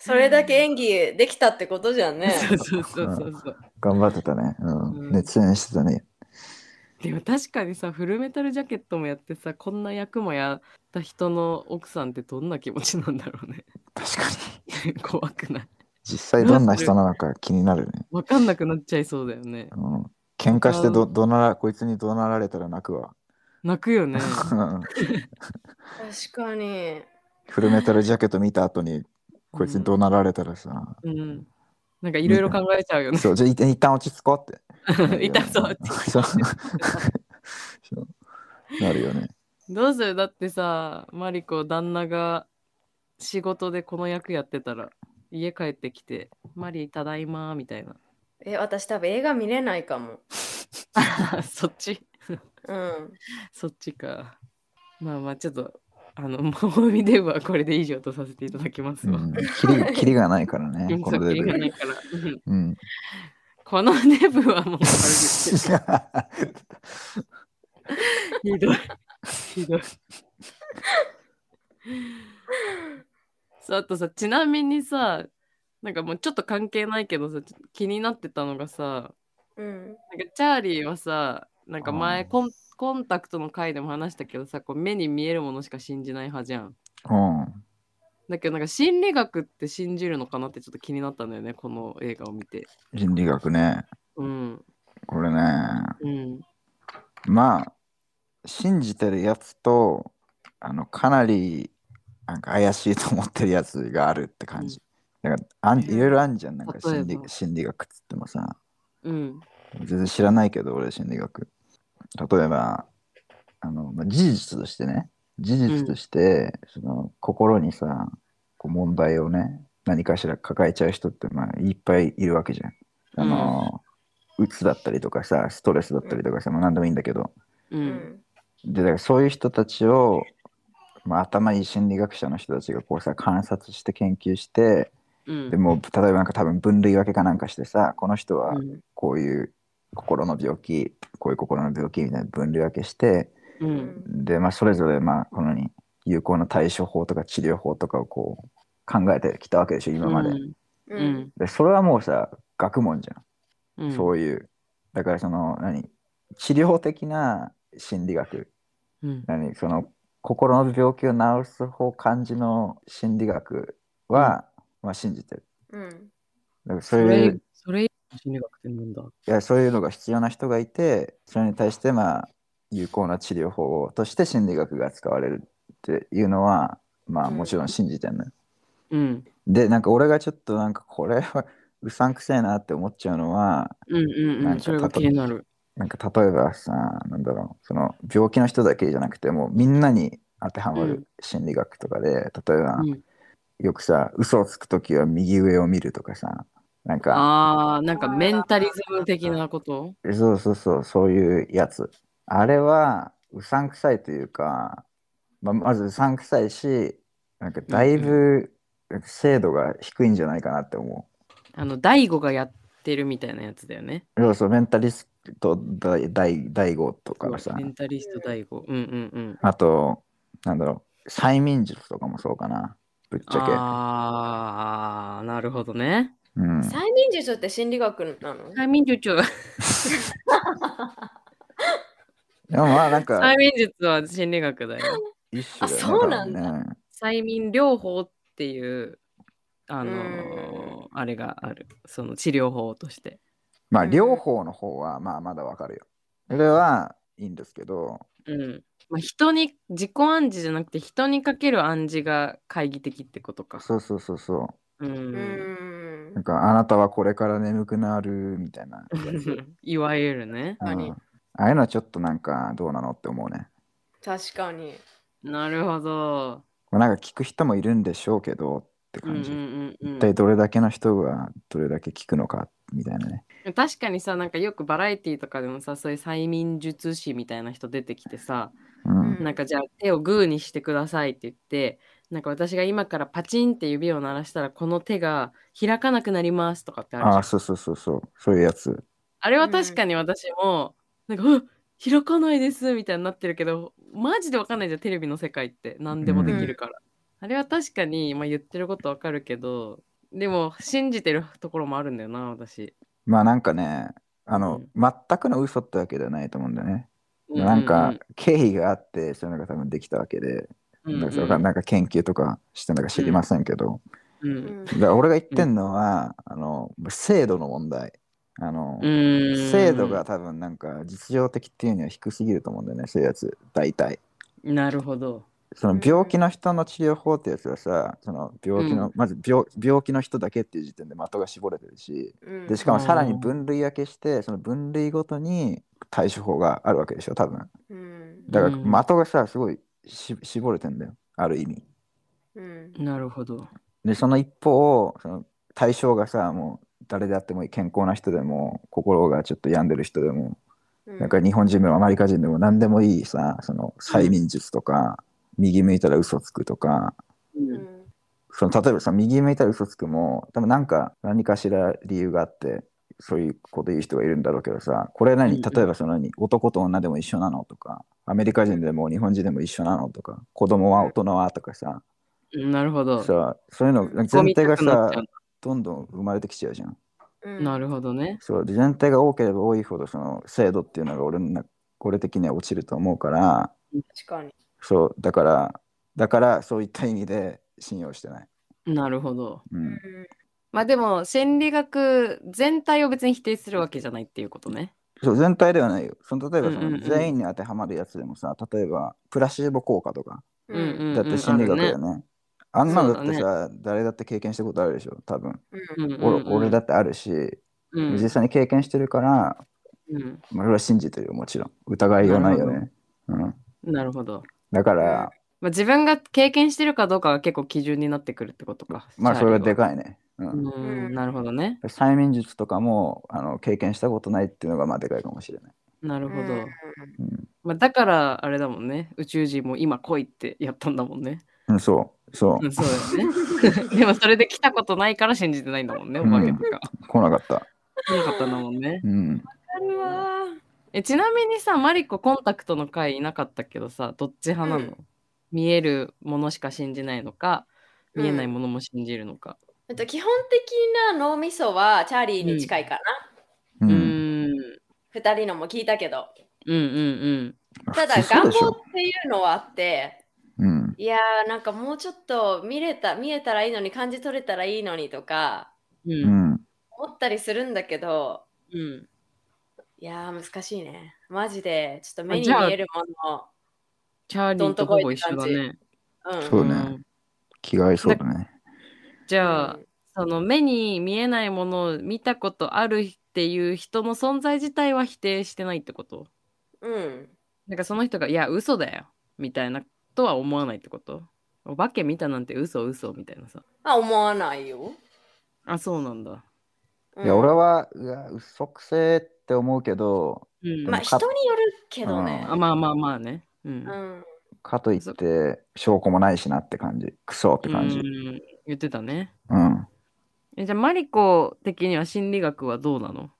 それだけ演技できたってことじゃんね。 そうそうそうそうそう。頑張ってたね。うん。うん熱演してたね。でも確かにさ、フルメタルジャケットもやってさ、こんな役もやった人の奥さんってどんな気持ちなんだろうね。確かに。怖くない。実際どんな人なのか気になるね。わかんなくなっちゃいそうだよね。うん。喧嘩してど、どなら、こいつに怒鳴られたら泣くわ。 泣くよね。うん確かに。フルメタルジャケット見た後に、こいつに怒鳴られたらさ、うん。なんかいろいろ考えちゃうよね。そう、じゃあ一一旦落ち着こうっ て。痛そう。そう。そうなるよね。 どうするだってさ、マリコ、旦那が仕事でこの役やってたら、家帰ってきて、マリ、ただいま、みたいな。 え、私多分映画見れないかも。そっちうん。そっちか。まあまあ、ちょっと、あの、魔法ビデブはこれで以上とさせていただきますうわ。ん。キリ、キリがないから ね、こそのうレキベリがなル。いからうんうん。このデブはもう悪いです、ひどい。ひどい。そうあとさ、ちなみにさ、なんかもうちょっと関係ないけどさ、ちょっと気になってたのがさ、うん。なんかチャーリーはさ、なんかあ前ーコン、コンタクトの回でも話したけどさ、こう目に見えるものしか信じない派じゃん。 うん。だけどなんか心理学って信じるのかなってちょっと気になったんだよね、この映画を見て。倫理学ね。うん。これね。うん。まあ、信じてるやつと、あの、かなり、なんか怪しいと思ってるやつがあるって感じ。だからあん、うんいろいろあんじゃん。なんか例え心ば理心理学っつってもさ、うん。全然知らないけど、俺心理学。例えば、あの、まあ、事実としてね、事実として、その、心にさ、こう問題をね、何かしら抱えちゃう人って、まあ、いっぱいいるわけじゃん。あの、うつだったりとかさ、ストレスだったりとかさ、まあ、何でもいいんだけど、う。うんん。でだからそういう人たちを、まあ、頭いい心理学者の人たちがこうさ観察して研究してうん。でもう例えばなんか多分分類分けかなんかしてさこの人はうんこういう心の病気こういう心の病気みたいな分類分けしてう。うんん。で、まあ、それぞれまあこのに有効な対処法とか治療法とかをこう考えてきたわけでしょ今まで。うん。う。うんん。でそれはもうさ学問じゃん。うん。そういう。だからその何治療的な心理学うん。何その心の病気を治す方感じの心理学は、まあ、信じてる。うだん。からそそういれう、それ以上心理学ってなんだ。いやそういうのが必要な人がいてそれに対してまあ有効な治療法として心理学が使われるっていうのはまあうんもちろん信じてんのよ。うん。でなんか俺がちょっとなんかこれはうさんくせえなって思っちゃうのはうんうんなうんん。かそれが気になる。なんか例えばさなんだろうその病気の人だけじゃなくてもうみんなに当てはまうんる心理学とかで、例えば、うん、よくさ嘘をつくときは右上を見るとかさなんかああ、なんかメンタリズム的なことそうそうそうそういうやつあれはうさんくさいというか、まあ、まずうさんくさいしなんかだいぶ精度が低いんじゃないかなって思あの、大悟がやってるみたいなやつだよね。うそうそうメンタリスト大大大悟とかさメンタリスト大悟。うんうんうん。あとなんだろう催眠術とかもそうかなぶっちゃああ、なるほどね。けうん催眠術って心理学なの催眠術 は、でもまあなんか催眠術は心理学だ よ。一種だよねあそうなんだ多分ね催眠療法っていう、あのーあれがある。その治療法として。まあ、うん両方の方は、まあ、まだわかるよ。それはいいんですけど、うん。まあ、人に、自己暗示じゃなくて、人にかける暗示が懐疑的ってことか。。そうそうそうそううんんう。なん。か、あなたはこれから眠くなるみたいな。 いわゆるね。う確かんにああいうのはちょっとなんか、どうなのって思うね。確かに。なるほど。まあなんか聞く人もいるんでしょうけどってうんう感じ。んうん一う体どれだけの人がどれだけ聞くのかみたいなね。ん、確かにさなんかよくバラエティとかでもさそういう催眠術師みたいな人出てきてさ、うん。うんなんかじゃあ手をグーにしてくださいって言ってなんか私が今からパチンって指を鳴らしたらこの手が開かなくなりますとかってあるじゃあんあ、そうそうそうそう。そういうやつ。あれは確かに私も、なんかうわ開かないですみたいになってるけどマジでわかんないじゃんテレビの世界って何でもできるから、あれは確かに、まあ、言ってることわかるけどでも信じてるところもあるんだよな私まあなんかね、あの、うん全くの嘘ってわけではないと思うんだよね。なんか経緯があって、そういうのが多分できたわけで、うんうだんからそれうがんなんか研究とかしてなんか知りませんけど、ううんんだから俺が言ってんのは、あの、制度の問題。あの、うん精度が多分なんか実情的っていうには低すぎると思うんだよね、そういうやつ、大体。なるほどそうのん病気の人の治療法ってやつはさ、その病気の、まず病病気の人だけっていう時点で的が絞れてるし、うんでしかもさらに分類分けしてその分類ごとに対処法があるわけでしょ多分うんだからうん的がさすごいし絞れてんだよある意味うんなるほどでその一方その対象がさもう誰であってもいい健康な人でも心がちょっと病んでる人でも、うんなんか日本人でもアメリカ人でも何でもいいさその催眠術とか、右向いたら嘘つくとかううんんその例えばさ右向いたら嘘つくも多分なんか何かしら理由があってそういうこと言う人がいるんだろうけどさこれう何んうん例えばその何男と女でも一緒なのとかアメリカ人でも日本人でも一緒なのとか子供は大人はとかさなるほどさそういうの前ゴミ提がたくなさっちゃうどんどん生まれてきちゃうじゃん。うんなるほどねそうで前提が多ければ多いほどその制度っていうのが俺の中俺的には落ちると思うから確かにそうだからだからそういった意味で信用してない。なるほどうん、まあでも心理学全体を別に否定するわけじゃないっていうことね。そう全体ではないよ。その例えばそうんうんうのん全員に当てはまるやつでもさ、例えばプラシーボ効果とか、うんうんだって心理学だよね。ね。あんなのだってそうさ、誰だって経験したことあるでしょ、多分。うんうん俺うんうん俺だってあるし、うん実際に経験してるから、うんまあ俺は信じてるよ、もちろん。疑いがないよなね。うん、なるほど。だから、まあ、自分が経験してるかどうかが結構基準になってくるってことか。まあそれはでい。かいね。ううんん、なるほどね。催眠術とかもあの経験したことないっていうのがまあでかいかもしれない。なるほど。うんまあ、だからあれだもんね。宇宙人も今来いってやったんだもんね。うん、そう、そうう、んそうだよね。 でもそれで来たことないから信じてないんだもんね。お化けとか。来なかった。来なかったんだもんね。うん、あるわーえちなみにさマリココンタクトの回いなかったけどさどっち派なの、う見えるものしか信じないのかうん見えないものも信じるのかえっと基本的な脳みそはチャーリーに近いかうう、な、んーん二人のも聞いたけどうんうんただ普通そう願でし望っょ。ていうのはあってうん、いやーなんかもうちょっと見れた見えたらいいのに感じ取れたらいいのにとかうんううんん、思ったりするんだけどうんいやー難しいねマジでちょっと目あにじ見ゃあえるもチャーリーとほぼ一緒だねのをそううんねん気が合いそうだね。じゃあ、うんその目に見えないものを見たことあるっていう人の存在自体は否定してないってことうんなんかその人が「いや嘘だよ」みたいなとは思わないってことお化け見たなんて嘘嘘みたいなさまあ思わないよ、あそうなんだうんいや、俺は、うわ、嘘くせえって思うけど、うんまあ人によるけどねあまあまあまあね。うん。うんかといって、証拠もないしなって感じ。クソって感じう。ん言ってたね。うん、えじゃあマリコ的には心理学はどうなの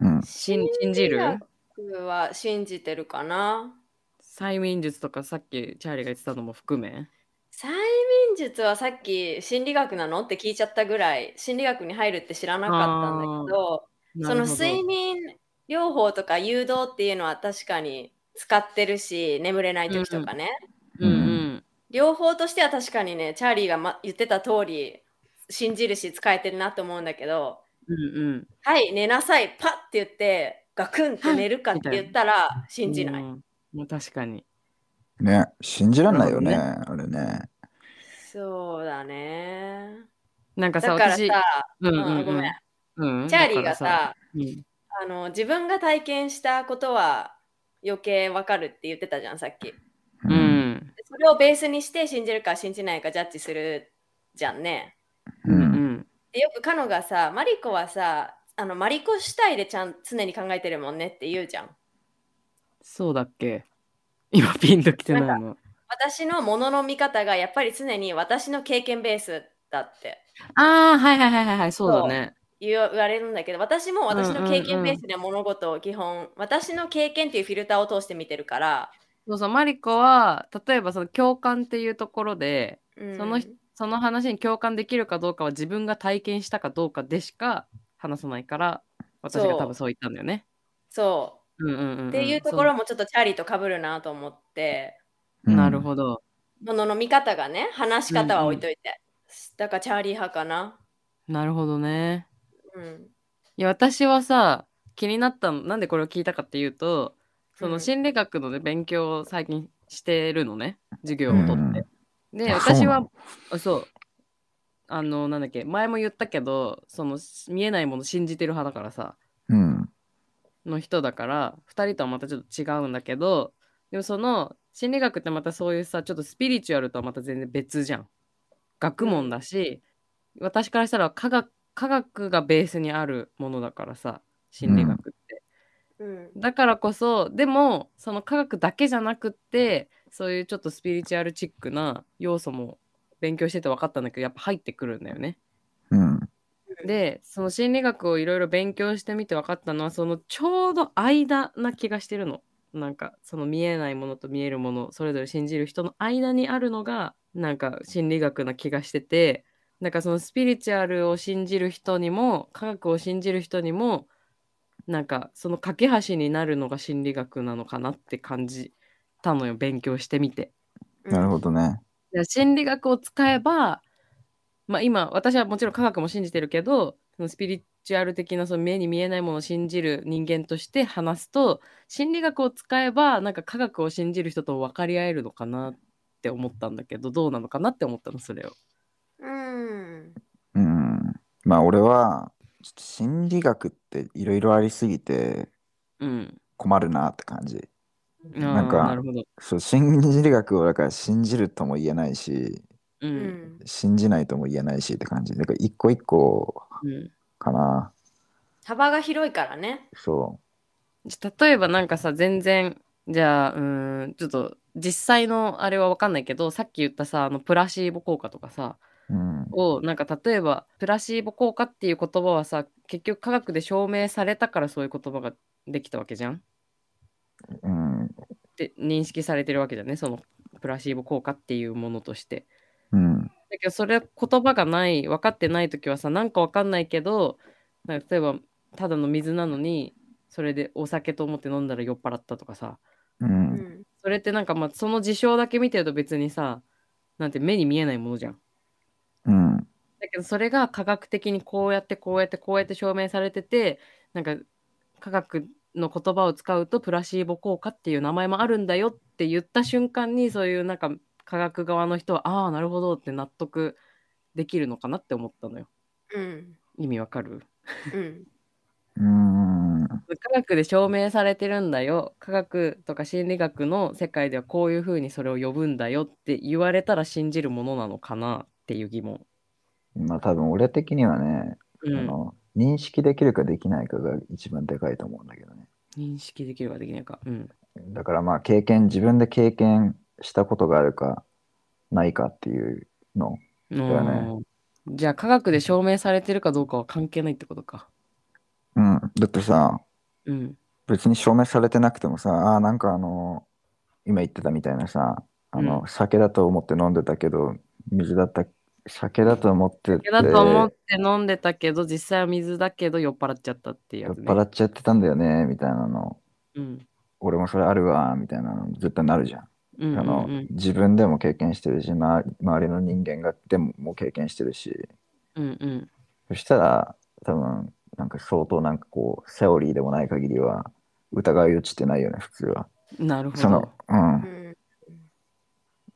うん、信信じる僕は信じてるかな催眠術とかさっきチャーリーが言ってたのも含め。催眠術はさっき心理学なのって聞いちゃったぐらい心理学に入るって知らなかったんだけどその睡眠眠療法とか誘導っていうのは確かに使ってるし眠れない時とかね、うんうん。両方としては確かにねチャーリーが、ま、言ってた通り信じるし使えてるなと思うんだけどうんうん。 「はい寝なさいパッ」って言ってガクンって寝るかって言ったら信じない。うん。もう確かに。ね、信じらんないよね、なあれね。そうだね。なんかださ、からさ私、、うんうんうんごめんうん。うん、チャーリーがだからさうんあの自分が体験したことは余計わかるって言ってたじゃんさっき。う、ん。それをベースにして信じるか信じないかジャッジするじゃんね。ううん、うんん。でよくカノがさマリコはさあのマリコ主体でちゃん常に考えてるもんねって言うじゃん。そうだっけ今ピンときてないの。私のものの見方がやっぱり常に私の経験ベースだって。ああ、はいはいはいはいはい、そうだね。言わ言われるんだけど私も私の経験ベースで物事を基本、私の経験っていうフィルターを通して見てるから、そうそうマリコは例えばその共感っていうところでうんその人その話に共感できるかどうかは自分が体験したかどうかでしか話さないから私が多分そう言ったんだよね。そうんうんうんんうっていうところもちょっとチャーリーとかぶるなと思ってそうなるほど。ものの見方がね話し方は置いといて、だからチャーリー派かななるほどね。うんいや私はさ気になったのなんでこれを聞いたかっていうとそうんの心理学の、ね、勉強を最近してるのね授業を取って。であそう私なはのそうあのなんだっけ前も言ったけどその見えないもの信じてる派だからさうん。の人だから2人とはまたちょっと違うんだけどでもその心理学ってまたそういうさちょっとスピリチュアルとはまた全然別じゃん。学問だし私からしたら科学科学がベースにあるものだからさ心理学って。うんだからこそでもその科学だけじゃなくってそういうちょっとスピリチュアルチックな要素も勉強してて分かったんだけどやっぱ入ってくるんだよね。うん。でその心理学をいろいろ勉強してみて分かったのはそのちょうど間な気がしてるの。なんかその見えないものと見えるものそれぞれ信じる人の間にあるのがなんか心理学な気がしててなんかそのスピリチュアルを信じる人にも科学を信じる人にもなんかその架け橋になるのが心理学なのかなって感じたのよ勉強してみて。なるほどね。いや心理学を使えば、まあ、今私はもちろん科学も信じてるけどそのスピリチュアル的なその目に見えないものを信じる人間として話すと心理学を使えばなんか科学を信じる人と分かり合えるのかなって思ったんだけどどうなのかなって思ったのそれを。うんうん。まあ俺は、ちょっと心理学っていろいろありすぎてうん、困るなって感じ。なかなるほど、そう、心理学をだから信じるとも言えないし、ううんん信じないとも言えないしって感じ。だから一個一個うん、かな。幅が広いからねそじゃ例えばなんかさ全然じゃあうーんちょっと実際のあれは分かんないけどさっき言ったさあのプラシーボ効果とかさ、う。うん。をなんか例えばプラシーボ効果っていう言葉はさ結局科学で証明されたからそういう言葉ができたわけじゃんうん。って認識されてるわけじゃんねそのプラシーボ効果っていうものとして。うん。だけどそれ言葉がない分かってない時はさなんか分かんないけどなんか例えばただの水なのにそれでお酒と思って飲んだら酔っ払ったとかさう。うんんそれってなんかまあその事象だけ見てると別にさなんて目に見えないものじゃん。うん。だけどそれが科学的にこうやってこうやってこうやって証明されててなんか科学の言葉を使うとプラシーボ効果っていう名前もあるんだよって言った瞬間にそういうなんか科学側の人はああなるほどって納得できるのかなって思ったのようん意味わかるうんうん。 科学で証明されてるんだよ科学とか心理学の世界ではこういうふうにそれを呼ぶんだよって言われたら信じるものなのかなっていう疑問、まあ多分俺的にはね、うあん、の認識できるかできないかが一番でかいと思うんだけどね。認識できるかできないかうんだからまあ経験、自分で経験したことがあるかないかっていうの。だねうんじゃあ科学で証明されてるかどうかは関係ないってことか。うん。だってさ、うん。別に証明されてなくてもさ、ああ、なんかあの、今言ってたみたいなさ、あの、う酒だと思って飲んでたけど、水だった、酒だと思って酒て、だと思って飲んでたけど、実際は水だけど酔っ払っちゃったっていう酔やっつね。払っちゃってたんだよね、みたいなの。うん。俺もそれあるわ、みたいなの絶対なるじゃん。うんうんあのうん自分でも経験してるし、ま、周りの人間がでももう経験してるしうんうん。そしたら多分なんか相当なんかこうセオリーでもない限りは疑いをちってないよね普通はなるほそのど。うん、うん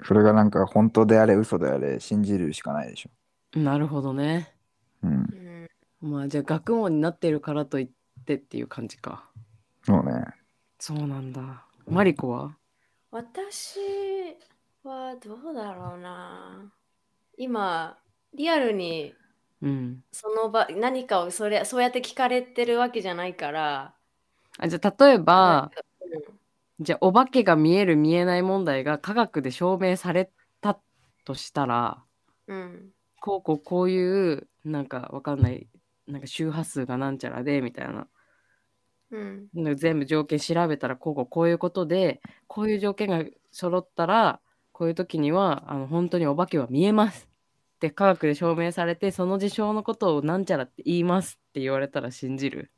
それがなんか本当であれ嘘であれ信じるしかないでしょなるほどね。うんうんまあじゃあ学問になってるからといってっていう感じか。そうねそうなんだ。マリコは私はどうだろうな今リアルにうん。その場何かをそれそうやって聞かれてるわけじゃないからあじゃあ例えば、うんじゃあお化けが見える見えない問題が科学で証明されたとしたら、うんこうこうこういうなんかわかんないなんか周波数がなんちゃらでみたいなうん。で全部条件調べたらこうこうこういうことでこういう条件が揃ったらこういう時にはあの本当にお化けは見えますって科学で証明されてその事象のことをなんちゃらって言いますって言われたら信じる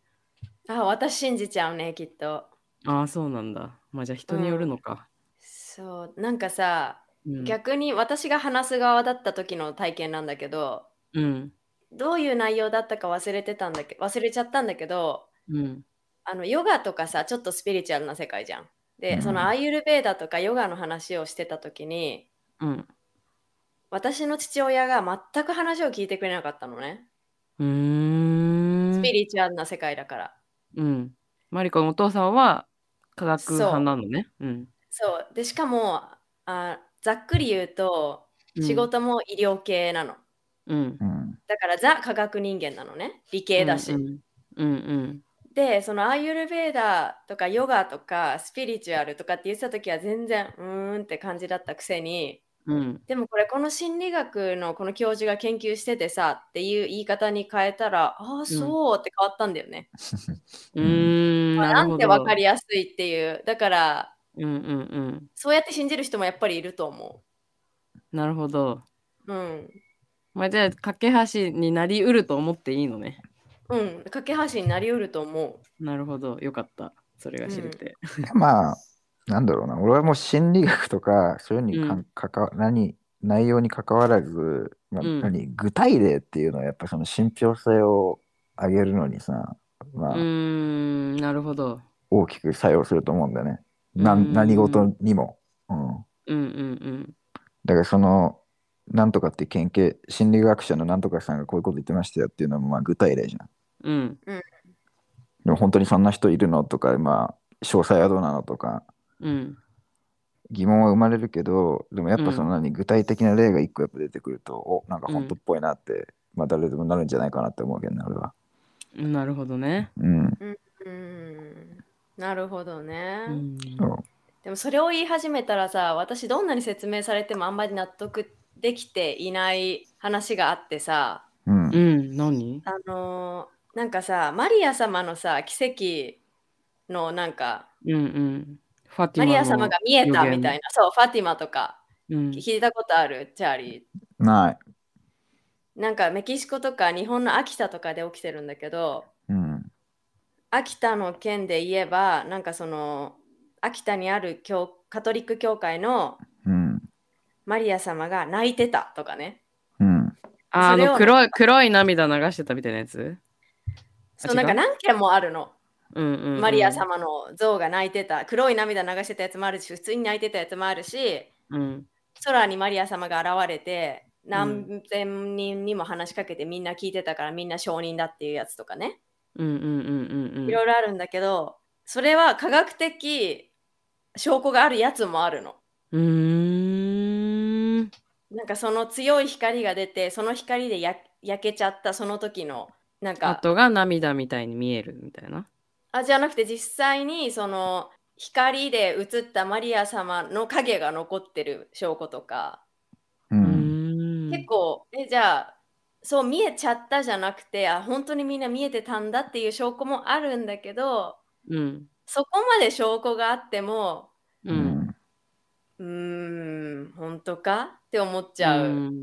あ、私信じちゃうね、きっと。ああそうなんだまあじゃあ人によるのか、そう、なんかさ、うん、逆に私が話す側だった時の体験なんだけど、うんどういう内容だったか忘れてたんだけ忘れちゃったんだけど、うんあのヨガとかさ、ちょっとスピリチュアルな世界じゃん。うで、んそのアイユルベーダとかヨガの話をしてた時に、うん私の父親が全く話を聞いてくれなかったのね。うーんスピリチュアルな世界だから。うんマリコのお父さんは科学派なのねうんそう。で、しかも、あざっくり言うと、うん仕事も医療系なの。うんうん。だからザ科学人間なのね。理系だし。うんうんうんで、そのアーユルベーダとかヨガとかスピリチュアルとかって言ってた時は全然うーんって感じだったくせに、うんでもこれこの心理学のこの教授が研究しててさっていう言い方に変えたら、ああ、そうって変わったんだよね。うーんまあなんてわかりりやすいっていう。だから、うんうんうんそうやって信じる人もやっぱりいると思なるほどう。うん。まあじゃあ架け橋になりうると思っていいのねうん。架け橋になりうると思なるほどよかったそれが知れて、まあ、なんだろうな。俺はもう心理学とか、そういうのにかうんんかかわ何内容に関わらず、まあうん何具体例っていうのはやっぱその信憑性を上げるのにさ、うまあ、ーんなるほど大きく作用すると思うんだよね。なんうん何事にも。うん。うんうんだからその、なんとかって研究、心理学者のなんとかさんがこういうこと言ってましたよっていうのもまあ具体例じゃん。うんうんでも本当にそんな人いるのとか、まあ、詳細はどうなのとか、うん疑問は生まれるけど、でもやっぱそうんの何、具体的な例が一個やっぱ出てくると、おなんか本当っぽいなって、まあ誰でもなるんじゃないかなって思うけどね、俺は。なるほどね、うん。う。うん。なるほどね。うん、そうでもそれを言い始めたらさ、私どんなに説明されてもあんまり納得できていない話があってさ、うん。うん、何あのーなんかさ、マリア様のさ、奇跡のなんか、うんうんファティママのリア様が見えたみたいな、そう、ファティマとか、うん聞いたことある、チャーリー。ない。なんかメキシコとか日本の秋田とかで起きてるんだけど、うん。秋田の県で言えばなんかその秋田にある教カトリック教会のうん。マリア様が泣いてたとかねうん。ああそれをの黒い黒い涙流してたみたいなやつそう違なうんか何件もあるの、うんうんうんマリア様の像が泣いてた黒い涙流してたやつもあるし普通に泣いてたやつもあるしうん空にマリア様が現れて何千人にも話しかけてみんな聞いてたからみんな証人だっていうやつとかねうんうんうんうんうんいろいろあるんだけどそれは科学的証拠があるやつもあるの。うーんなんかその強い光が出てその光でや焼けちゃったその時のなんか後が涙みたいに見えるみたいなあじゃなくて実際にその光で映ったマリア様の影が残ってる証拠とか、う。うんん結構えじゃあそう見えちゃったじゃなくてあ本当にみんな見えてたんだっていう証拠もあるんだけどうんそこまで証拠があってもううんん。うーん本当かって思っちゃうのね。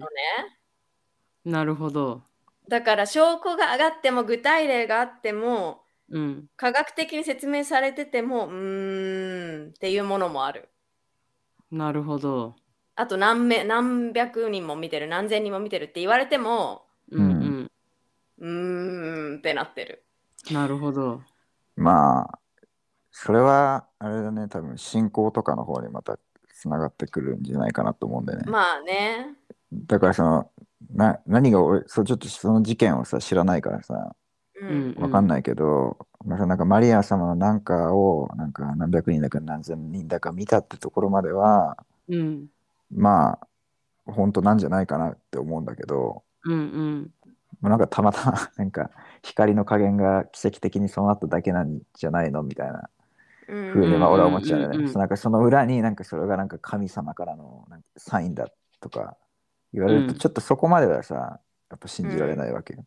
なるほどだから証拠が上がっても具体例があってもうん科学的に説明されててもうーんっていうものもあるなるほどあと何名何百人も見てる何千人も見てるって言われてもうんううんうーんってなってるなるほどまあ、それは、あれだね、多分信仰とかの方にまたつながってくるんじゃないかなと思うんだよね。まあねだからその、な何が俺そう、ちょっとその事件をさ、知らないからさ、ううんんわかんないけど、まあそのなんかマリア様のなんかをなんか何百人だか何千人だか見たってところまではうんまあ本当なんじゃないかなって思うんだけど、うんうんまあ、なんかたまたま なんか光の加減が奇跡的にそうなっただけなんじゃないのみたいなうふうにんまあ俺は思っちゃうよね。うんうんうんそのなんかその裏になんかそれがなんか神様からのなんかサインだとか言われるうとんちょっとそこまではさやっぱ信じられないわけよ。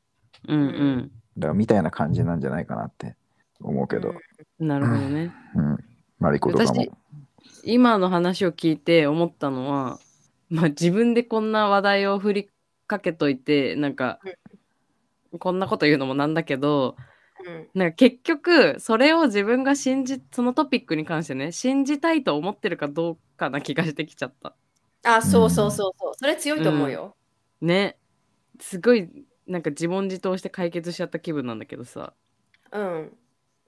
うんうんだからみたいな感じなんじゃないかなって思うけど、なるほどね。うん、マリコとかも私。今の話を聞いて思ったのは、まあ、自分でこんな話題を振りかけといてなんかこんなこと言うのもなんだけどうんなんか結局それを自分が信じそのトピックに関してね信じたいと思ってるかどうかな気がしてきちゃった。あ、そうそうそうそう。それ強いと思うよ。ねすごいなんか自問自答して解決しちゃった気分なんだけどさ。うん。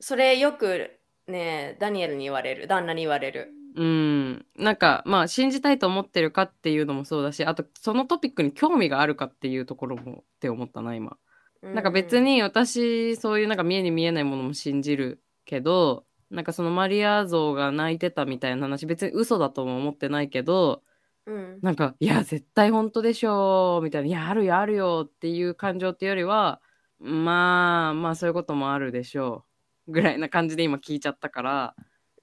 それよくね、ダニエルに言われる、旦那に言われる。うん、なんかまあ信じたいと思ってるかっていうのもそうだしあとそのトピックに興味があるかっていうところもって思ったな今。なんか別に私そういうなんか見えに見えないものも信じるけどなんかそのマリア像が泣いてたみたいな話別に嘘だとも思ってないけどうん、うん。なんかいや絶対本当でしょみたいないやあるよあるよっていう感情っていうよりはまあまあそういうこともあるでしょうぐらいな感じで今聞いちゃったから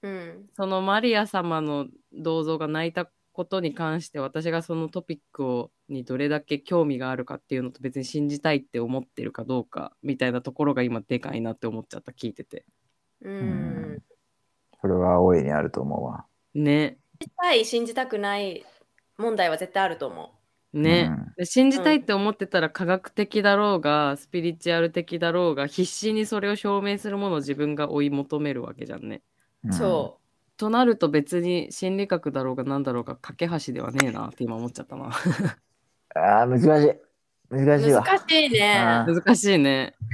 うん。そのマリア様の銅像が泣いたことに関して私がそのトピックをにどれだけ興味があるかっていうのと別に信じたいって思ってるかどうかみたいなところが今でかいなって思っちゃった聞いててうん。んそれは大いにあると思うわ。ね信じたい、信じたくない問題は絶対あると思ね、うんで信じたいって思ってたら科学的だろうがスピリチュアル的だろうが必死にそれを証明するものを自分が追い求めるわけじゃんね。うう。んそとなると別に心理学だろうが何だろうが架け橋ではねえなって今思っちゃった なああ、難しい。難う。しいわ。難しいね。あ架ー難しいねけ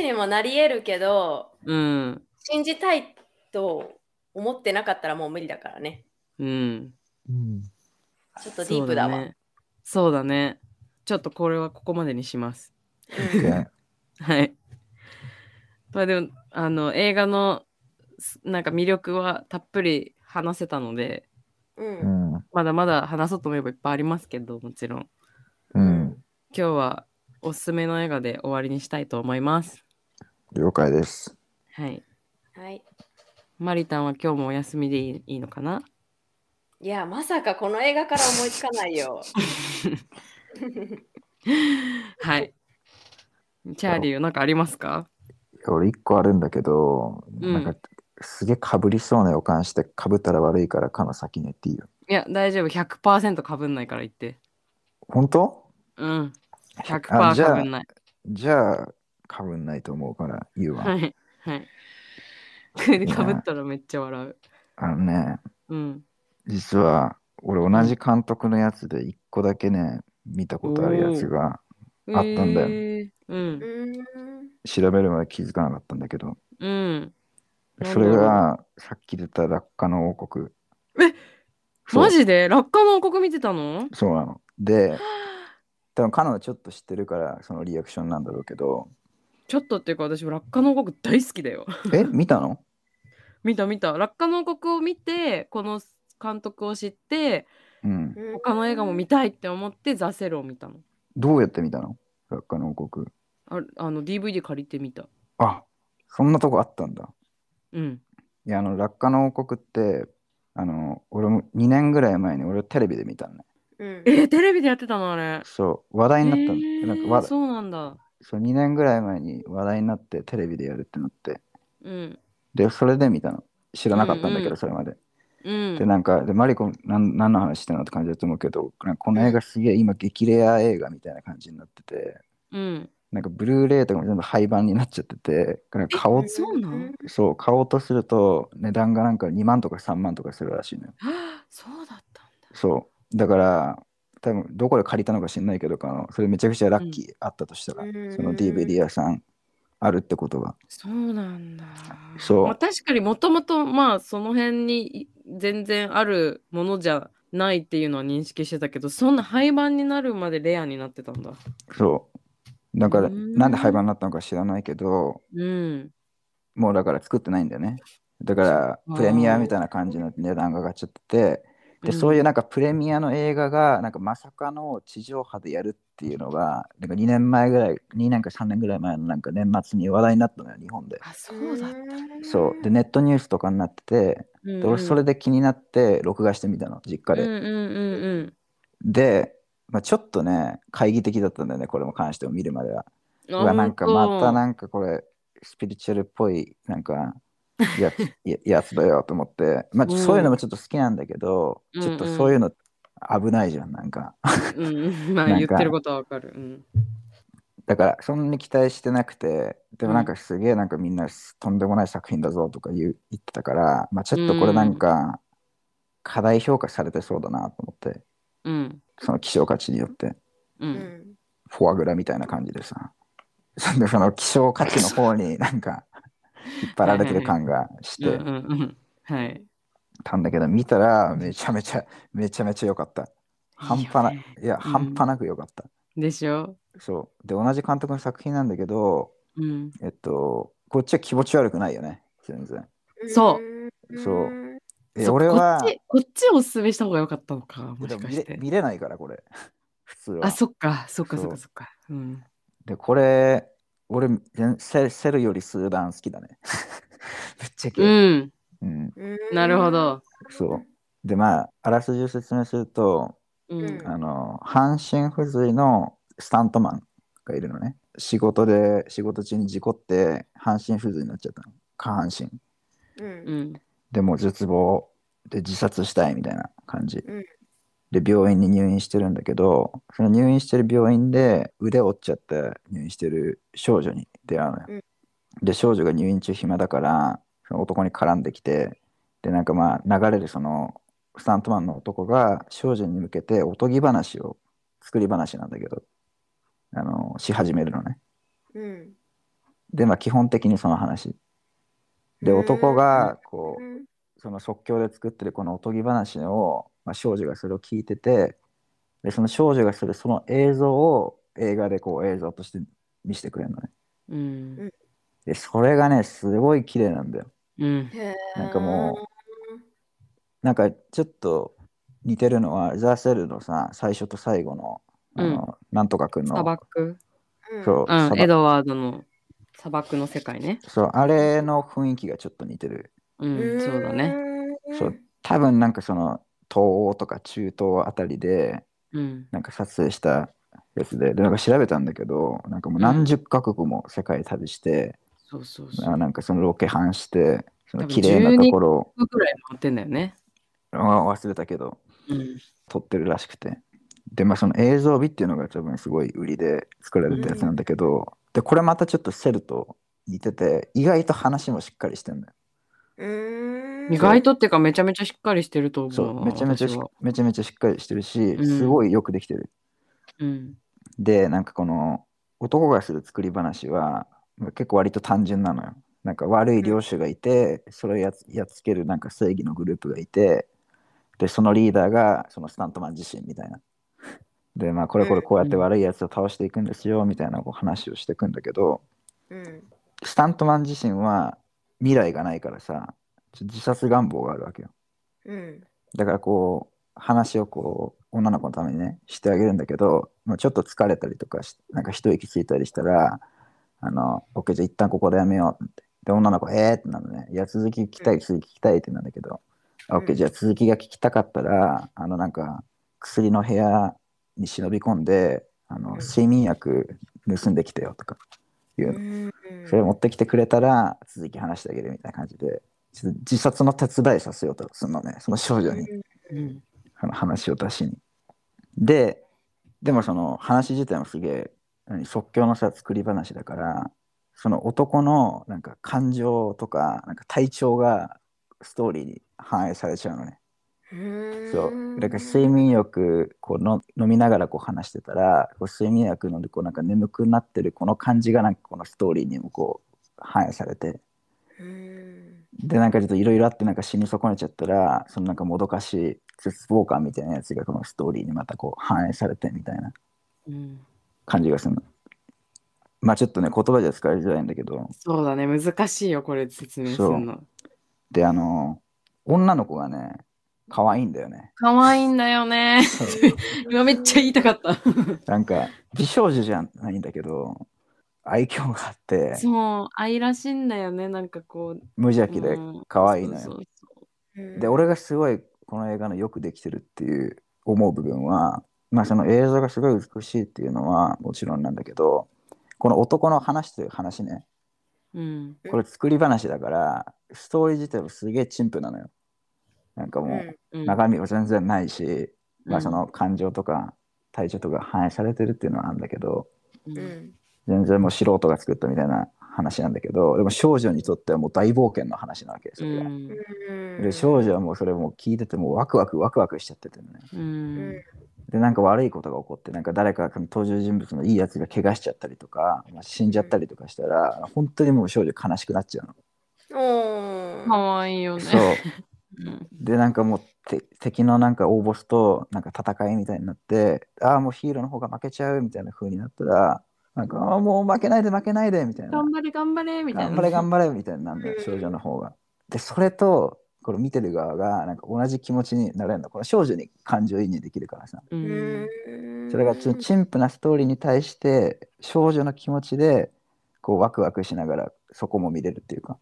橋にもなり得るけど、うん信じたいと思ってなかったらもう無理だからね。うんうんちょっとディープだそうわ。だね。そうだねちょっとこれはここまでにします。うんではい。まあでも、あの、映画のすなんか魅力はたっぷり話せたので、うんうん。まだまだ話そうと思えばいっぱいありますけど、もちろん。うん。今日はおすすめの映画で終わりにしたいと思います。了解です。はい。はい。マリタンは今日もお休みでいいいいのかないや、まさかこの映画から思いつかないよ。 はい。チャーリー、なんかありますか俺一個あるんだけど、うんなんかすげえかぶりそうな予感してかぶったら悪いからかの先に言っていいよ。いや、大丈夫。100%かぶんないから言って。本当うん。100%あじかゃあぶんない。じゃあかぶんないと思うから言うわ。はい。はい。こ れでかぶったらめっちゃ笑う。あのね、うん。実は俺同じ監督のやつで一個だけね、見たことあるやつがあったんだよえーうーん。調べるまで気づかなかったんだけど、うん。うん。なんだろうそれがさっき出た落下の王国。えそうマジで落下の王国見てたのそうなの。で、多分彼女ちょっと知ってるからそのリアクションなんだろうけど、ちょっとっていうか私落下の王国大好きだよ。え、見たの見た見た。落下の王国を見て、この監督を知って、うん。他の映画も見たいって思ってザ・セルを見たの。どうやって見たの落下の王国。ああの DVD 借りてみた。あ、そんなとこあったんだ。うん。いや、あの、落下の王国って、あの、俺も2年ぐらい前に俺テレビで見たのね。うん。えー、テレビでやってたのあれ。そう、話題になったの。えーなんかわそうなんだ。そう、2年ぐらい前に話題になってテレビでやるってなって。うん。で、それで見たの。知らなかったんだうけど、んうんそれまで。うん。で、なんか、で、マリコ、なん何の話してんのって感じだと思うけど、なんかこの映画すげえ今激レア映画みたいな感じになってて、うん。なんかブルーレイとかも全部廃盤になっちゃってて、なんか顔そうなんそう、買おうとすると値段がなんか2万とか3万とかするらしいのよ。はあそうだったんだ。そう。だから、多分どこで借りたのか知んないけどかの、それめちゃくちゃラッキーあったとしたら、うんその DVD 屋さんあるってことが。そうなんだ。そうまあ、確かにもともとまあその辺にい全然あるものじゃないっていうのは認識してたけど、そんな廃盤になるまでレアになってたんだ。そう。だから、うんなんで廃盤になったのか知らないけど、うん。もうだから作ってないんだよね。だから、プレミアみたいな感じの値段が上がっちゃってて、で、そういううなんかプレミアの映画が、なんかまさかの地上波でやるっていうのが、なんか2年前ぐらい、2年か3年ぐらい前のなんか年末に話題になったのよ、日本でん。。あ、そうだ。そう。で、ネットニュースとかになってて、で俺それで気になって録画してみたの実家かで、うんうんうんうん。で、まあ、ちょっとね懐疑的だったんだよねこれも関しても見るまではううわ、なんかまたなんかこれ、スピリチュアルっぽい、なんか、 やつややつだよと思って、まあ、うんそういうのもちょっと好きなんだけど、うんうんちょっとそういうの危ないじゃん、なんか。うん、まあなん言かってることはわかる。うん。だから、そんなに期待してなくて、でもなんかすげえなんかみんなとんでもない作品だぞとか言う言ってたから、まあ、ちょっとこれなんか、過大評価されてそうだなと思って、うん。その希少価値によって、う。うんん。。フォアグラみたいな感じでさ、 そのその希少価値の方になんか、引っ張られてる感がしうん。うてん。うん。はい。たんだけど、見たらめちゃめちゃ、めちゃめちゃ良かった。半端な、いいいよねや、半端なく良かった。でしょそう。で、同じ監督の作品なんだけど、うん。えっと、こっちは気持ち悪くないよね、全然。そううそうんえそ俺はこっち、こっちをおすすめした方が良かったのか、もしでもか見しれて。見れないから、これ。 普通は。あ、そっか、そっか、そそうっか、そっか。うん。で、これ、俺全セ、セルよりスーダン好きだね。 ぶっちゃけ。うん。うん、うんなるほ。ど。そう。で、まあ、あらすじを説明すると、うん。うんあの、半身不随のスタントマンがいるのね。仕事で、仕事中に事故って、半身不随になっちゃったの。下半身。う。うんん。でもう絶望で自殺したいみたいな感じ。うんで、病院に入院してるんだけど、その入院してる病院で腕折っちゃって入院してる少女に出会うのよ。うんで、少女が入院中暇だから、その男に絡んできて、で、なんかまあ流れるそのスタントマンの男が少女に向けておとぎ話を作り話なんだけど、あの、し始めるのね。うん。で、まあ基本的にその話。で、男がこう、うん。その即興で作ってるこのおとぎ話を、まあ、少女がそれを聞いててでその少女がするその映像を映画でこう映像として見せてくれるのねうん。でそれがねすごい綺麗なんだようん。へーなんかもなんかちょっと似てるのはザ・セルのさ最初と最後のあの、なんとかくんの砂漠うん。そうう砂ん。漠エドワードの砂漠の世界ね。そうあれの雰囲気がちょっと似てるう。うんんそうだね。。そう多分なんかその東欧とか中東あたりでうん。なんか撮影したやつで、でなんか調べたんだけど、なんかもう何十カ国も世界旅して、そうそうそう。あなんかそのロケハンして、その多分綺麗なところをぐらい回ってんだよね。あ忘れたけど、うん。撮ってるらしくて。で、まあその映像美っていうのが多分すごい売りで作られたやつなんだけど、で、これまたちょっとセルと似てて、意外と話もしっかりしてんだよ。うん。意外とっていうか、めちゃめちゃしっかりしてると思う。そう、めちゃめちゃし私はめちゃめちゃしっかりしてるし、うんすごいよくできてる。うん。で、なんかこの男がする作り話はまあ結構割と単純なのよ。なんか悪い領主がいて、それをやっやっつけるなんか正義のグループがいて、で、そのリーダーがそのスタントマン自身みたいな。で、まあこれこれこうやって悪いやつを倒していくんですよみたいなこう話をしていくんだけど、うん。スタントマン自身は未来がないからさ、ちょ自殺願望があるわけよ。うん。だからこう話をこう女の子のためにねしてあげるんだけど、まあ、ちょっと疲れたりとかしなんか一息ついたりしたら「あの OK じゃあ一旦ここでやめよう」ってで女の子「えー」ってなるのね「いや続き聞きたい続き聞きたい」ってなんだけど「あうん OK じゃあ続きが聞きたかったらあのなんか薬の部屋に忍び込んであうのん睡眠薬盗んできてよ」とか言うの。それう持ってきてくれたら続き話してあげるみたいな感じでちょっと自殺の手伝いさせようとするのねその少女に。うん。あの話を出しに。で、でもその話自体もすげえ何即興のさ作り話だから、その男のなんか感情とかなんか体調がストーリーに反映されちゃうのね。ん。そう。だから睡眠薬こうの飲みながらこう話してたら、こう睡眠薬飲んでこうなんか眠くなってるこの感じがなんかこのストーリーにもこう反映されて、うん。でなんかちょっといろいろあってなんか死に損ねちゃったらそのなんかもどかしい絶望感みたいなやつがこのストーリーにまたこう反映されてみたいなうん。感じがするのまあちょっとね言葉じゃ使いづらいんだけどそうだね。難しいよ、これ説明するの。であの女の子がね可愛いんだ よね可愛いんだよね。今めっちゃ言いたかった。なんか美少女じゃないんだけど愛嬌があってそう、愛らしいんだよね。なんかこう。無邪気でうん可愛いのよそうそういで俺がすごいこの映画のよくできてるっていう思う部分は、まあ、その映像がすごい美しいっていうのはもちろんなんだけどこの男の話という話ね、うん。これ作り話だから、ストーリー自体もすげえ陳腐なのよ。なんかうもう、んうん中身も全然ないし、まうあんその感情とか体調とか反映されてるっていうのはあるんだけど、うんうん全然もう素人が作ったみたいな話なんだけど、でも少女にとってはもう大冒険の話なわけですうよ。んうんで少女はもうそれもう聞いててもうワクワクワクワクしちゃっててね。ううんんでなんか悪いことが起こってなんか誰か登場人物のいいやつが怪我しちゃったりとか、まあ、死んじゃったりとかしたら本当にもう少女悲しくなっちゃうの。かおーわいいよね。そううんでなんかもうて敵のなんか大ボスとなんか戦いみたいになってああもうヒーローの方が負けちゃうみたいな風になったらなんかああもう負けないで負けないでみたいな頑張れ頑張れみたいな。頑張れ頑張張れみたいになるんだようん少女の方が。でそれとこれ見てる側がなんか同じ気持ちになれるのこの少女に感情移入できるからされ。うんうんそれがちょ陳腐なストーリーに対して少女の気持ちでこうワクワクしながらそこも見れるっていうかっ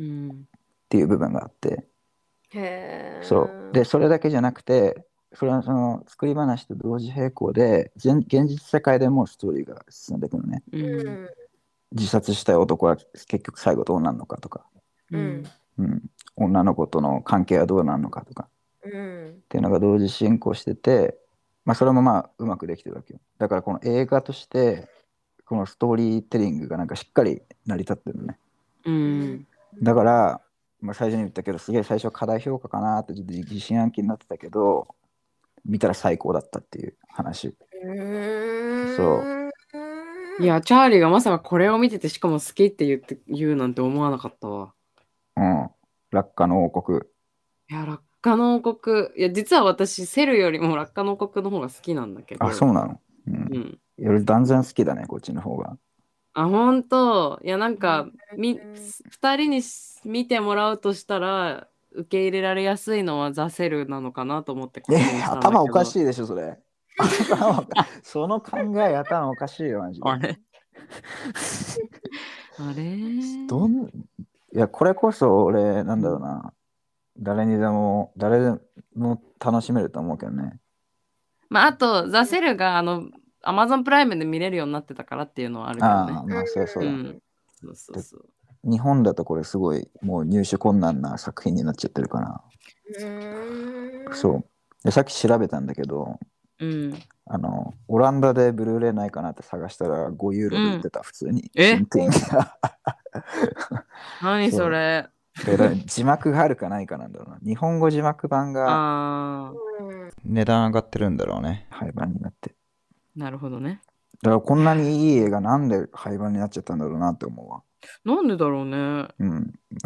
うん。ていう部分があってへーそうでそれだけじゃなくてそれはその作り話と同時並行で現現実世界でもストーリーが進んでいくのねううんん自殺したい男は結局最後どうなるのかとか、うんうん、女の子との関係はどうなるのかとかうんっていうのが同時進行してて、まあ、それもまあうまくできてるわけよだからこの映画としてこのストーリーテリングがなんかしっかり成り立ってるのねうんだから、まあ、最初に言ったけどすげえ最初課題評価かなってちょっと疑心暗鬼になってたけど見たら最高だったっていう話うんそういや、チャーリーがまさかこれを見てて、しかも好きって言って言うなんて思わなかったわ。うん落下の王国いや、落下の王国。いや、実は私、セルよりも落下の王国の方が好きなんだけど。あそうなのうんう、ん。より断然好きだねこっちの方があ、ほんと。いや、なんか、み、うん二人にし見てもらうとしたら、受け入れられやすいのはザセルなのかなと思ってえ頭おかしい。いでしょそれ頭おかその考え頭おかしいよマジであれあれどんいやこれこそ俺なんだろうな誰にでも誰でも楽しめると思うけどねまあ、あと、ザセルが、あの、アマゾンプライムで見れるようになってたからっていうのはあるけどあねあ。まあそりゃそうだ、うんそうそうそう。日本だとこれすごいもう入手困難な作品になっちゃってるから、うんそうでさっき調べたんだけどうん。あのオランダでブルーレイないかなって探したら5ユーロで売ってた、普通にえ新品が何それ。でだから字幕があるかないかなんだろうな日本語字幕版がああ。値段上がってるんだろうね廃盤になってなるほどね。だからこんなにいい映画なんで廃盤になっちゃったんだろうなって思うわなんでだろうね。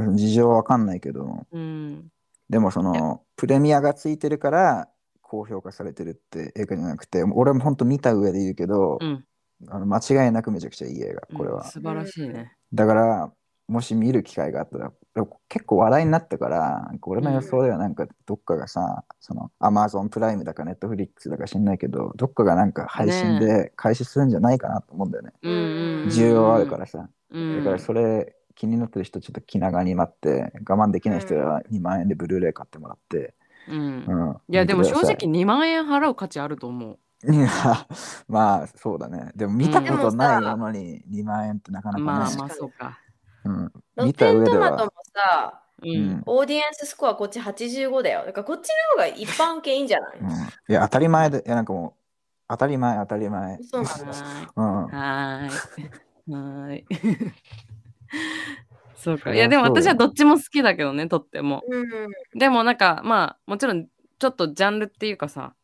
うん、事情はわかんないけど、うん。でもそのプレミアがついてるから高評価されてるって映画じゃなくて、俺も本当見た上で言うけど、うん。あの間違いなくめちゃくちゃいい映画、これうんは。素晴らしいね。だから、もし見る機会があったら、でも結構話題になったから、なんか俺の予想ではなんかどっかがさ、その Amazon プライムだか Netflix だか知んないけど、どっかがなんか配信で開始するんじゃないかなと思うんだよね。うんうんうん。需要あるからさ。うん。だからそれ気になってる人ちょっと気長に待って我慢できない人は2万円でブルーレイ買ってもらって、うんう。んいや、でも見て正くださ直2万円払う価値あると思う。いや まあそうだねでも見たことないものに2万円ってなかなかね、まあ確かまあ、にそうか。うん、ロ見テたン上でトマトはもさううん、うんん。オーディエンススコアこっち85だよだからこっちの方が一般受けいいんじゃないいや当たり前でいやなんかもう当たり前当たり前そうなのはーうんい。はーい。は ーい。そうそりゃそうか。よいや、でも私はどっちも好きだけどね、とっても。うんでもなんかまあもちろんちょっとジャンルっていうかさ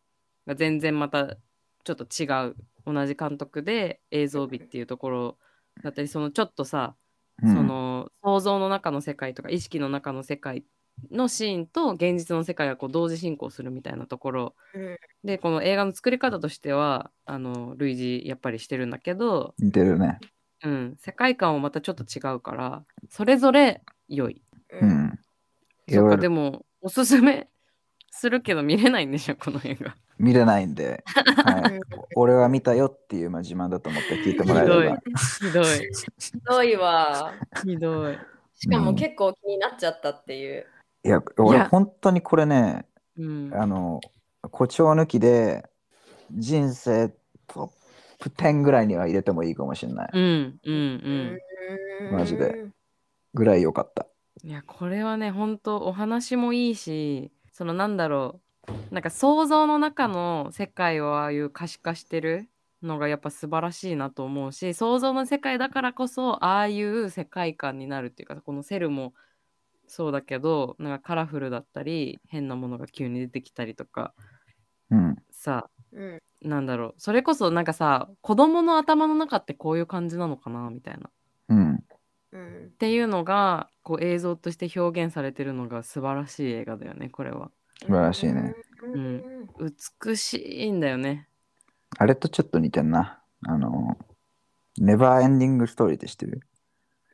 が全然またちょっと違う同じ監督で映像美っていうところだったりそのちょっとさ、うんその想像の中の世界とか意識の中の世界のシーンと現実の世界がこう同時進行するみたいなところうんでこの映画の作り方としてはあの類似やっぱりしてるんだけど、似てるねうん、世界観はまたちょっと違うからそれぞれ良い。ううんんいそろっいか、ろでも、おすすめ するけど見れないんでしょ、この映画。見れないん で、はい、俺は見たよっていう、まあ、自慢だと思って聞いてもらえればひどい。ひどいわひどい。しかも結構気になっちゃったっていう いや俺いや本当にこれねうん。あの誇張抜きで人生とプ10ぐらいには入れてもいいかもしれない。うんうんうんうんマジで。ぐらい良かった。いやこれはね本当お話もいいしそのなんだろうなんか想像の中の世界をああいう可視化してるのがやっぱ素晴らしいなと思うし想像の世界だからこそああいう世界観になるっていうかこのセルもそうだけどなんかカラフルだったり変なものが急に出てきたりとかうん。さうん。なんだろうそれこそなんかさ子供の頭の中ってこういう感じなのかなみたいな。うん。うんっ。ていうのがこう映像として表現されてるのが素晴らしい映画だよねこれは素晴らしいね。ん美しいんだよねあれとちょっと似てんな。あの、ネバーエンディングストーリーって知ってる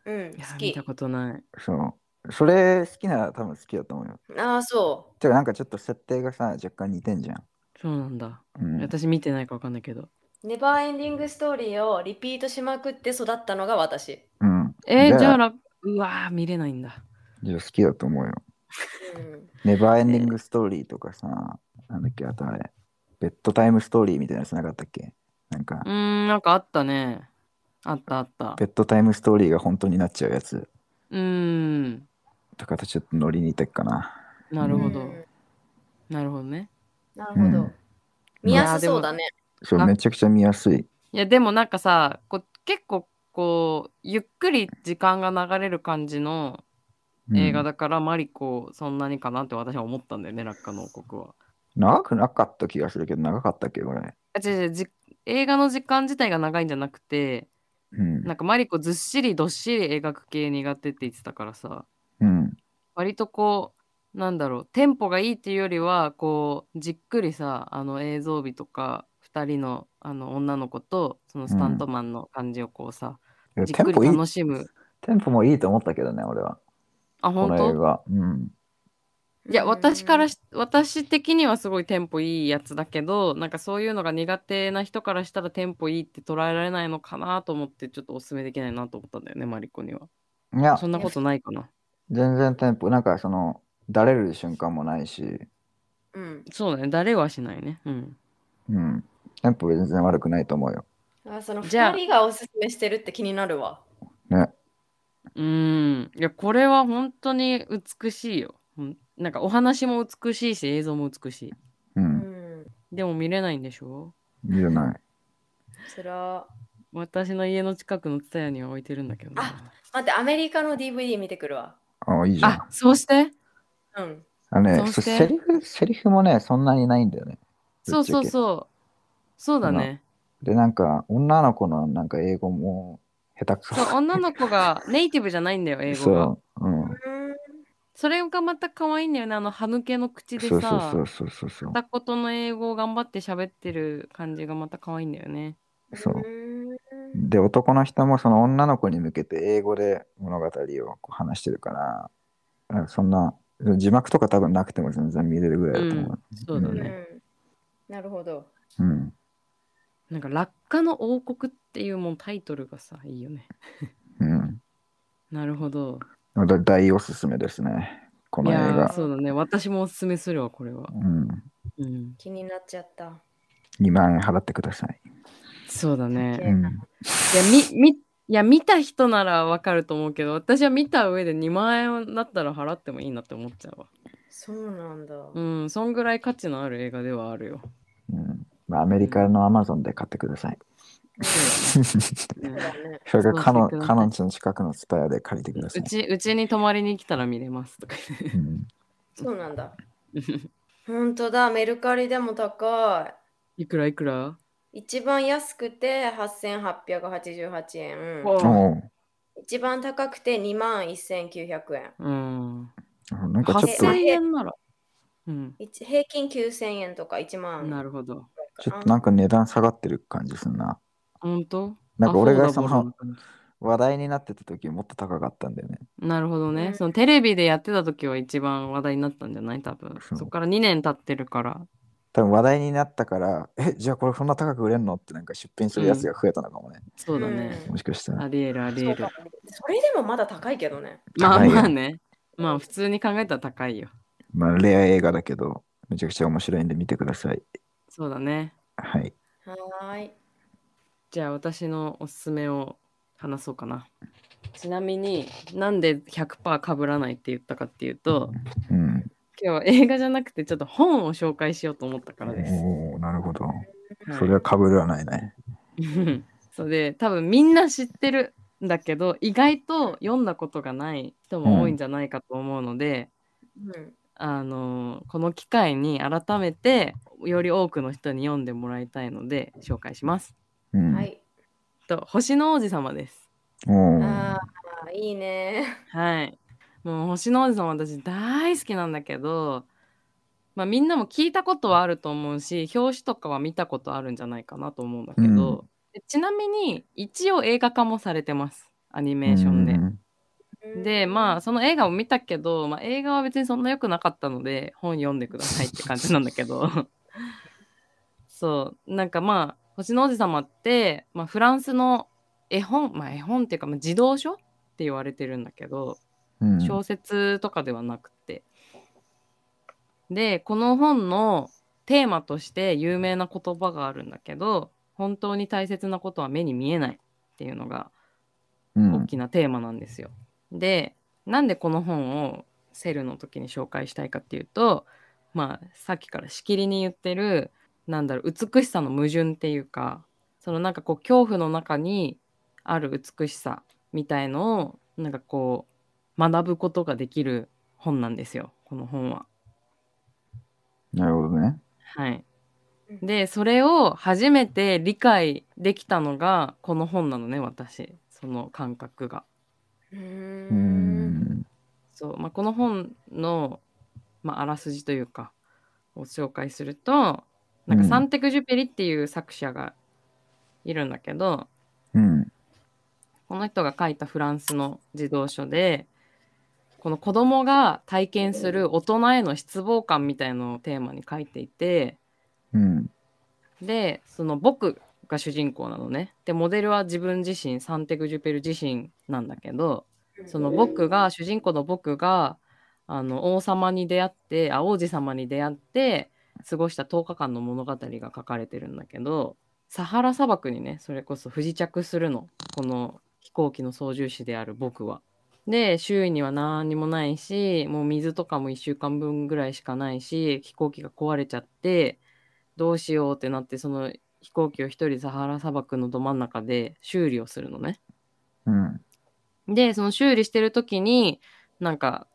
うん、いや好見きた。ことないそう。それ好きなら多分好きだと思うよ。ああ、そてかなんかちょっと設定がさ、若干似てんじゃん。そうなんだ、うん、私見てないか分かんないけどう。ネバーエンディングストーリーをリピートしまくって育ったのが私。うん。えじゃー、あじゃあらうわー見れないんだいや好きだと思うよ。うん。ネバーエンディングストーリーとかさ、なんだっけ、あとあれ、ベッドタイムストーリーみたいなやつなかったっけなんかうー、んなんかあったねあったあったベッドタイムストーリーが本当になっちゃうやつうーんとかとちょっとノリ似てっかな。なるほど、うんなるほどねなるほうどん。見やすそうだね。そう、あめちゃくちゃ見やすい。いやでもなんかさこう結構こうゆっくり時間が流れる感じのうん映画だから、マリコそんなにかなって私は思ったんだよね落下の王国は。長くなかった気がするけど、長かったっけ、これ。あ違う違うじ映画の時間自体が長いんじゃなくてうん。なんかマリコずっしりどっしり描く系苦手って言ってたからさうん。割とこうなんだろうテンポがいいっていうよりはこうじっくりさあの映像美とか2人のあの女の子とそのスタントマンの感じをこうさ、いやじっテくンりポいい楽しむ。テンポもいいと思ったけどね、俺は。あこ本の映当画。うん。いや私からしし私的にはすごいテンポいいやつだけどなんかそういうのが苦手な人からしたらテンポいいって捉えられないのかなと思ってちょっとおすすめできないなと思ったんだよねマリコにはいやそ、んなことないかな全然テンポ、なんかその、だれる瞬間もないし、うん。そうだね誰はしないねうんうん。テンポ全然悪くないと思うよ。あそのじゃあ2人がおすすめしてるって気になるわ。ね。うーんいやこれは本当に美しいようんなんかお話も美しいし映像も美しいうん。うんん。でも見れないんでしょいいじゃない。それは。私の家の近くのツタヤには置いてるんだけどな待って、アメリカの DVD 見てくるわ。あ、いいじゃんあ。そうしてうん。あのね、そうしてそうセリフ、セリフもね、そんなにないんだよね。そうそうう。そうそうだねで、なんか、女の子のなんか英語も下手くそ。そう女の子がネイティブじゃないんだよ英語がそそう、うん。れがまた可愛いんだよねあの歯抜けの口でそうさそうそうそうそう。片言の英語を頑張って喋ってる感じがまた可愛いんだよねそううんで、男の人もその女の子に向けて英語で物語をこう話してるから、あそんな、字幕とか多分なくても全然見れるぐらいだと思う。そうだねうんなるほど。うん。なんか「落下の王国」っていうもうタイトルがさいいよねうん。なるほどだから大おすすめですね。こいの映やー画。そうだね私もおすすめするわこれはうん。うん気になっちゃった。 2万円払ってください。そうだねうん。いやみみいや見た人ならわかると思うけど私は見た上で2万円だったら払ってもいいなって思っちゃうわそうなんだ。うんそんぐらい価値のある映画ではある ようん。まあ、アメリカのアマゾンで買ってく ださい。うんそうだね。それかカノそうしてくださいン、カノンちの近くのスタヤで借りてくださうい。ちうちに泊まりに来たら見れますとか言っうん、そうな んだ。て本当だ、メルカリでも高い。 いくらいくら一番安くて8888円。おおう一番高くて2万1900円。うんなんかちょっと8000、円ならうん一平均9000円とか1万。なるほどちょっとなんか値段下がってる感じすんな。本当なんか俺がそアフォーダブルのな感じ話題になってた時もっと高かったんだよね。なるほどね。うんそのテレビでやってた時は一番話題になったんじゃない多分。そうそこから2年経ってるから。多分話題になったから、え、じゃあこれそんな高く売れんのってなんか出品するやつが増えたのかもね。そうだね。うんもしかしたら。ありえるありそえうるか。それでもまだ高いけどね。まあ高いよまあね。まあ普通に考えたら高いよ。まあ、レア映画だけど、めちゃくちゃ面白いんで見てください。そうだね。はい。はーい。じゃあ私のおすすめを話そうかな。ちなみになんで100%かぶらないって言ったかっていうとうん。今日は映画じゃなくてちょっと本を紹介しようと思ったからです。おおなるほど。はいそれはかぶらないね。うん そうで多分みんな知ってるんだけど意外と読んだことがない人も多いんじゃないかと思うので、うんあのこの機会に改めてより多くの人に読んでもらいたいので紹介します。うん。はい。と星の王子様です。おおああ、いいね。はい。もう星の王子様私大好きなんだけど、まあ、みんなも聞いたことはあると思うし表紙とかは見たことあるんじゃないかなと思うんだけど、でちなみに一応映画化もされてますアニメーションで。でまあその映画を見たけど、まあ、映画は別にそんな良くなかったので本読んでくださいって感じなんだけ どそうなんかまあ「星の王子様」って、まあ、フランスの絵本まあ絵本っていうか、まあ、児童書って言われてるんだけどうん。小説とかではなくて、でこの本のテーマとして有名な言葉があるんだけど本当に大切なことは目に見えないっていうのがうん大きなテーマなんですよ。でなんでこの本をセルの時に紹介したいかっていうとまあさっきからしきりに言ってるなんだろう美しさの矛盾っていうかそのなんかこう恐怖の中にある美しさみたいのをなんかこう学ぶことができる本なんですよこの本は。なるほどね。はい、うんでそれを初めて理解できたのがこの本なのね私その感覚が。うー。うんん。そうまあ、この本の、まあ、あらすじというかを紹介するとなんかうんサンテク・ジュペリっていう作者がいるんだけど、うん。この人が書いたフランスの児童書でこの子供が体験する大人への失望感みたいのをテーマに書いていてうん。でその僕が主人公なのねでモデルは自分自身サンテク・ジュペル自身なんだけどその僕が主人公の僕があの王様に出会ってあ王子様に出会って過ごした10日間の物語が書かれてるんだけどサハラ砂漠にねそれこそ不時着するのこの飛行機の操縦士である僕は。で周囲には何にもないしもう水とかも1週間分ぐらいしかないし飛行機が壊れちゃってどうしようってなってその飛行機を1人サハラ砂漠のど真ん中で修理をするのね。うん。でその修理してる時になんか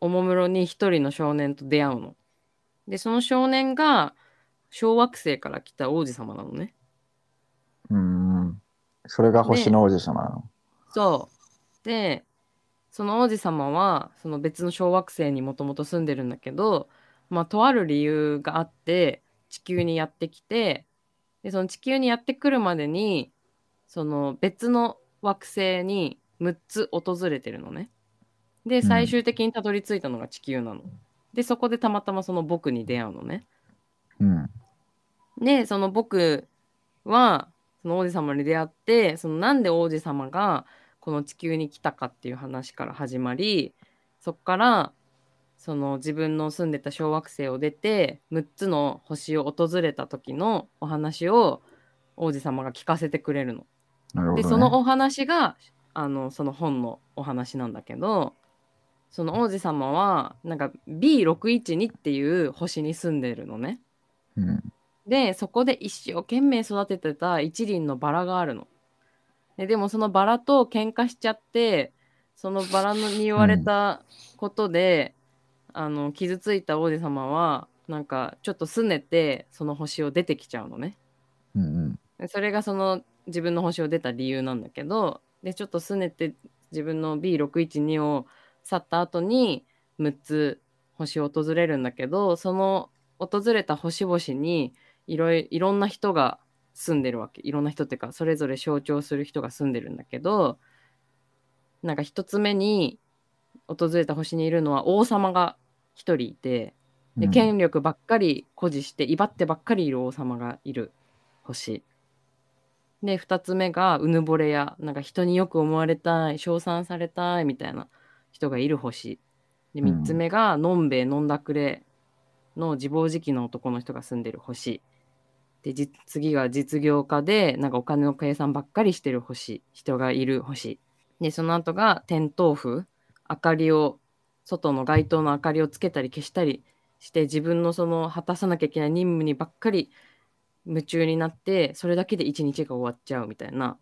おもむろに一人の少年と出会うの。でその少年が小惑星から来た王子様なのね。うん。それが星の王子様なの。そうでその王子様はその別の小惑星にもともと住んでるんだけど、まあ、とある理由があって地球にやってきてでその地球にやってくるまでにその別の惑星に6つ訪れてるのね。でん最終的にたどり着いたのが地球なの。でそこでたまたまその僕に出会うのね。うん。でその僕はその王子様に出会ってそのなんで王子様がこの地球に来たかっていう話から始まりそこからその自分の住んでた小惑星を出て6つの星を訪れた時のお話を王子様が聞かせてくれるの。なるほど、ね。でそのお話があのその本のお話なんだけどその王子様はなんか B612 っていう星に住んでるのね。うん。でそこで一生懸命育ててた一輪のバラがあるの。ででもそのバラと喧嘩しちゃってそのバラのに言われたことで、あの傷ついた王子様はなんかちょっと拗ねてその星を出てきちゃうのね。うん。でそれがその自分の星を出た理由なんだけどでちょっと拗ねて自分の B612 を去った後に6つ星を訪れるんだけどその訪れた星々にいろいいろんな人が住んでるわけいろんな人っていうかそれぞれ象徴する人が住んでるんだけどなんか一つ目に訪れた星にいるのは王様が一人いて、うん。で権力ばっかり誇示して威張ってばっかりいる王様がいる星で2つ目がうぬぼれやなんか人によく思われたい称賛されたいみたいな人がいる星でうん3つ目がのんべえのんだくれの自暴自棄の男の人が住んでる星でじ次が実業家でなんかお金の計算ばっかりしてる星人がいる星でその後が点灯符明かりを外の街灯の明かりをつけたり消したりして自分のその果たさなきゃいけない任務にばっかり夢中になってそれだけで一日が終わっちゃうみたいな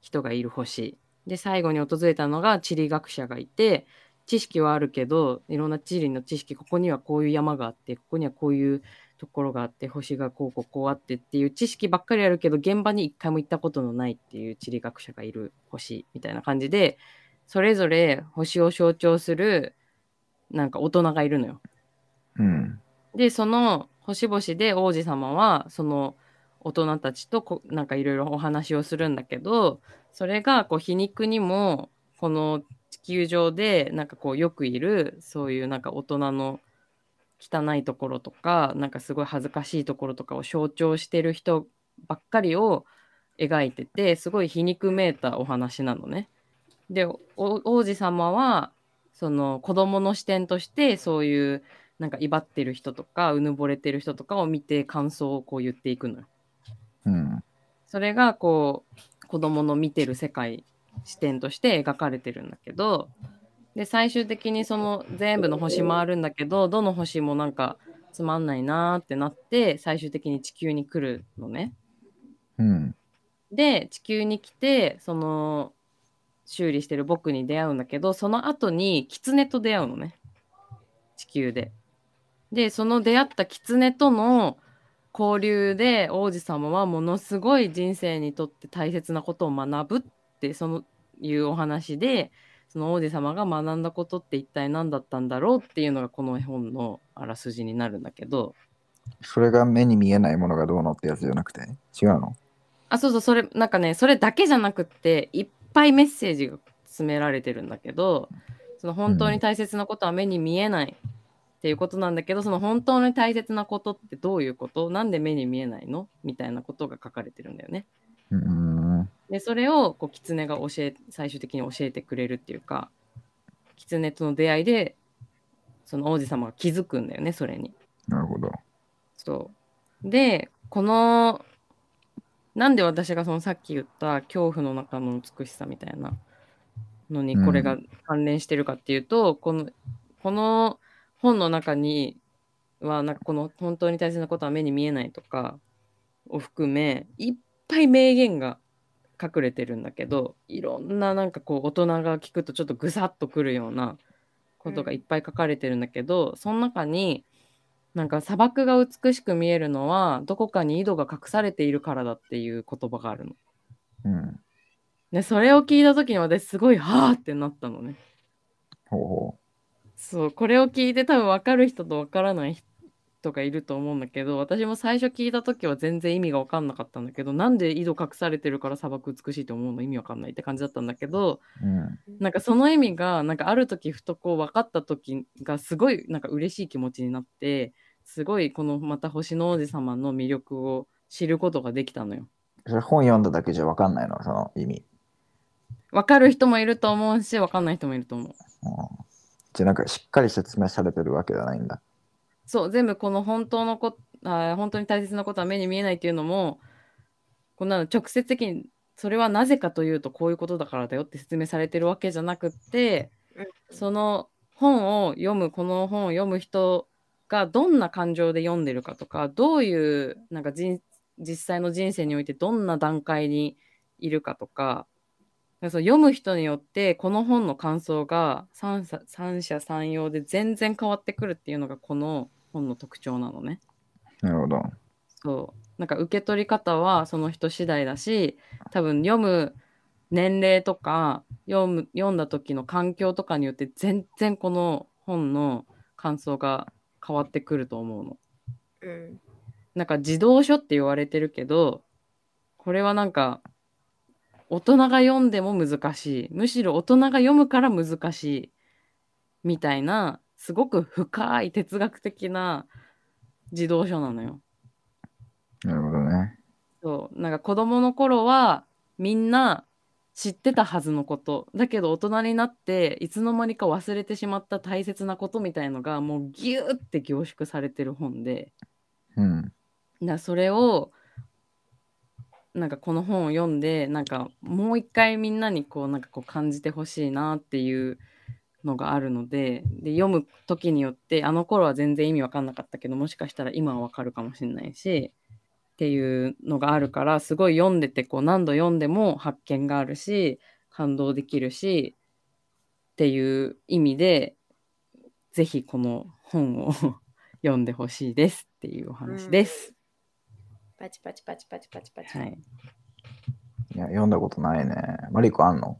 人がいる星で最後に訪れたのが地理学者がいて知識はあるけどいろんな地理の知識ここにはこういう山があってここにはこういうところがあって星がこうこうこうあってっていう知識ばっかりあるけど現場に一回も行ったことのないっていう地理学者がいる星みたいな感じでそれぞれ星を象徴するなんか大人がいるのよ。うん。でその星々で王子様はその大人たちとこなんかいろいろお話をするんだけどそれがこう皮肉にもこの地球上でなんかこうよくいるそういうなんか大人の汚いところとかなんかすごい恥ずかしいところとかを象徴してる人ばっかりを描いててすごい皮肉めいたお話なのね。でお王子様はその子供の視点としてそういうなんか威張ってる人とかうぬぼれてる人とかを見て感想をこう言っていくのよ。うん。それがこう子供の見てる世界視点として描かれてるんだけどで最終的にその全部の星回るんだけどどの星もなんかつまんないなーってなって最終的に地球に来るのね。うん。で地球に来てその修理してる僕に出会うんだけどその後に狐と出会うのね地球で。でその出会った狐との交流で王子様はものすごい人生にとって大切なことを学ぶってそのいうお話でその王子様が学んだことって一体何だったんだろうっていうのがこの絵本のあらすじになるんだけどそれが目に見えないものがどうのってやつじゃなくて違うのあそうそうそれなんかねそれだけじゃなくっていっぱいメッセージが詰められてるんだけどその本当に大切なことは目に見えないっていうことなんだけど、その本当に大切なことってどういうことなんで目に見えないのみたいなことが書かれてるんだよね。うん。でそれをこう狐が教え最終的に教えてくれるっていうか狐との出会いでその王子様が気づくんだよねそれに。なるほど。そうでこのなんで私がそのさっき言った恐怖の中の美しさみたいなのにこれうが関連してるかっていうと、このこの本の中にはなんかこの本当に大切なことは目に見えないとかを含めいっぱい名言が隠れてるんだけどいろんななんかこう大人が聞くとちょっとぐさっとくるようなことがいっぱい書かれてるんだけど、その中になんか砂漠が美しく見えるのはどこかに井戸が隠されているからだっていう言葉があるの。うん。でそれを聞いた時に私すごいはあってなったのね。ほうほそうこれを聞いて多分分かる人と分からない人がいると思うんだけど私も最初聞いた時は全然意味が分かんなかったんだけどなんで井戸隠されてるから砂漠美しいと思うの意味分かんないって感じだったんだけどう。うん。なんかその意味がなんかある時ふとこう分かった時がすごいなんか嬉しい気持ちになってすごいこのまた星の王子様の魅力を知ることができたのよ。それ本読んだだけじゃわかんないのその意味。分かる人もいると思うし分かんない人もいると思う。うん、じゃあなんかしっかり説明されてるわけじゃないんだ。そう全部この本当のこあー本当に大切なことは目に見えないっていうのもこんなの直接的にそれはなぜかというとこういうことだからだよって説明されてるわけじゃなくってうんその本を読むこの本を読む人がどんな感情で読んでるかとかどういうなんか人実際の人生においてどんな段階にいるかとかだからその読む人によってこの本の感想が三者三者三様で全然変わってくるっていうのがこの本の特徴なのね。なるほど。そうなんか受け取り方はその人次第だし多分読む年齢とか読む読んだ時の環境とかによって全然この本の感想が変わってくると思うの。うんなんか児童書って言われてるけどこれはなんか大人が読んでも難しいむしろ大人が読むから難しいみたいなすごく深い哲学的な児童書なのよ。なるほどね。そうなんか子供の頃はみんな知ってたはずのことだけど大人になっていつの間にか忘れてしまった大切なことみたいのがもうギューって凝縮されてる本で。うん。だからそれをなんかこの本を読んでなんかもう一回みんなにこうなんかこう感じてほしいなっていうのがあるのでで読む時によってあの頃は全然意味わかんなかったけどもしかしたら今はわかるかもしれないしっていうのがあるからすごい読んでてこう何度読んでも発見があるし感動できるしっていう意味でぜひこの本を 読んでほしいですっていうお話です。パチパチパチパチパチパチ。はい、いや、読んだことないね。マリコあんの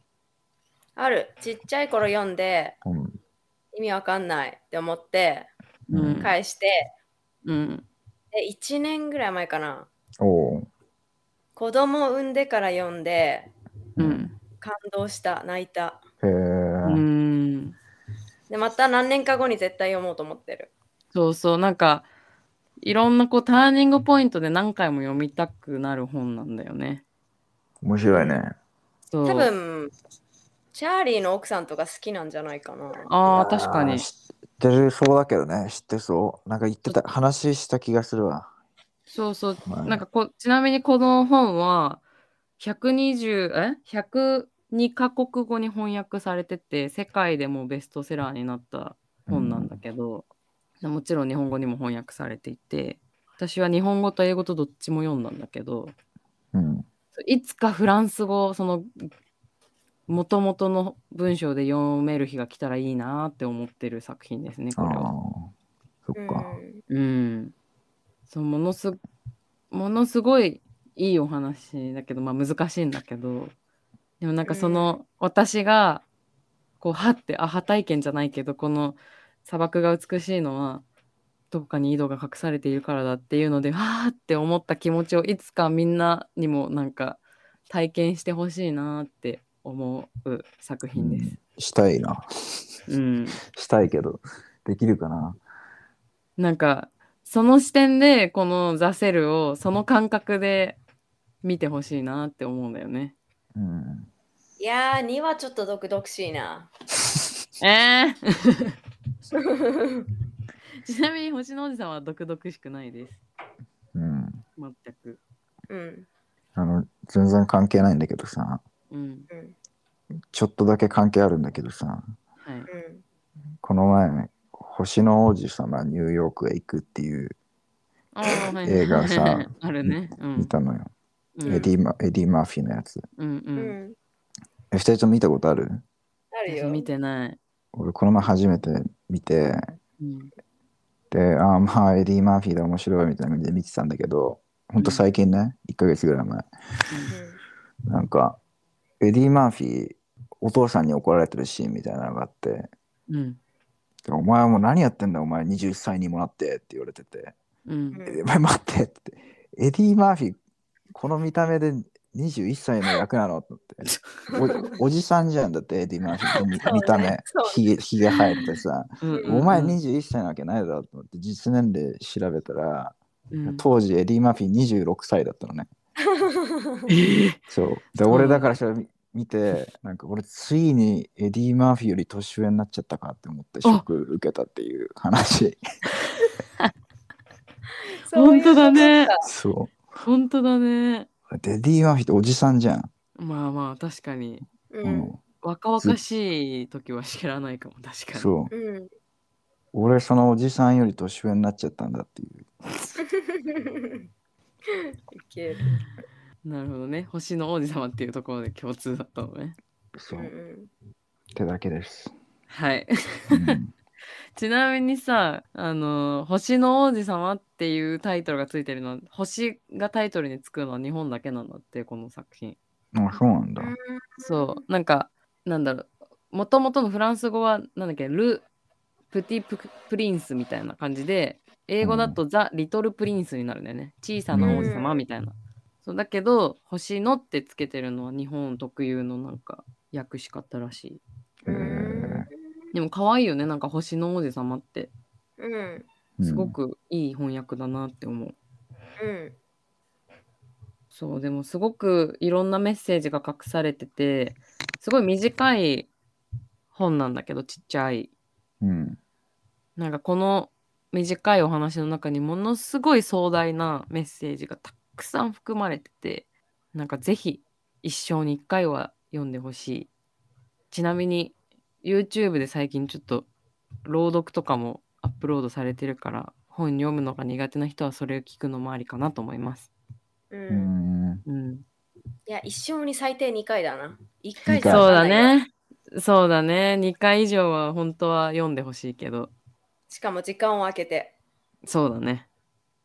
ある、ちっちゃい頃読んで、うん。意味わかんないって思って、うん返して、うんで1年ぐらい前かな。おう子供産んでから読んで、うん感動した、泣いた。へえ、うんで、また何年か後に絶対読もうと思ってる。そうそうなんかいろんなこうターニングポイントで何回も読みたくなる本なんだよね。面白いね。そう多分、チャーリーの奥さんとか好きなんじゃないかな。ああ確かあーに。知ってるそうだけどね、知ってそう。なんか言ってた、話した気がするわ。そうそうはいなんかこちなみにこの本は120え102カ国語に翻訳されてて世界でもベストセラーになった本なんだけど、もちろん日本語にも翻訳されていて私は日本語と英語とどっちも読んだんだけどうん。いつかフランス語そのもともとの文章で読める日が来たらいいなって思ってる作品ですねあこあれは。、そっうか。ん、うん、そうものすものすごいいいお話だけど、まあ、難しいんだけどでもなんかその、私がこうはってアハ体験じゃないけどこの砂漠が美しいのはどこかに井戸が隠されているからだっていうのでわーって思った気持ちをいつかみんなにもなんか体験してほしいなって思う作品でしたいな。す。うんしたいけど、できるかな。なんかその視点でこの「ザ・セル」をその感覚で見てほしいなって思うんだよね。うん。いやー、2はちょっと毒々しいな。えー、 ちなみに星のおじさんは毒々しくないです。うん。全く。うん。あの、全然関係ないんだけどさ、うん。うん。ちょっとだけ関係あるんだけどさ、はい。うん。この前、星の王子様ニューヨークへ行くっていうあーはい映画さ あるね。うん見。たのよ。うんエディマ・エディマーフィーのやつ。うんううん。ん。え、二人とも見たことあるある私よ。見てない。俺、この前初めて見て、うん。で、あーまあ、エディ・マーフィーだ、面白いみたいな感じで見てたんだけど、ほんと最近ね、1ヶ月ぐらい前。なんか、エディ・マーフィー、お父さんに怒られてるシーンみたいなのがあって、うん。でお前はもう何やってんだ、お前21歳にもなってって言われてて、うんう。ん えお前待ってって、エディ・マーフィー、この見た目で21歳の役なのって思ってお、おじさんじゃんだって、エディ・マーフィー、み そうね見た目そうね、ひげひげ生えてさ、うんお前、21歳なわけないだろと思って、実年齢調べたら、うん、当時エディ・マーフィー26歳だったのね。えーそう。で、そう俺だからそれ見見て、なんか俺ついにエディ・マーフィーより年上になっちゃったかって思ってショック受けたっていう話。 本当だね。そ本当だね。う。でエディ・マーフィーっておじさんじゃん。まあまあ、確かに。そうういうんこ。若々しい時は知らないかも、確かに。そう。とか。うん。俺そのおじさんより年上になっちゃったんだっていう。うん。いける。なるほどね。星の王子様っていうところで共通だったのね。そうう。っんてだけです。はい。 うん、ちなみにさ、あの、星の王子様っていうタイトルがついてるのは、星がタイトルにつくのは日本だけなんだって、この作品。あ、そうなんだ。そう。なんか、なんだろう。もともとのフランス語は、なんだっけ、ル・プティプ・プリンスみたいな感じで、英語だとザ・リトル・プリンスになるんだよね。小さな王子様みたいな。そうだけど、星のってつけてるのは日本特有のなんか訳し方らしい。へうえん。でも可愛いよねなんか星の王子様ってうん。すご。くいい翻訳だなって思う、うん。そうでもすごくいろんなメッセージが隠されててすごい短い本なんだけどちっちゃいうん。なんかこの短いお話の中にものすごい壮大なメッセージがたくさん含まれててなんかぜひ一生に一回は読んでほしい。ちなみに YouTube で最近ちょっと朗読とかもアップロードされてるから本読むのが苦手な人はそれを聞くのもありかなと思います。う。うんん。うん、いや、一生に最低2回だな。1回二回じゃ済そうまだないよ。ね。そうだね。2回以上は本当は読んでほしいけど、しかも時間を空けて。そうだね。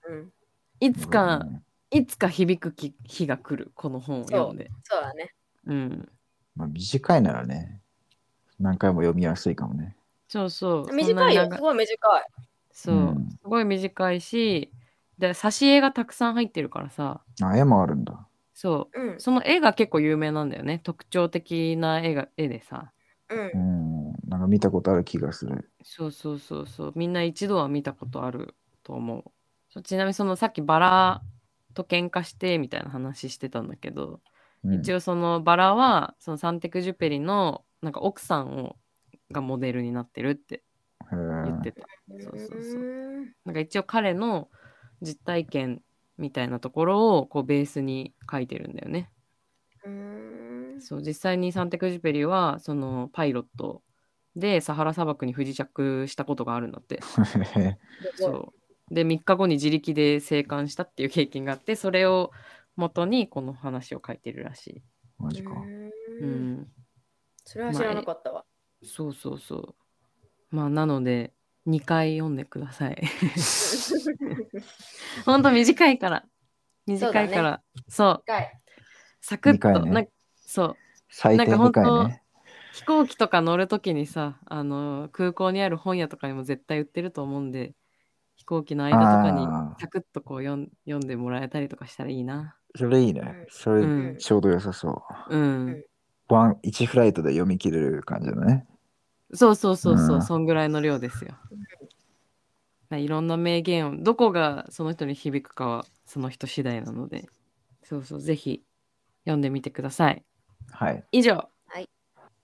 うん。いつか、いつか響くき日が来る、この本を読んで。そうだね。うん。まあ、短いならね、何回も読みやすいかもね。そうそう。短そんいよ。なす長ごい短い。そう、うんすごい短いし、で、挿絵がたくさん入ってるからさ、あ、絵もあるんだ。そうう。ん。その絵が結構有名なんだよね。特徴的な絵が絵でさ。うんう。ん。なんか見たことある気がする。そうそうそうそう。みんな一度は見たことあると思う。そうちなみにそのさっきバラと喧嘩してみたいな話してたんだけど、うん、一応。応そのバラはそのサンテクジュペリのなんか奥さんをがモデルになってるって言ってた。そうそうそううんなんか一応彼の実体験みたいなところをこうベースに書いてるんだよね。うん。そう実際にサンテクジュペリはそのパイロットでサハラ砂漠に不時着したことがあるんだって。へすごいそうで3日後に自力で生還したっていう経験があってそれを元にこの話を書いてるらしーマジか。い。ううん。ん、それは知らなかったわ。そうそうそう。まあなので2回読んでくださ い。ほんと短いから短いからそう,、深い。サクッ短と、いねなんかそう最低なん2か回ほんとね。飛行機とか乗るときにさあの空港にある本屋とかにも絶対売ってると思うんで飛行機の間とかにあーサクッとこう読ん読んでもらえたりとかしたらいいな。それいいね。それ、うんちょうど良さそうう。んワン、1フライトで読み切れる感じのね。そうそうそうそう、うんそんぐらいの量ですよ。まあ、いろんな名言を、どこがその人に響くかはその人次第なので、そうそう、ぜひ読んでみてください。はい。以上。はい。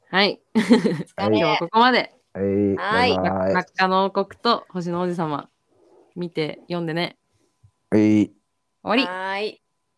はい。疲今日はれ。ここまで。えー、はいバイバイ落下の王国と星の王子様、見て読んでね。えー終わり。はーい。